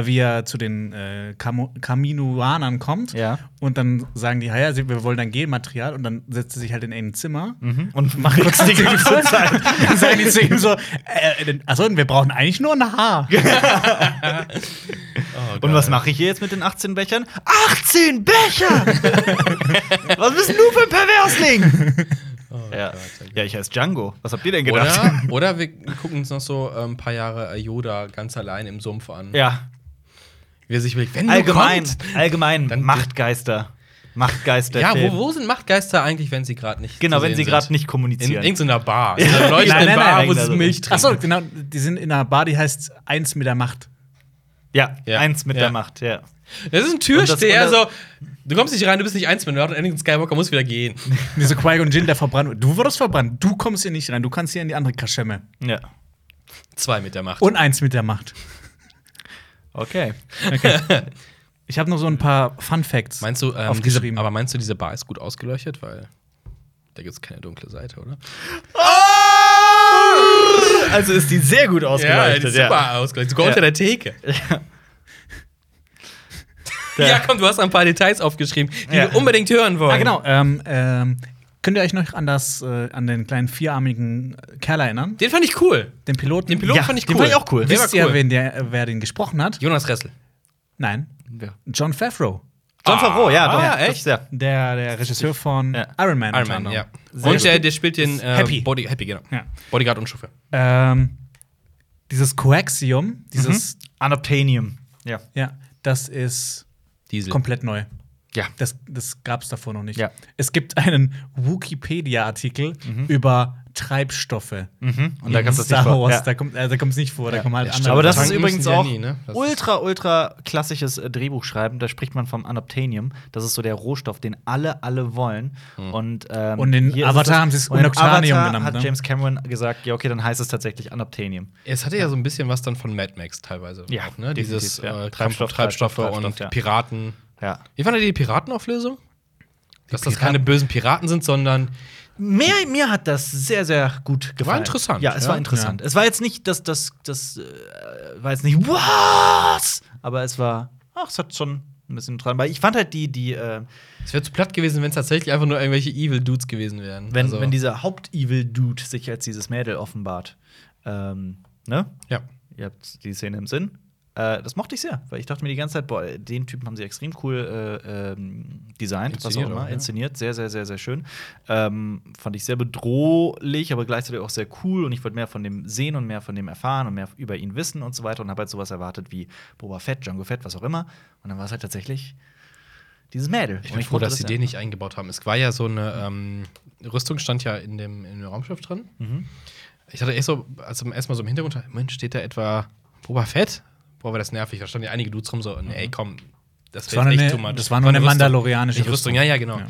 wie er zu den äh, Camo- Kaminoanern kommt.
Ja.
Und dann sagen die, "Ah ja, wir wollen dein Genmaterial. Und dann setzt er sich halt in ein Zimmer.
Mhm.
Und machen kurz die ganze Zeit.
Dann sagen die zu ihm so, äh, achso, wir brauchen eigentlich nur ein Haar.
Und was mache ich hier jetzt mit den 18 Bechern? 18 Becher! was bist denn du für ein Perversling?
Oh
ja. ja, ich heiße Django. Was habt ihr denn gedacht?
Oder, oder wir gucken uns noch so äh, ein paar Jahre äh, Yoda ganz allein im Sumpf an.
Ja,
Wie er sich überlegt, wenn du
allgemein,
kommst-
allgemein,
Dann-
Machtgeister. Machtgeister.
Ja, wo, wo sind Machtgeister eigentlich, wenn sie gerade nicht
Genau,
zu
wenn
sehen
sie gerade
sind?
nicht
In
kommunizieren.
irgendeiner Bar. In einer
Nein,
leuchtenden
nein,
Bar,
nein,
wo
nein,
sie
nein.
Milch trinken.
Achso, genau, die sind in einer Bar, die heißt Eins mit der Macht.
ja,
Ja.
eins mit
Ja.
der Macht, ja.
Das ist ein
Und
Türsteher,
das-
so. Du kommst nicht rein, du bist nicht eins mit der Macht und Anakin Skywalker muss wieder gehen.
Und diese Qui-Gon Jinn, der verbrannt wird. Du wurdest verbrannt, du kommst hier nicht rein, du kannst hier in die andere Kaschemme.
Ja.
Zwei mit der Macht.
Und Eins mit der Macht.
Okay.
Ich habe noch so ein paar Fun Facts.
meinst du, ähm, diese,
Aufgeschrieben.
aber meinst du, diese Bar ist gut ausgeleuchtet? Weil da gibt es keine dunkle Seite, oder?
Also ist die sehr gut
die
ausgeleuchtet,
ist
ja.
super ausgeleuchtet. Sogar
Ja.
unter der Theke. Ja. komm, du hast ein paar Details aufgeschrieben, die
Ja.
wir unbedingt hören wollen.
Ah, genau. Ähm, ähm, könnt ihr euch noch an, das, äh, an den kleinen vierarmigen Kerl erinnern?
Den fand ich cool.
Den Piloten?
Den Piloten fand ich cool.
den fand ich auch cool.
Der
Wisst
war
ihr,
cool.
wen der, äh, wer den gesprochen hat?
Jonas Ressel.
Nein.
Ja.
John Favreau.
John Favreau, ja, doch.
Ah,
das-
echt?
Ja.
Der, der Regisseur von
Ja.
Iron Man.
Iron
unter
Man,
anderem.
ja.
Sehr
und der, der spielt den äh,
Happy.
Body, Happy, genau.
Ja.
Bodyguard und Chauffeur.
Ähm, dieses
Mhm.
Coaxium, dieses,
Unobtainium. Ja.
ja, das ist
Diesel.
komplett neu.
Ja.
Das, das gab es davor noch nicht.
Ja.
Es gibt einen Wikipedia-Artikel über Treibstoffe.
Und da kannst du das nicht
Star
vor-
Wars,
ja.
da kommt äh, da kommt's nicht vor, da kommen halt
Ja,
andere.
Aber das
Tanken
ist
müssen
übrigens
die ja
auch
nie, ne? Das ist-
ultra, ultra klassisches äh, Drehbuchschreiben. Da spricht man vom Unobtainium. Das ist so der Rohstoff, den alle, alle wollen.
Hm.
Und, ähm,
Und in
hier ist
Avatar
das-
haben sie es
und in
Unobtainium
Avatar
genannt,
Hat
ne?
James Cameron gesagt, ja, okay, dann heißt es tatsächlich Unobtainium.
Es hatte ja so ein bisschen was dann von Mad Max teilweise.
Ja,
auch, ne? Dieses
definitiv, ja.
äh, Kampf um
Treibstoff,
Treibstoffe
Treibstoff,
und
ja.
Piraten.
Ja.
Wie fandet ihr die Piratenauflösung? Dass das
Piraten-
keine bösen Piraten sind, sondern
Mir, mir hat das sehr, sehr gut gefallen.
interessant,
Ja, es
ja.
war interessant. Es war jetzt nicht, das, das, das äh, war jetzt nicht, was? Aber es war, ach, es hat schon ein bisschen dran. Weil ich fand halt die, die, äh,
es wäre zu platt gewesen, wenn es tatsächlich einfach nur irgendwelche Evil Dudes gewesen wären.
wenn,
Also,
wenn dieser Haupt-Evil-Dude sich als dieses Mädel offenbart, ähm, ne?
ja.
Ihr habt die Szene im Sinn. Äh, das mochte ich sehr, weil ich dachte mir die ganze Zeit, boah, den Typen haben sie extrem cool äh, ähm, designt, was auch
Inszeniert
immer,
auch, ja.
inszeniert. Sehr, sehr, sehr, sehr schön. Ähm, fand ich sehr bedrohlich, aber gleichzeitig auch sehr cool und ich wollte mehr von dem sehen und mehr von dem erfahren und mehr über ihn wissen und so weiter und habe halt sowas erwartet wie Boba Fett, Django Fett, was auch immer. Und dann war es halt tatsächlich dieses Mädel.
Ich
Und
bin froh,
mochte
dass sie
sehr.
den nicht eingebaut haben. Es war ja so eine ähm, Rüstung, stand ja in dem, in dem Raumschiff drin.
Mhm.
Ich hatte echt so, also erstmal so im Hintergrund, Mensch, steht da etwa Boba Fett? Boah, war das nervig. Da standen ja einige Dudes rum so, nee, komm, das
Mhm. Das war
wäre echt
eine-
too much.
das war nur eine
Rüstung.
mandalorianische
Nicht Rüstung.
Rüstung.
Ja, ja, genau.
Ja.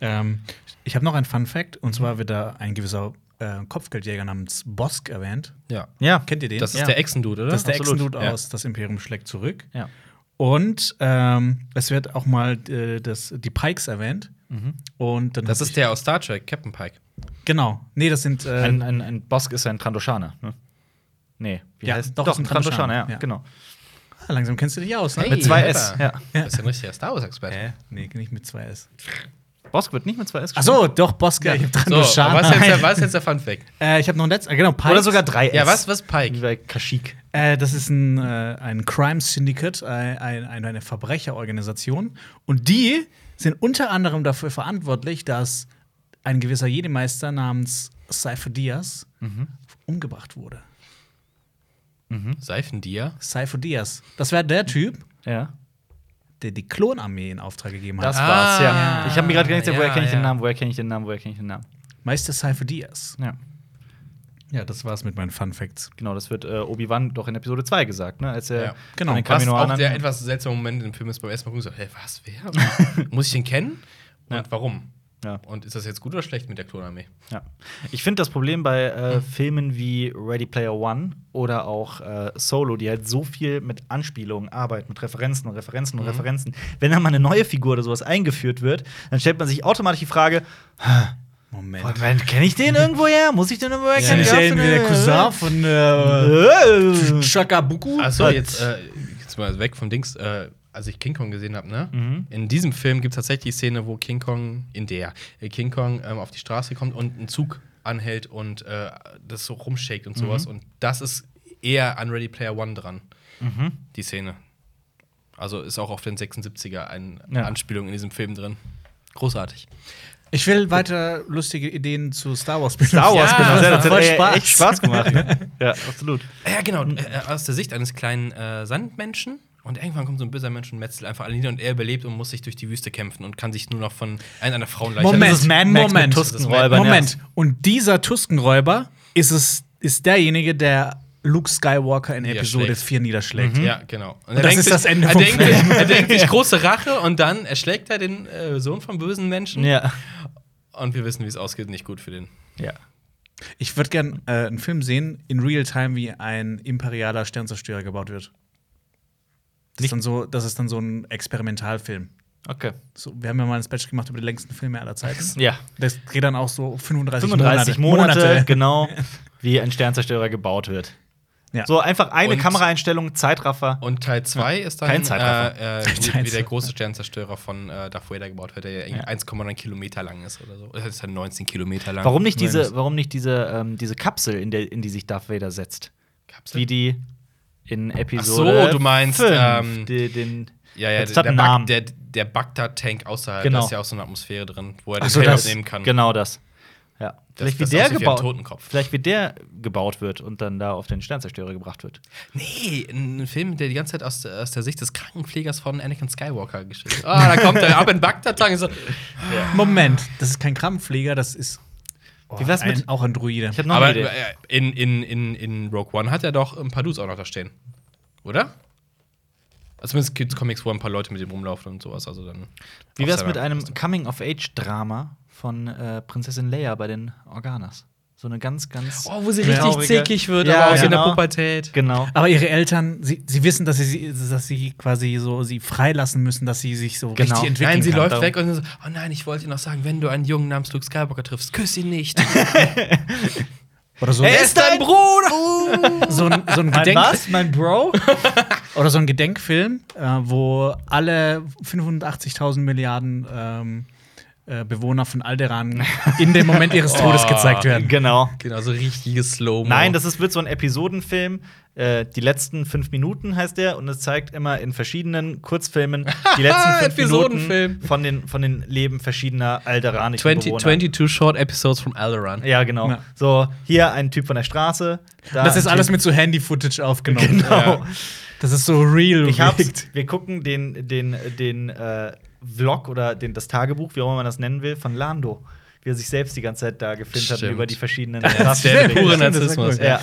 Ähm, ich habe noch einen Fun Fact, und zwar wird da ein gewisser äh, Kopfgeldjäger namens Bosk erwähnt.
Ja.
Ja,
Kennt ihr den?
Das ist
Ja.
der Echsendude, oder?
das ist der
absolut,
Ex-Dude
ja.
aus Das Imperium schlägt zurück.
ja.
Und ähm, es wird auch mal äh, das, die Pikes erwähnt. Und dann
Das
hab ich-
ist der aus Star Trek, Captain Pike.
Genau. Nee, das sind. Äh,
Ein, ein, ein Bosk ist ein Trandoshaner, ne? Nee, wie
Ja,
heißt
doch,
Doch,
ist ein
ein Trandoshaner,
Trandoshaner,
ja,
ja.
genau.
ah, langsam kennst du dich aus, ne?
Hey.
Mit zwei S,
Pepper.
ja.
Das ist ja ein richtiger Star Wars-Experte.
Hä? Nee, nicht mit zwei S.
Bosk wird nicht mit zwei S geschrieben.
Achso, doch, Boske. Ich hab dran
So,
geschaut.
was ist, jetzt der, was ist jetzt der Fun Fact?
äh, ich habe noch ein letztes. ah, Genau, Pikes.
Oder sogar drei S.
Ja, was, was
Wie
Pike?
bei Kashyyyk.
Äh, das ist ein, äh, ein Crime Syndicate, ein, ein, ein- eine Verbrecherorganisation. Und die sind unter anderem dafür verantwortlich, dass ein gewisser Jedemeister namens Cypher Diaz umgebracht wurde. Mhm.
Seifendier?
Cypher Diaz. Das war der Typ,
Ja.
der die Klonarmee in Auftrag gegeben hat.
Das war's,
Ah,
ja. Ich habe mir gerade gedacht,
ja,
woher kenne ich
ja.
den Namen, woher kenne ich den Namen, woher kenne ich den Namen.
Meister Cypher Diaz.
Ja.
Ja, das war's mit meinen Fun Facts.
Genau, das wird äh, Obi-Wan doch in Episode 2 gesagt, ne? Als er
Ja.
Genau.
von den
Was auch
Kaminoanern
der etwas seltsame Moment im Film ist beim ersten Mal gucken, so, hey, was, wer? Muss ich den kennen? Und warum?
Ja.
Und ist das jetzt gut oder schlecht mit der Klonarmee?
Ja. Ich finde das Problem bei
Hm.
äh, Filmen wie Ready Player One oder auch äh, Solo, die halt so viel mit Anspielungen arbeiten, mit Referenzen und Referenzen und
Hm.
Referenzen. Wenn dann mal eine neue Figur oder sowas eingeführt wird, dann stellt man sich automatisch die Frage:
Moment.
"Boah, Mann, Kenn ich den irgendwoher? Muss ich den irgendwoher
Ja,
kennen?
ja.
Gab's
irgendwie
den-
von äh,
Äh,
Chaka Buku?
Achso,
Hat-
jetzt, äh, jetzt mal weg vom Dings. Äh, als ich King Kong gesehen habe, ne?
Mhm.
In diesem Film gibt es tatsächlich die Szene, wo King Kong, in der äh, King Kong ähm, auf die Straße kommt und ein Zug anhält und äh, das so rumshakt und sowas.
Mhm.
Und das ist eher an Ready Player One dran,
Mhm.
die Szene. Also ist auch auf den 76er eine
Ja.
Anspielung in diesem Film drin. Großartig.
Ich will weiter lustige Ideen zu Star Wars benutzen.
Star Wars,
Ja,
genau.
das
Ja,
hat voll Spaß.
echt Spaß gemacht. ne? ja, absolut.
Ja, genau. äh, Aus der Sicht eines kleinen äh, Sandmenschen. Und irgendwann kommt so ein böser Mensch und metzelt einfach alle nieder und er überlebt und muss sich durch die Wüste kämpfen und kann sich nur noch von einer Frauenleiche.
Moment,
Das ist-
Mad Max mit
Moment,
Tuskenräubern, ja.
Moment. Und dieser Tuskenräuber ist es ist derjenige, der Luke Skywalker in Episode
Niederschlägt.
4 niederschlägt.
Mhm.
Ja, genau. Und
Mhm. das ist das Ende
er
vom
denkt,
Film.
sich- Er denkt sich große Rache und dann erschlägt er den äh, Sohn vom bösen Menschen.
Ja.
Und wir wissen, wie es ausgeht, nicht gut für den.
ja.
Ich würde gern äh, einen Film sehen, in real time, wie ein imperialer Sternzerstörer gebaut wird. Das ist, dann so, das ist dann so ein Experimentalfilm.
Okay.
So, wir haben ja mal ein Special gemacht über die längsten Filme aller Zeiten.
Ja.
Das geht dann auch so 35,
35 Monate,
Monate.
genau, wie ein Sternzerstörer gebaut wird.
Ja.
So einfach eine
Und-
Kameraeinstellung, Zeitraffer.
Und Teil 2 ist dann
Kein Zeitraffer.
äh, äh,
Kein
wie, wie der
Zeitraffer.
große Sternzerstörer von äh, Darth Vader gebaut wird, der ja, irgendwie
Ja.
1,9 Kilometer lang ist oder so. Das ist dann 19 Kilometer lang.
Warum nicht
Nein,
diese,
das-
warum nicht diese, ähm, diese Kapsel, in, der, in die sich Darth Vader setzt?
Kapsel?
Wie die in Episode.
du meinst,
fünf,
ähm,
die, den,
Ja, ja, der,
Jetzt hat einen
Bak-
Namen.
der, der Bagdad-Tank außerhalb,
Genau.
da ist ja auch so eine Atmosphäre drin, wo er den
so,
Helm
das-
nehmen kann.
Genau das. Ja. Vielleicht,
das
wie der
aussieht wie ein
gebaut,
Totenkopf.
vielleicht wie der gebaut wird und dann da auf den Sternzerstörer gebracht wird.
Nee, ein Film, der die ganze Zeit aus, der- aus der Sicht des Krankenpflegers von Anakin Skywalker geschrieben Ah, da kommt der ab in Bagdad lang. und So.
Moment, das ist kein Krankenpfleger, das ist
Wie wär's mit-
ein, auch ein Druide.
Ich habe noch
Aber
eine Idee.
äh, in, in, in, in Rogue One hat er doch ein paar Dudes auch noch da stehen. Oder? Also Zumindest gibt es Comics, wo ein paar Leute mit ihm rumlaufen und sowas. Also dann
Wie
auf
wär's
seiner-
mit einem Coming-of-Age-Drama von äh, Prinzessin Leia bei den Organas? So eine ganz, ganz.
Oh, wo sie
Ja.
richtig
Traurige-
zickig wird,
Ja,
aber auch in der
genau.
Pubertät. Äh,
Genau.
Aber ihre Eltern, sie, sie wissen, dass sie- sie, dass sie quasi so sie freilassen müssen, dass sie sich so
Genau.
richtig entwickeln
Nein, sie
kann.
läuft
Darum-
weg und so, oh nein, ich wollte dir noch sagen, wenn du einen Jungen namens Luke Skywalker triffst, küss ihn nicht.
Oder so,
er ist dein Bruder!
so ein, so ein
Mein
Gedenk
was? Mein Bro?
oder so ein Gedenkfilm, äh, wo alle 85.000 Milliarden ähm, äh, Bewohner von Alderan in dem Moment ihres Todes
Oh.
gezeigt werden.
genau.
genau, so richtiges Slow-Mo.
Nein, das ist, wird so ein Episodenfilm. Äh, die letzten fünf Minuten heißt der und es zeigt immer in verschiedenen Kurzfilmen die letzten fünf
Episodenfilm.
Minuten von den, von den Leben verschiedener alderanischen
20,
Bewohner.
22 Short Episodes from Alderaan.
Ja, genau.
Ja.
So, hier ein Typ von der Straße. da
Das ist
ein
alles
Typ-
mit so Handy-Footage aufgenommen.
Genau.
Das ist so real.
Ich hab's.
wirkt.
Wir gucken den, den, den äh, Vlog oder den, das Tagebuch, wie auch immer man das nennen will, von Lando. Wie er sich selbst die ganze Zeit da gefilmt hat
Stimmt.
über die verschiedenen
Das ist der
Rassen-
Stimmt, das
pure
ist
Narzissmus.
cool.
Ja.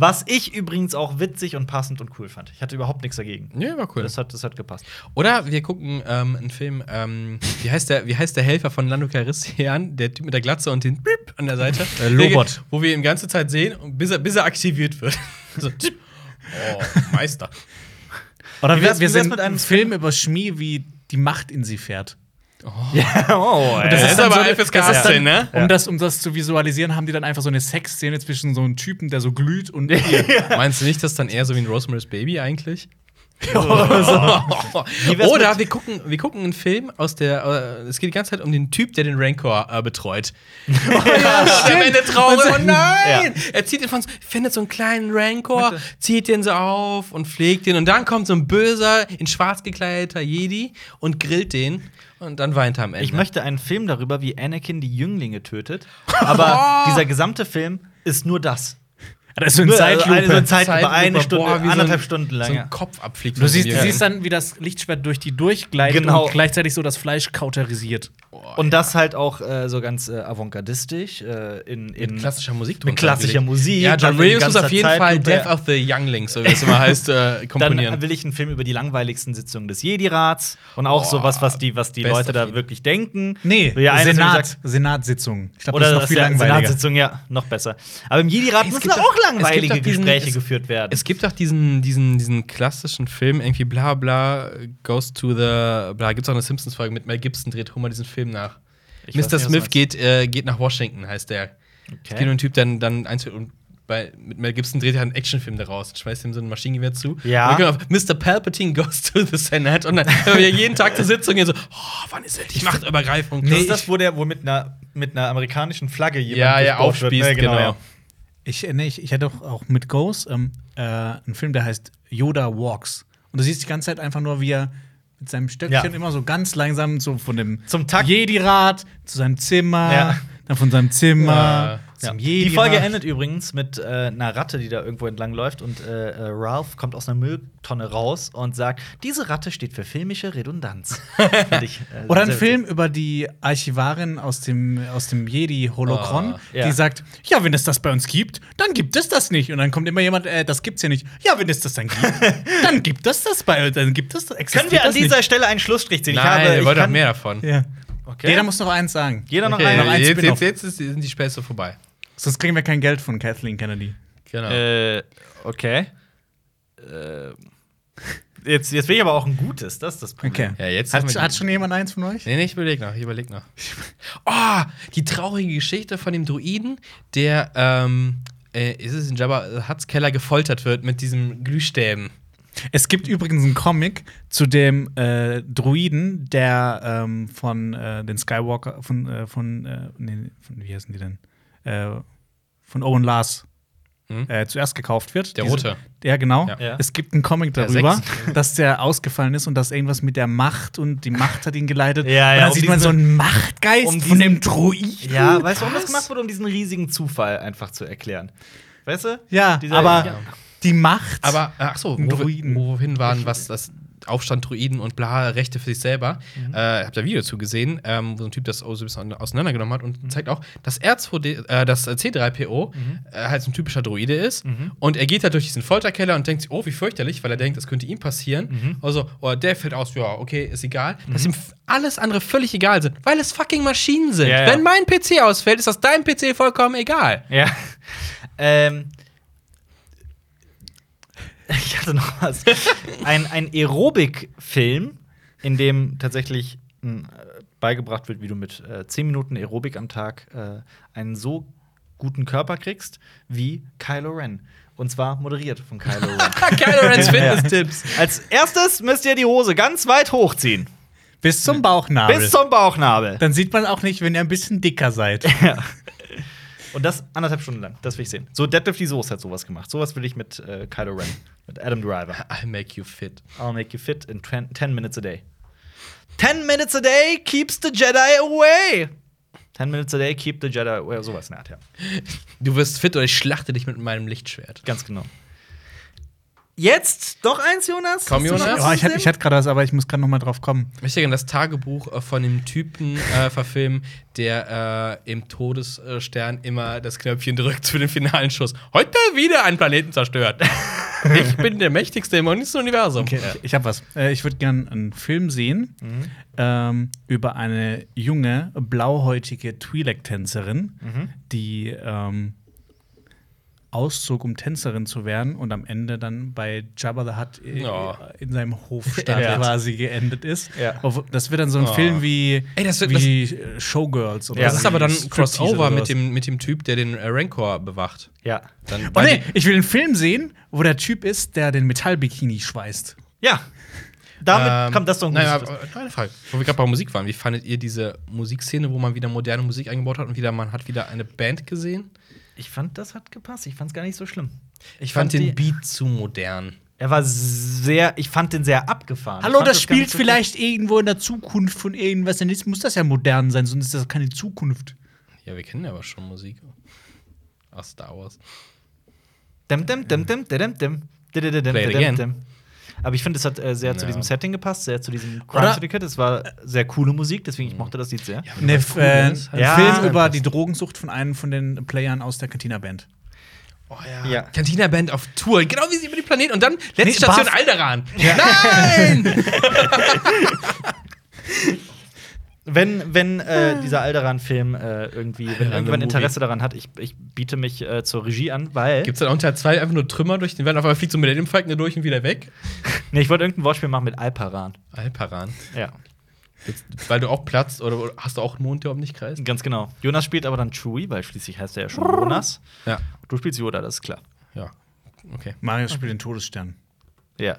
Was ich übrigens auch witzig und passend und cool fand. Ich hatte überhaupt nichts dagegen.
Nee, war cool.
Das hat, das hat gepasst.
Oder wir gucken ähm, einen Film, ähm, wie, heißt der, wie heißt der Helfer von Lando Calrissian? Der Typ mit der Glatze und den Bip an der Seite.
Äh, Lobot.
Der- Wo wir ihn ganze Zeit sehen, und bis er, bis er aktiviert wird. so, tsch. oh, Meister.
Oder
Wie
wir,
wär's-
wir
wie wär's
sind
mit
mit
einem
einem Film über Schmi, wie die Macht in sie fährt.
Ja, oh,
Das
Das
ist
ist,
dann
aber
so eine-
FSK
das ist
18, ne?
Um, das, um das zu visualisieren, haben die dann einfach so eine Sexszene zwischen so einem Typen, der so glüht und ihr.
Meinst du nicht, dass dann eher so wie ein Rosemary's Baby eigentlich?
Wie wär's
Oder
mit-
wir gucken, wir gucken einen Film aus der. Äh, es geht die ganze Zeit um den Typ, der den Rancor äh, betreut. oh ja, und am Ende traurig. Oh nein! Er zieht ihn von so, findet so einen kleinen Rancor, zieht den so auf und pflegt den. Und dann kommt so ein böser, in schwarz gekleideter Jedi und grillt den. Und dann weint er am Ende.
Ich möchte einen Film darüber, wie Anakin die Jünglinge tötet. Aber dieser gesamte Film ist nur das.
Das ist so ein
Nur,
Zeitlupe.
Also eine, Zeit,
Zeitlupe,
eine Stunde,
boah, wie so ein-
anderthalb Stunden lang.
so
ja.
einen Kopf abfliegt.
Du siehst,
ja.
siehst dann, wie das Lichtschwert durch die durchgleitet
Genau.
und gleichzeitig so das Fleisch kauterisiert.
Und das halt auch äh, so ganz äh, avantgardistisch äh, in, in
mit klassischer Musik
mit klassischer
drunter
Musik.
gelegt. Ja,
dann
John
in
Williams muss
ganzer
auf jeden
Zeit
Fall
Lupe.
Death of the Younglings, so wie es immer heißt, äh, komponieren.
Dann will ich einen Film über die langweiligsten Sitzungen des Jedi-Rats und auch
Boah,
sowas, was die, was die
bester
Leute da
Film.
wirklich denken.
Nee,
ja, eine
Senat, Senatssitzung. Ich glaube, das
Oder
ist noch viel
ja,
langweiliger.
Senatssitzung, ja, noch besser. Aber im Jedi-Rat
Es
müssen
gibt
da auch
doch- es gibt
langweilige
doch diesen-
Gespräche
es-
geführt werden.
Es gibt auch diesen, diesen, diesen klassischen Film, irgendwie bla bla, äh, Goes to the. bla, gibt's auch eine Simpsons-Folge mit Mel Gibson, dreht Homer diesen Film nach.
Ich weiß nicht,
Mr.
was du
Smith
meinst.
geht, äh, geht nach Washington, heißt der. Es geht um
Okay.
einen Typ, der dann, dann eins und bei, mit Mel Gibson dreht er einen Actionfilm daraus und schmeißt ihm so ein Maschinengewehr zu.
Ja.
Und dann kommt auf, Mr. Palpatine goes to the Senate und dann haben wir jeden Tag zur Sitzung hier so, oh, wann ist endlich Machtübergreifung?
Das
Nee,
ist das, wo, der, wo mit, einer, mit einer amerikanischen Flagge jemand
ja, ja,
durchbohrt
aufspießt,
wird, ne?
genau.
ja.
Ich, äh, nee, ich, ich hatte auch, auch mit Ghost ähm, äh, einen Film, der heißt Yoda Walks. Und du siehst die ganze Zeit einfach nur, wie er mit seinem Stöckchen
Ja.
immer so ganz langsam so von dem
Zum Takt.
Jedi-Rat zu seinem Zimmer,
Ja.
dann von seinem Zimmer
Ja.
zum
Die
Jedi-Rat.
Folge endet übrigens mit äh, einer Ratte, die da irgendwo entlang läuft und äh, äh, Ralph kommt aus einer Mülltonne raus und sagt, diese Ratte steht für filmische Redundanz. Find ich, äh,
Oder ein
sehr
Film über die Archivarin aus dem, aus dem Jedi-Holocron,
Ah,
ja.
die sagt: Ja, wenn es das bei uns gibt, dann gibt es das nicht. Und dann kommt immer jemand: äh, Das gibt's ja nicht. Ja, wenn es das dann gibt, dann gibt es das bei uns. Dann gibt es das.
witzig. Können wir an
das
dieser Stelle einen Schlussstrich ziehen?
Nein, wir wollen doch
kann-
mehr davon.
Nicht. Ja.
Okay.
Jeder muss noch eins sagen.
Jeder noch
Okay,
einen.
noch ein
jetzt,
Spin-off.
jetzt, jetzt ist, sind die Späße vorbei.
Sonst kriegen wir kein Geld von Kathleen Kennedy.
Genau.
Äh, okay. Äh, jetzt, jetzt will ich aber auch ein gutes, das ist das Problem.
Okay.
Ja, jetzt haben
hat,
wir-
hat schon jemand eins von euch?
Nee, nee, ich überleg noch, ich überleg noch. Oh, die traurige Geschichte von dem Druiden, der, ähm, äh, ist es in Jabba Hutts Keller gefoltert wird mit diesen Glühstäben.
Es gibt übrigens einen Comic zu dem äh, Druiden, der ähm, von äh, den Skywalker, von, äh, von, äh, nee, von, wie heißen die denn? Äh, von Owen Lars. äh, zuerst gekauft wird.
Hm? Der
Diese-
rote.
Ja, genau.
Ja.
Ja.
Es gibt einen Comic
Der
darüber,
sechste.
dass der ausgefallen ist und dass irgendwas mit der Macht und die Macht hat ihn geleitet.
Ja,
und
ja,
dann
um
sieht man
diese-
so einen Machtgeist
um
von
diesen-
dem Druiden.
Ja, weißt du, warum das gemacht wurde, um diesen riesigen Zufall einfach zu erklären? Weißt du?
Ja,
Dieser-
aber
Ja.
die Macht.
Aber, äh, ach so,
Ein
wo, wir-
Druiden.
wohin waren, was das Aufstand Druiden und bla, Rechte für sich selber.
Mhm.
Äh, hab da ein Video zu gesehen, ähm, wo so ein Typ das Osiris an- auseinandergenommen hat
Mhm.
und zeigt auch, dass R2D, äh, das C3PO äh, halt so ein typischer Druide ist.
Mhm.
Und er geht da durch diesen Folterkeller und denkt sich, oh, wie fürchterlich, weil er denkt, das könnte ihm passieren.
Mhm.
Also, oh, der fällt aus, ja, okay, ist egal. Dass ihm f- alles andere völlig egal sind, weil es fucking Maschinen sind.
Ja, ja.
Wenn mein PC ausfällt, ist das dein PC vollkommen egal.
Ja. Ähm, ich hatte noch was. Ein, ein Aerobik-Film, in dem tatsächlich mh, äh, beigebracht wird, wie du mit äh, 10 Minuten Aerobik am Tag äh, einen so guten Körper kriegst wie Kylo Ren. Und zwar moderiert von Kylo Ren.
Kylo Ren's Fitness-Tipps.
Als erstes müsst ihr die Hose ganz weit hochziehen.
bis zum Bauchnabel.
Bis zum Bauchnabel.
dann sieht man auch nicht, wenn ihr ein bisschen dicker seid.
Und das anderthalb Stunden lang. Das will ich sehen. So, Deadlift die Soße hat sowas gemacht. Sowas will ich mit äh, Kylo Ren. Mit Adam Driver.
I'll make you fit.
I'll make you fit in 10 10 minutes a day. 10 minutes a day keeps the Jedi away. 10 minutes a day keep the Jedi away. Sowas in der Art, ja.
Du wirst fit oder ich schlachte dich mit meinem Lichtschwert.
Ganz genau. Jetzt doch eins, Jonas?
Komm,
Hast du noch
Jonas.
was
Oh, ich hatte
gesehen?
ich hatte gerade was, aber ich muss gerade noch mal drauf kommen.
Ich möchte gerne das Tagebuch äh, von dem Typen äh, verfilmen, der äh, im Todesstern immer das Knöpfchen drückt für den finalen Schuss. Heute wieder einen Planeten zerstört. ich bin der mächtigste im ganzen Universum.
Okay, ich, ich habe was. Äh, ich würde gerne einen Film sehen
Mhm.
ähm, über eine junge, blauhäutige Twi'lek-Tänzerin,
Mhm.
die ähm, auszog, um Tänzerin zu werden und am Ende dann bei Jabba the Hutt i-
Ja.
in seinem Hofstaat
Ja.
quasi geendet ist.
Ja.
Obwohl- Das wird dann so ein
Oh.
Film wie,
Ey, das wird-
wie äh, Showgirls oder
Ja.
Das ist aber dann
wie
ein Crossover
Striptease oder
mit dem, mit dem Typ, der den äh, Rancor bewacht.
Ja.
Dann,
Oh
weil
nee, ich will einen Film sehen, wo der Typ ist, der den Metallbikini schweißt.
Ja.
die-
Damit
ähm,
kommt das doch ein
naja,
gutes-
aber- Keine Frage. Wo wir gerade bei Musik waren, wie fandet ihr diese Musikszene, wo man wieder moderne Musik eingebaut hat und wieder man hat wieder eine Band gesehen?
Ich fand, das hat gepasst. Ich fand's gar nicht so schlimm.
Ich fand,
die-
den Beat zu modern.
Er war sehr, ich fand den sehr abgefahren.
Hallo,
Ich fand
das
gar nicht
spielt
so
vielleicht irgendwo in der Zukunft von irgendwas. Dann ist- muss das ja modern sein, sonst ist das keine Zukunft.
Ja, wir kennen ja aber schon Musik aus Star Wars.
Dem, dem, dem, dem, dem, dem.
Play it again.
Aber ich finde, es hat äh, sehr zu
Ja.
diesem Setting gepasst, sehr zu diesem Crime
Oder?
Syndicate. Es war sehr coole Musik, deswegen ich
Mhm.
mochte das Lied sehr.
wenn
Ne,
was cool
äh,
ist,
ein
halt-
Ja.
Film über die Drogensucht von einem von den Playern aus der Cantina-Band.
Oh ja.
Ja.
Cantina Band auf Tour, genau wie sie über die Planeten und dann letzte
Nee,
Station
Barf-
Alderan. Nein!
Wenn, wenn äh, dieser Alderan-Film äh, irgendwie, wenn
Alderan,
irgendwann
the
Interesse daran hat, ich, ich biete mich äh, zur Regie an, weil.
Gibt's dann unter zwei einfach nur Trümmer durch den Wald, auf einmal fliegt so ein Millennium Falcon da durch und wieder weg?
Nee, ich wollte irgendein Wortspiel machen mit Alparan.
Alparan.
Ja,
Jetzt, weil du auch platzt oder oder hast du auch einen Mond, der um dich kreist?
ganz genau. Jonas spielt aber dann Chewie, weil schließlich heißt er ja schon Jonas.
Ja.
Du spielst Yoda, das ist klar.
Ja. Okay.
Marius spielt den Todesstern.
Ja.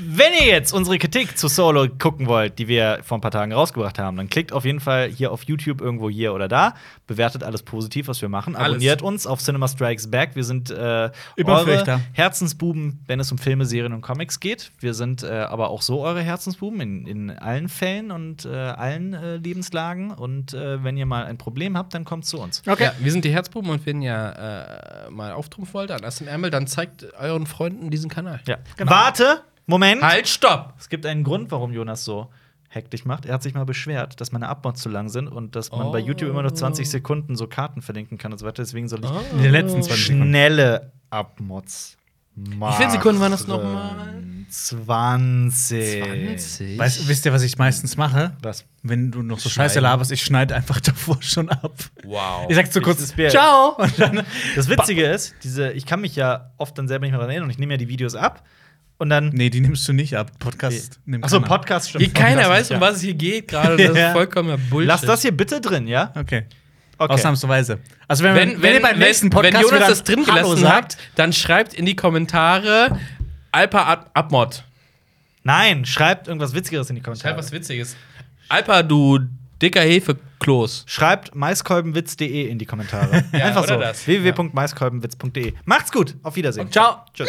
Wenn ihr jetzt unsere Kritik zu Solo gucken wollt, die wir vor ein paar Tagen rausgebracht haben, dann klickt auf jeden Fall hier auf YouTube irgendwo hier oder da, bewertet alles positiv, was wir machen,
Alles.
abonniert uns auf Cinema Strikes Back. Wir sind äh,
Überflüchter.
eure Herzensbuben, wenn es um Filme, Serien und Comics geht. Wir sind äh, aber auch so eure Herzensbuben in, in allen Fällen und äh, allen äh, Lebenslagen. Und äh, wenn ihr mal ein Problem habt, dann kommt zu uns.
Okay. Ja, wir sind die Herzbuben und wenn ihr äh, mal auftrumpfen wollt, an erst im Ärmel, dann zeigt euren Freunden diesen Kanal.
Ja. Warte, Moment.
Halt, stopp!
Es gibt einen Grund, warum Jonas so hektisch macht. Er hat sich mal beschwert, dass meine Upmods zu lang sind und dass man bei
Oh. Oh.
YouTube immer nur 20 Sekunden so Karten verlinken kann und so weiter. Deswegen soll ich
In den letzten 20 Sekunden.
schnelle Upmods machen.
viele Sekunden waren das noch mal?
20.
Weißt, wisst ihr, was ich meistens mache?
Was?
Wenn du noch so
Schneiden.
scheiße laberst, ich schneide einfach davor schon ab.
Wow.
Ich sag zu kurz,
Schlechtes Bier.
ciao! Und dann,
Das Witzige ist, diese, ich kann mich ja oft dann selber nicht mehr daran erinnern und ich nehme ja die Videos ab und dann.
nee, die nimmst du nicht ab. Podcast nimmt
Achso,
keiner ab.
Podcast stimmt.
Hier keiner weiß,
ja.
um was es hier geht gerade. Das
Ja.
ist vollkommener Bullshit.
Lass das hier bitte drin, ja?
Okay.
Okay.
Ausnahmsweise. Also, wenn,
Wenn, wenn, wenn,
ihr beim nächsten Podcast
wenn Jonas
wieder
das drin
Hallo
gelassen habt, dann schreibt in die Kommentare Alpa Ab Abmod.
Nein, schreibt irgendwas Witzigeres in die Kommentare.
Schreibt was Witziges. Alpa, du Dicker Hefekloß.
Schreibt maiskolbenwitz.de in die Kommentare.
Ja,
Einfach
oder
so.
das.
www.maiskolbenwitz.de. Macht's gut. Auf Wiedersehen.
Ciao.
Tschüss.